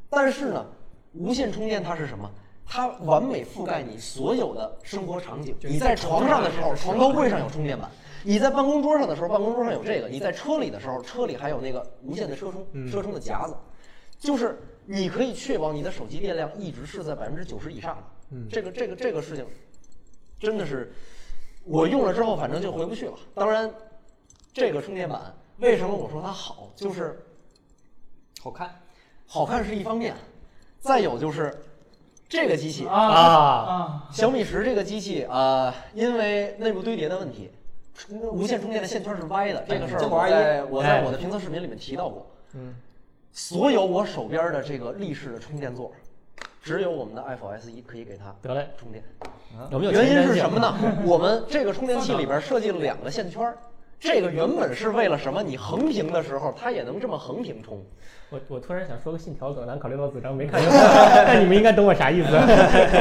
C: 但是呢，无线充电它是什么？它完美覆盖你所有的生活场景。你在床上的哦时候，床头柜上有充电板；你在办公桌上的时候，办公桌上有这个；你在车里的时候，车里还有那个无线的车充、车充的夹子。就是你可以确保你的手机电量一直是在百分之九十以上的。嗯，这个这个这个事情真的是我用了之后，反正就回不去了。当然，这个充电板为什么我说它好，就是
A: 好看，
C: 好看是一方面，再有就是这个机器
B: 啊啊！
C: 小米十这个机器，呃，因为内部堆叠的问题，无线充电的线圈是歪的，哎这个事儿
A: 这个
C: 我
A: 玩意
C: 在
A: 儿
C: 我在我的评测视频里面提到过。嗯，所有我手边的这个立式的充电座，只有我们的 iPhone SE 可以给它
E: 得嘞。
C: 充电。
E: 有没有
C: 原
E: 前
C: 因
E: 瞻
C: 是
E: 性
C: 什 么？呢？我们这个充电器里边设计了两个线圈儿，这个原本是为了什么？你横屏的时候它也能这么横屏充。
E: 我我突然想说个信条梗，咱考虑到子章没 看用，但你们应该懂我啥意 思。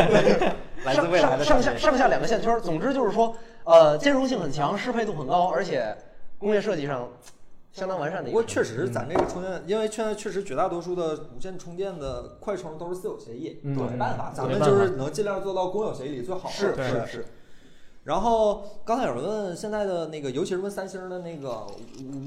A: 来自
C: 上
A: 未来的
C: 上
A: 产
C: 上下
A: 品
C: 上下两个线圈儿，总之就是说，呃，兼容性很强，适配度很高，而且工业设计上相当完善的
A: 不
C: 一
A: 过
C: 个。
A: 确实，咱这个充电，因为现在确实绝大多数的无线充电的快充都是私有协议，
E: 嗯
A: 没办法，咱
E: 没
A: 们
E: 办
A: 就
E: 法
A: 是能尽量做到公有协议里最好。
C: 是
A: 对
C: 是是，
A: 然后刚才有人问现在的那个，尤其是问三星的那个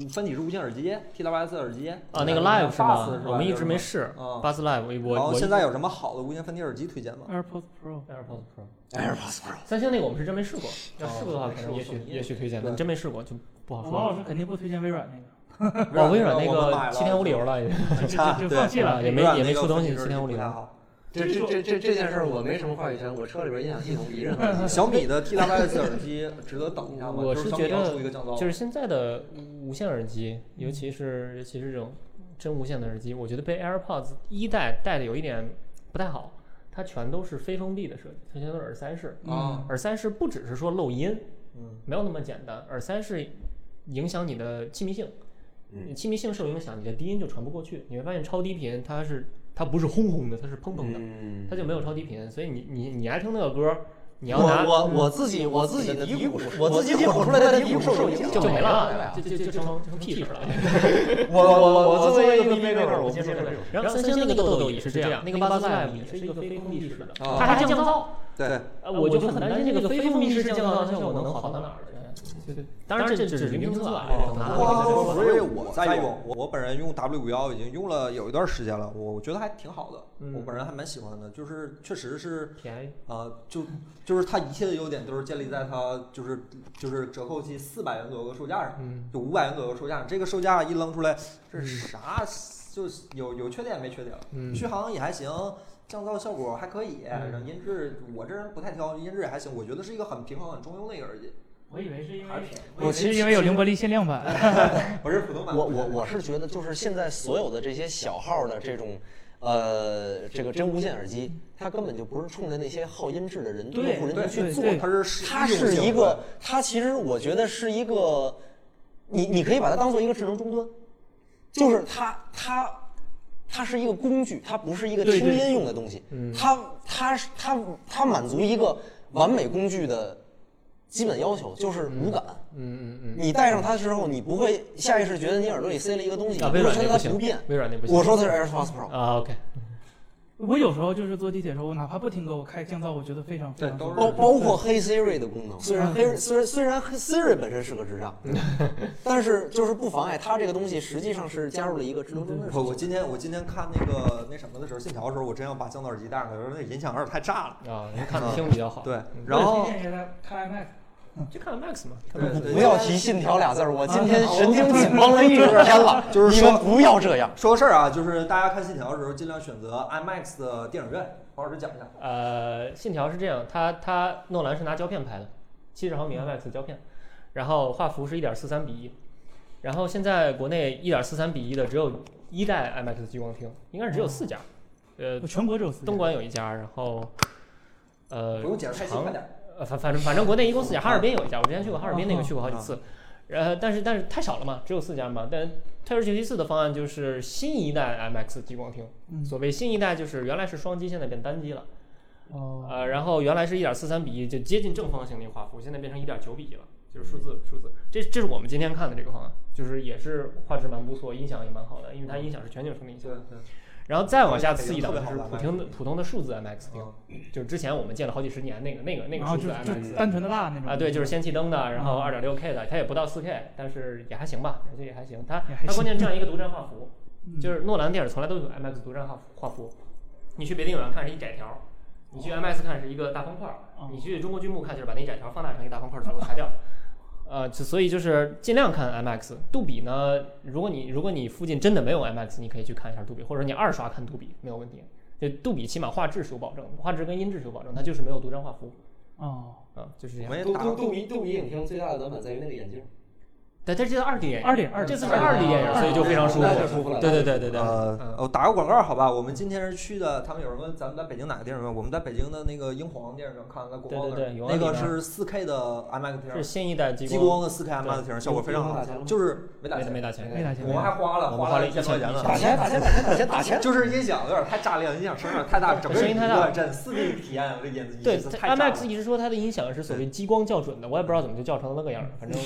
A: 无分体式无线耳机 TWS 耳机
E: 啊，那个 Live 是哦吗
A: Buzz 吧？
E: 我们一直没
A: 就是
E: 试
A: 嗯
E: Buzz Live，我
A: 然
E: 我
A: 后现在有什么好的无线分体耳机推荐吗？
B: AirPods Pro，
E: AirPods Pro，
C: AirPods Pro，
E: 三星那个我们是真没试过，要
A: 哦
E: 试过的话可
A: 是
E: 能
A: 我
E: 也许哦
A: 送你
E: 也许推荐，但
A: 对
E: 真没试过就不好
B: 王
E: 说
B: 老
E: 了。
B: 师肯定不推荐微软那个。
E: 哦，微软那
A: 我们买
E: 个
A: 了
E: 七天无理由了，已经。
B: 就就就
A: 对
B: 放弃了，
E: 啊也没
A: 微软
E: 也没
A: 那个
E: 出东西
A: 分体式
E: 今天
A: 不
E: 我领
A: 太
E: 了
A: 好。
B: 这这这
F: 这这件事我没什么话语权，我车里边音响系统比任何
A: 小米 的 TWS 耳机值得等一下吗？
E: 我
A: 就是小
E: 觉
A: 米要
E: 得
A: 出一个降噪，
E: 就是现在的无线耳机，尤其是尤其是这种真无线的耳机，我觉得被 AirPods 一代带的有一点不太好，它全都是非封闭的设计，它全都是耳塞式。
A: 啊，
E: 耳塞式不只是说漏音，
A: 嗯，
E: 没有那么简单，耳塞是影响你的气密性，
C: 嗯
E: 你气密性受影响，你的低音就传不过去。你会发现超低频它是它不是轰轰的，它是砰砰的，
C: 嗯
E: 它就没有超低频，所以你你你爱听那个歌，你要
C: 我
E: 拿
C: 我我自己我自己的低谷，我自己混出来的低谷受影响
E: 就没了，就就就成成屁事了。
C: 我我我作为一个
E: 低
C: B
E: 配
C: maker，
E: 我
C: 我
E: 接
C: 接
E: 受
C: 受
E: 这
C: 这
E: 种
C: 种。。
E: 然后三星那个豆豆也是这样，那个 Buzz Live 也是一个非封闭式的，
A: 啊
E: 嗯它还降噪。
A: 对，
E: 呃，我就很担心这个非封闭式降噪的效果能好到哪儿去。对对，当然这只是零评测啊，等拿到那个再说吧。
A: 所以我在用，我我本人用 W 五幺已经用了有一段时间了，我我觉得还挺好的，
E: 嗯
A: 我本人还蛮喜欢的，就是确实是。
E: 便宜，
A: 呃，就就是它一切的优点都是建立在它就是就是折扣期四百元左右的售价上，
E: 嗯，
A: 就五百元左右的售价上，这个售价一扔出来，这是啥？就是有有缺点没缺点，
E: 嗯
A: 续航也还行，降噪效果还可以，
E: 嗯
A: 然后音质我这人不太挑，音质也还行，我觉得是一个很平衡很中庸的一个耳机，
B: 我以为是因为
A: 还是便宜。
C: 我其实
B: 因为有凌波丽限量版，
A: 不是普通版，
C: 我我我是觉得，就是现在所有的这些小号的这种，呃，这个真无线耳机，它根本就不是冲着那些好音质的人、用
B: 对
C: 户人
A: 对
C: 群去做
B: 对
A: 它是
C: 它
A: 实用
C: 是
A: 性
C: 一个，它其实我觉得是一个，你你可以把它当做一个智能终端，就是它它它是一个工具，它不是一个
B: 对
C: 听
B: 对
C: 音用的东西
E: 嗯，
C: 它它是它它满足一个完美工具的基本要求，就是无感。
E: 嗯嗯嗯。
C: 你戴上它之后，你不会下意识觉得你耳朵里塞了一个东西，
E: 啊，
C: 你
E: 微
C: 不
E: 软
C: 会
E: 那
C: 觉得
E: 不
C: 它
E: 行
C: 不变。，
E: 微软那不行。
C: 我说的是 AirPods Pro，
E: 啊，OK，
B: 我有时候就是坐地铁的时候，我哪怕不听歌，我开降噪，我觉得非常非
A: 对
B: 常
A: 都
B: 舒
A: 是
C: 包
B: 服。
C: 包括黑 Siri 的功能，虽然黑虽然虽然黑 Siri 本身是个智障，但是就是不妨碍它这个东西实际上是加入了一个智能终端。
A: 我我今天我今天看那个那什么的时候，信条的时候，我真要把降噪耳机戴上，有时候那音响有点太炸了。
E: 啊，您看的听比较好。
A: 对，
E: 嗯
A: 然后
B: 推荐给大家看 IMAX，
E: 就看 Max 嘛，
A: 对对对
C: 不要提“信条”俩字儿，我今天神经紧绷了一整天了。
A: 就是
C: 你
A: 说
C: 们不要这样。
A: 说个事儿啊，就是大家看信条的时候，尽量选择 IMAX 的电影院。黄老师讲一下，
E: 呃，信条是这样，它它诺兰是拿胶片拍的，七十毫
B: 嗯
E: 米 IMAX 胶片，然后画幅是一点四三比一，然后现在国内一点四三比一的只有一代 IMAX 激光厅，应该是只有四家，呃
B: 我，全国只嗯有四家
E: 东莞有一家，然后呃
A: 不，用解释太细，
E: 长
A: 快点儿。
E: 呃，反反正反正国内一共四家，哈尔滨有一家，我之前去过哈尔滨那个
B: 哦
E: 去过好几次，呃，但是但是太少了嘛，只有四家嘛。但泰瑞九七四的方案就是新一代 IMAX 激光厅，
B: 嗯
E: 所谓新一代就是原来是双机，现在变单机了，
B: 哦，
E: 呃，然后原来是一点四三比一，就接近正方形的一个画幅，现在变成一点九比一了，就是数字数字。这这是我们今天看的这个方案，就是也是画质蛮不错，音响也蛮好的，因为它音响是全景声的音响
A: 对。对，
E: 然后再往下次一档就是
A: 特别好
E: 普
A: 的
E: 通的普通的数字 IMAX
A: 嗯
E: 厅，就是之前我们建了好几十年那个那个那个
B: 然
E: 数
B: 后
E: 字
B: 哦就
E: IMAX
B: 就单纯的大那种
E: 啊，对，就是氙气灯的，然后二
B: 嗯
E: 点六 K 的，它也不到四 K，但是也还行吧，而且也还行。它
B: 也还
E: 它关
B: 行
E: 键这样一个独占画幅，
B: 嗯
E: 就是诺兰电影从来都有 IMAX 独占画幅画幅，你去别的影院看是一窄条儿，你去 IMAX 看是一个大方块儿，你去中国剧目看就是把那一窄条儿放大成一个大方块儿左右裁掉。呃，就所以就是尽量看 IMAX 杜比呢。如果你如果你附近真的没有 IMAX，你可以去看一下杜比，或者你二刷看杜比没有问题。就杜比起码画质是有保证，画质跟音质是有保证，它就是没有独占画幅
B: 哦，
E: 啊，就是这
A: 我
E: 样。
A: 们也打
C: 哎杜比杜比影厅最大的短板在于那个眼镜，
E: 对，它这是二 D 电影，
B: 2D 2D
E: 这次是二 D 电影，所以就非常舒服。
C: 那就舒服了
E: 对对对对对，
A: 呃，
E: 嗯
A: 我打个广告好吧，我们今天是去的，他们有人问咱们在北京哪个电影院，我们在北京的那个英皇电影院看，在国贸那
E: 对对
A: 儿
E: 对，永
A: 那
E: 安
A: 个
E: 里面
A: 是四 K 的 IMAX 厅
E: 啊是，新一代激
A: 激
E: 光，
A: 光的四 K IMAX 厅，效果非常
C: 激光
A: 好
C: 打钱了，吗
A: 就是没打
E: 没
A: 钱，
E: 没打钱，
B: 没打钱
A: 我们还花了
E: 我们花
A: 了
E: 了
A: 一千块钱
E: 1000
A: 呢
C: 打。钱打钱打钱打钱打钱。
A: 就是音响有点太炸裂了，音响声有点太大，整个
E: 声音太大
A: 一个震，四 D 体验，我这眼睛
E: 对
A: 一次
E: 它
A: 太炸了
E: ，IMAX 一直说它的音响是所谓激光校准的，我也不知道怎么就校成了那个样儿，反正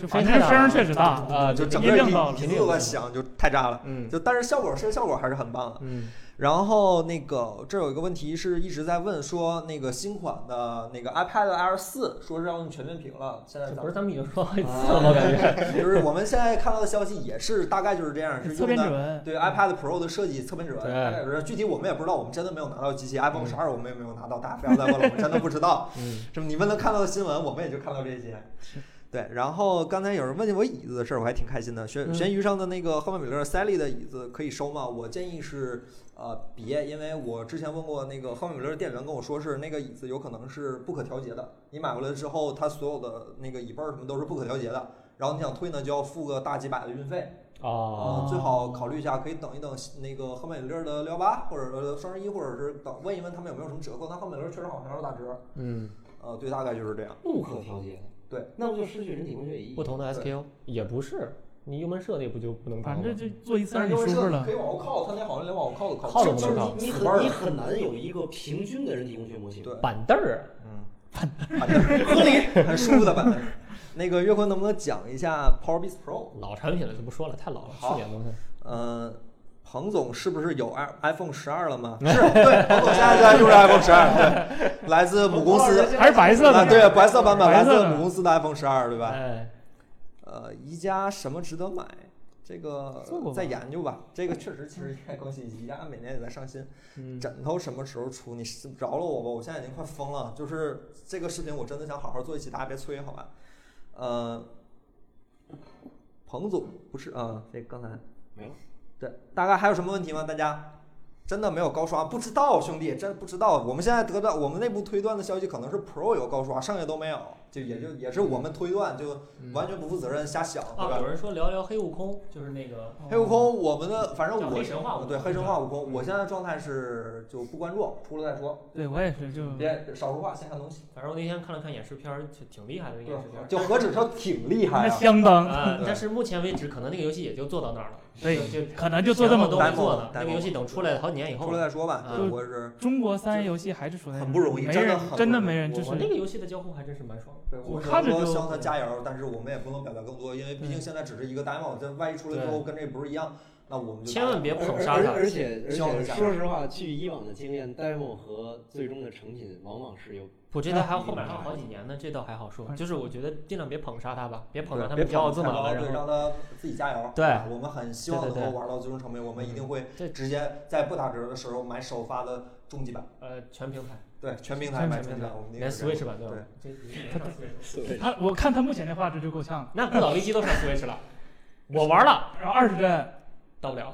B: 就反
E: 声音太
B: 正
E: 大
B: 声声确实大，
E: 啊，
A: 嗯就
E: 对
A: 整
B: 音
A: 个
B: 量
A: 一
B: 到了
A: 一路的响就太炸了。
E: 嗯
A: 就但是效果视觉效果还是很棒的。
E: 嗯
A: 然后那个这有一个问题是一直在问说那个新款的那个 iPad Air 四说是要用全面屏了，现在
E: 这
A: 咱
E: 不
A: 们
E: 是
A: 啊
E: 咱们已经说好几次了吗？感 觉
A: 就是我们现在看到的消息也是大概就是这样，是
B: 呃侧
A: 用
B: 边指
A: 的
B: 纹，
A: 对 iPad Pro 的设计侧边指纹，
E: 对
A: 大概是具体我们也不知道，我们真的没有拿到机器，iPhone 十二我们也没有拿到，大家不要再问了，我们真的不知道。
E: 嗯
A: 这么你们能看到的新闻，我们也就看到这些。对，然后刚才有人问我椅子的事儿，我还挺开心的。
E: 嗯
A: 闲闲鱼上的那个赫曼米勒 Sally 的椅子可以收吗？我建议是呃别，因为我之前问过那个赫曼米勒店员跟我说是那个椅子有可能是不可调节的，你买回来之后它所有的那个椅背儿什么都是不可调节的，然后你想退呢就要付个大几百的运费。
E: 哦，
A: 啊，最好考虑一下，可以等一等那个赫曼米勒的六幺八，或者呃双十一，或者是等问一问他们有没有什么折扣。但赫曼米勒确实好像是打折，
E: 嗯，
A: 呃，对，大概就是这样。
F: 不可调节，
A: 对，
F: 那不就失去人体工学意义
E: 不？同的 SKU 也不是，你幽门射那不就不能
B: 反
E: 碰
B: 正
E: 吗
B: 就做一次
A: 但
B: 让
A: 是
B: 你
A: 因为
B: 舒服
A: 这
B: 了
A: 可。以往后靠，它那好像连往后靠都靠
E: 靠都
A: 不
E: 不
A: 上
F: 就
E: 能靠
F: 是你你
A: 死板儿
F: 很你很难有一个平均的人体工学模型。
A: 对，
E: 板凳儿啊
A: 嗯，反正合理，很舒服的版本。 那个岳坤能不能讲一下 PowerBeats Pro？
E: 老产品了就不说了，太老了，去
A: 好
E: 年东西。
A: 嗯，彭总是不是有 i iPhone 十二了吗？是， 对，彭总现在就在用着 iPhone 十二，对，来自母公司。
B: 还是白色
A: 啊，
B: 的，
A: 对，白色版本，
B: 白
A: 来
B: 色
A: 自
B: 的
A: 母公司的 iPhone 十二，对吧？
E: 哎，
A: 呃，宜家什么值得买？这个
B: 做过吧
A: 再研究吧。这个确实其实应该更新，宜家每年也在上新。
E: 嗯
A: 枕头什么时候出？你是饶了我吧，我现在已经快疯了。就是这个视频，我真的想好好做一期，大家别催，好吧？呃，彭总不是啊、呃这刚才
F: 没了。
A: 对，大概还有什么问题吗？大家真的没有高刷？不知道，兄弟，真不知道。我们现在得到我们内部推断的消息，可能是 Pro 有高刷，剩下都没有，就也
E: 嗯
A: 就也是我们推断，就完全不负责任，瞎想，对
E: 啊，有
A: 吧？
E: 人说聊聊黑悟空，就是那个
A: 黑悟空，我们的反正
E: 哦叫
A: 我
E: 黑神话悟空
A: 对黑神话悟空，我现在状态是就不关注，出了再说，
B: 哦对我也是，就
A: 别少说话，先看东西。
E: 反正我那天看了看演示片儿，挺挺厉害的那个演示片儿。
A: 就何止说挺厉害
B: 那
A: 啊，
B: 相当
E: 啊
A: 对，
E: 但是目前为止，可能那个游戏也就做到那儿了。
B: 对
E: 就
B: 可能就做这么
E: 前
B: 多
E: 后都没做呢。
A: Demo，
E: 那个游戏等出来好几年以后
A: 出了
E: 了。
A: 再说吧。
E: 嗯
A: 对，我是
B: 中国三 A 游戏还是处在
A: 很不容易
B: 没
A: 真的
B: 人
A: 很不
B: 真的
A: 容易
B: 没人
A: 我
B: 支
E: 我那
B: 持。
E: 个游戏的交互还真是蛮爽的。
A: 对我
B: 我
A: 只
B: 看着
A: 能说
B: 就
A: 向
E: 嗯
A: 他加油，但是我们也不能表达更多，因为毕竟现在只是一个 demo，这万一出来之后跟这不是一样，那我们就
E: 千万别不
F: 而
E: 手
F: 而
E: 杀
F: 而
E: 它。
F: 而且而
A: 希望
F: 且，
A: 能下
F: 说实话，据以往的经验，demo 和最终的成品往往是有
E: 我觉得还后面还有好几年呢，这倒还好说。就是我觉得尽量别捧杀它吧，别捧得他们骄傲自满了。
A: 对，
E: 然后
A: 让他自己加油。
E: 对
A: 啊我们很希望
E: 对
A: 能
E: 对
A: 够
E: 对嗯
A: 玩到最终成品，我们一定会
E: 这
A: 直接在不打折的时候买首发的终极版，
E: 呃全平台，
A: 对，全平台买终
E: 全平
A: 极
E: 台
A: 版，我们一定
E: 连
A: 会这样
E: Switch 版对吧？这
B: 它
E: 上 Switch
F: 所谓
B: 他我看他目前的画质就够呛了，
E: 那不倒危机都上 Switch 了，我玩了
B: 然后二十帧，
E: 到不了。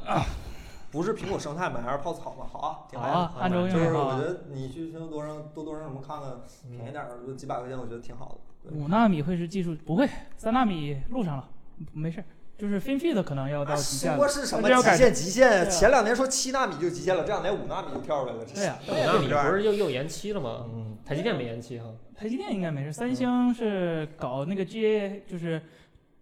A: 不是苹果生态买还是泡草嘛？好啊，挺
B: 好
A: 嗨的
B: 啊，按照
A: 就
B: 用
A: 是
B: 户
A: 我
B: 啊
A: 觉得你去拼多多上多多上什么看看，
E: 嗯
A: 便宜点儿，就几百块钱，我觉得挺好的。对
B: 五纳米会是技术不会，三纳米路上了，没事儿，就是 FinFET 可能要到
A: 啊
B: 极限
A: 说
B: 了。
A: 是什么
B: 这要
A: 极
B: 改
A: 限？极限
B: 对啊
A: 前两年说七纳米就极限了，这两年五纳米就跳出来了。这
B: 对呀、啊
E: 五纳米不是又又延期了吗？
A: 嗯，
E: 台积电没延期哈。
B: 台积电应该没事，三星是搞那个 GA，就是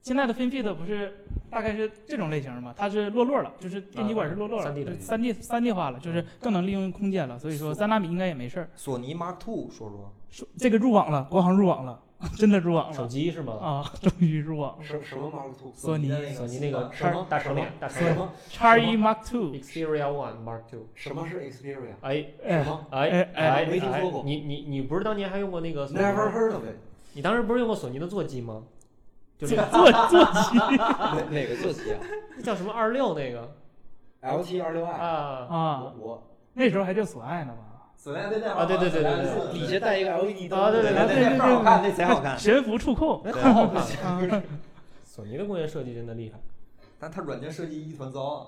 B: 现在的 FinFET 不是大概是这种类型嘛？它是落落了，就是电极管是落落了，
E: 3D 的
B: 三 D 三 D 化了，就是更能利用空间了，所以说三纳米应该也没事儿。
A: 索尼 Mark Two 说说，
B: 说这个入网了，国行入网了， 真的入网
E: 手
B: 了
E: 机是吗？
B: 啊， 终于入网了。
F: 什什么 Mark Two
B: 索尼
E: 索尼那个
F: 什么
E: 大长脸，大长
F: 什
E: 脸
F: 么
B: X 一 Mark Two，
E: ，Xperia One Mark Two，
F: 什么是 Xperia？
E: 哎
F: 什
B: 哎，
F: 么
E: 哎
B: 哎哎
E: 哎，
F: 没听说过
E: 哎你你你不是当年还用过那个索尼
F: ？Never
E: 吗？
F: heard of it。
E: 你当时不是用过索尼的座机吗？就那
B: 坐坐机
F: 哪哪个座机啊
E: 个叫什么二六那个
F: ？LT 二六
C: 哎
F: I。
E: 啊，
B: 啊，
F: 我
B: 那时候还叫索爱呢吧？
A: 索尼爱对对
E: 啊对对对对对
F: 我底下带一个 LED 灯。
E: 啊对
A: 对
E: 对
A: 对，那倍儿好看，那贼好看。
B: 悬浮触控，
E: 那好好看。
B: 啊，
E: 索尼的工业设计真的厉害，
A: 但它软件设计一团糟啊，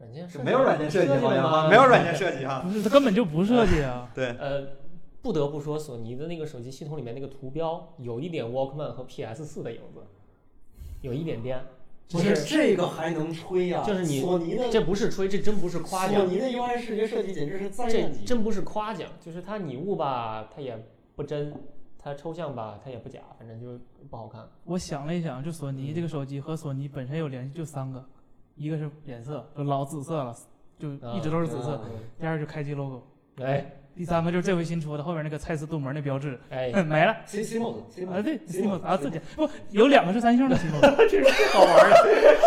E: 软件
A: 是没有软件设计好像
E: 吗？
A: 啊，没有软件设计哈。
B: 不是，它根本就不设计啊。
A: 对，
E: 呃，不得不说，索尼的那个手机系统里面那个图标有一点 Walkman 和 PS 4的影子，有一点点。
F: 不
E: 就是
F: 这个还能吹啊？
E: 就是你
F: 索尼的
E: 这不是吹，这真不是夸
F: 索
E: 奖，
F: 尼的 UI 视觉设计简直是灾
E: 这
F: 难级。
E: 真不是夸奖，就是它拟物吧，它也不真，它抽象吧，它也不假，反正就不好看。
B: 我想了一想，就索尼这个手机和索尼本身有联系，就三个，一个是颜色，就老紫色了，就一直都是紫色；
F: 啊
B: 第二就开机 logo，
E: 哎，
B: 第三个就是这回新出的，后边那个蔡司镀膜那标志，
E: 哎，
B: 嗯，没了。
F: C C mode C
B: 啊，
F: mode
B: 对
F: C
B: ，C 模
F: mode
B: 啊，自己不有两个是三星的 C 模，
E: 好玩儿的。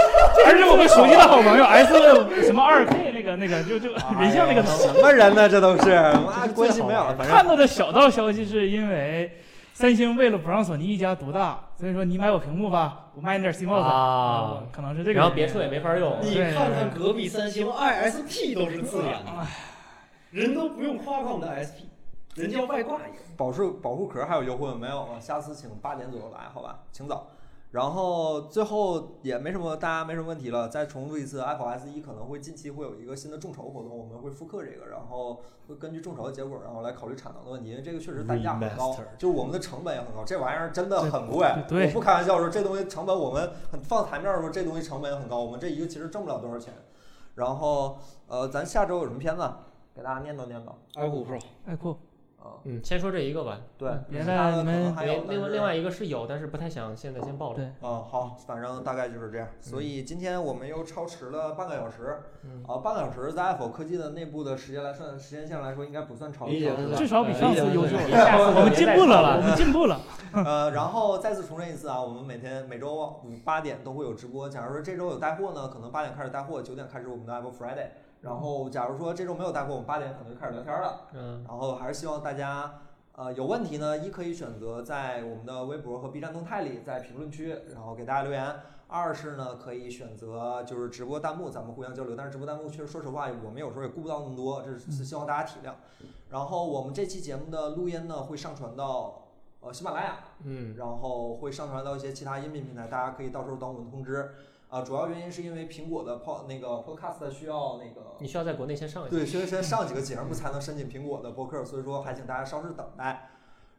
B: 而且我们熟悉的好朋友 S 什么二 K 那个那个就就
E: 哎
B: 人像那个头，
A: 什么人呢？这都是，妈关系没有了，反
B: 看
A: 正
B: 到的小道消息是因为三星为了不让索尼一家独大，所以说你买我屏幕吧，我卖你点 C 帽子
E: 啊
B: 可能是这个原因。
E: 然后别处也没法用，
F: 你
B: 对
F: 看看隔壁三星 ISP 都是自研的，人都不用夸夸我们的 SP，人家外挂一个。
A: 保护保护壳还有优惠没有吗？下次请八点左右来，好吧，请早。然后最后也没什么，大家没什么问题了。再重复一次，iPhone S 一可能会近期会有一个新的众筹活动，我们会复刻这个，然后会根据众筹的结果，然后来考虑产能的问题，因为这个确实单价很高
E: Remastered，
A: 就是我们的成本也很高，这玩意儿真的很贵。
B: 对对
A: 我不开玩笑说这东西成本，我们很放台面的时候，这东西成本也很高，我们这一个其实挣不了多少钱。然后呃，咱下周有什么片子给大家念叨念叨
F: iPhone Pro
B: 哎酷，
A: 啊？
E: 嗯，先说这一个吧。
A: 对，
B: 别
A: 其
B: 的
A: 他的可
B: 你们
A: 能还有
E: 另另外另
A: 外。
E: 外一个是有，但是不太想现在先暴露。
B: 对
A: 嗯，好，反正大概就是这样。所以今天我们又超时了半个小时，
E: 嗯
A: 啊，半个小时在爱否科技的内部的时间来算，时间线来说应该不算超
F: 理
A: 时
F: 解
A: 了
F: 了
A: 吧
B: 至少比上次优秀。
E: 你下次
B: 我们
E: 别
B: 进
E: 再暴
B: 步了
E: 露
B: 了，我 们进步了。
A: 呃，然后再次重申一次啊，我们每天每周五八点都会有直播。假如说这周有带货呢，可能八点开始带货，九点开始我们的 Apple Friday。然后假如说这周没有带货，我们八点可能就开始聊天了。
E: 嗯，
A: 然后还是希望大家，呃，有问题呢，一可以选择在我们的微博和 B 站动态里，在评论区，然后给大家留言。二是呢，可以选择就是直播弹幕，咱们互相交流。但是直播弹幕确实，说实话，我们有时候也顾不到那么多，这是希望大家体谅。然后我们这期节目的录音呢，会上传到呃喜马拉雅，
E: 嗯，
A: 然后会上传到一些其他音频平台，大家可以到时候等我们通知。啊、主要原因是因为苹果的 pod 那个 podcast 需要那个
E: 你需要在国内先上一下。
A: 对，先先上几个节目才能申请苹果的播客，所以说还请大家稍事等待。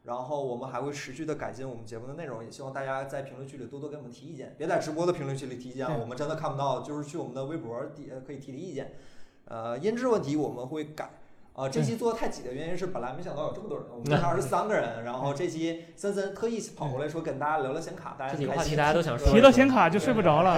A: 然后我们还会持续的改进我们节目的内容，也希望大家在评论区里多多给我们提意见，别在直播的评论区里提意见啊，
B: 对
A: 我们真的看不到，就是去我们的微博底呃可以提提意见。呃，音质问题我们会改。呃，这
E: 嗯
A: 期做的太挤的原因是，本来没想到有这么多人，我们正好是三个人，然后这期森森特意跑过来说跟大家聊聊显卡，大家
E: 这几个
A: 开
E: 话
A: 心
E: 题大家都想说。
B: 提到显卡就睡不着 了，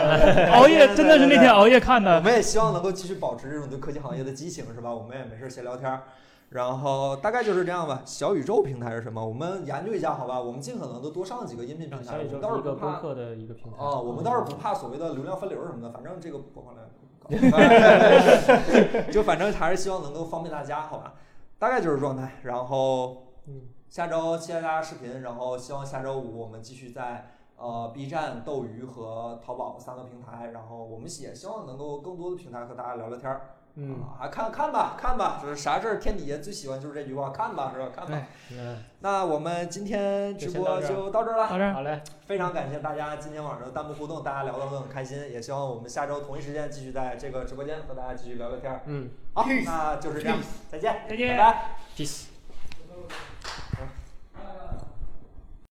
B: 熬夜真的是那天熬夜看
A: 我
B: 的。
A: 们也希望能够继续保持这种对科技行业的激情，是吧？我们也没事儿闲聊天儿，然后大概就是这样吧。小宇宙平台是什么？我们研究一下，好吧？我们尽可能的多上几个音频平台，
E: 啊小
A: 我
E: 宇宙
A: 们倒
E: 是
A: 是
E: 一个
A: 不
E: 播
A: 怕。
E: 客的一个平台。
A: 哦，我们倒是不怕所谓的流量分流什么的，反正这个播放量也不高， 就反正还是希望能够方便大家，好吧？大概就是状态，然后
E: 嗯
A: 下周期待大家视频，然后希望下周五我们继续在呃 B 站、斗鱼和淘宝三个平台，然后我们也希望能够更多的平台和大家聊聊天儿，
E: 嗯，
A: 啊，看看吧，看吧，就是啥事儿天底下最喜欢就是这句话，看吧，是吧？看吧。
E: 嗯，
A: 那我们今天直播就到这儿了。
B: 好的，
E: 好嘞，
A: 非常感谢大家今天晚上的弹幕互动，大家聊得都很开心，也希望我们下周同一时间继续在这个直播间和大家继续聊聊天儿。
E: 嗯
A: 好，那就是这样，再见，
B: 再见
A: 拜拜。
E: ，peace。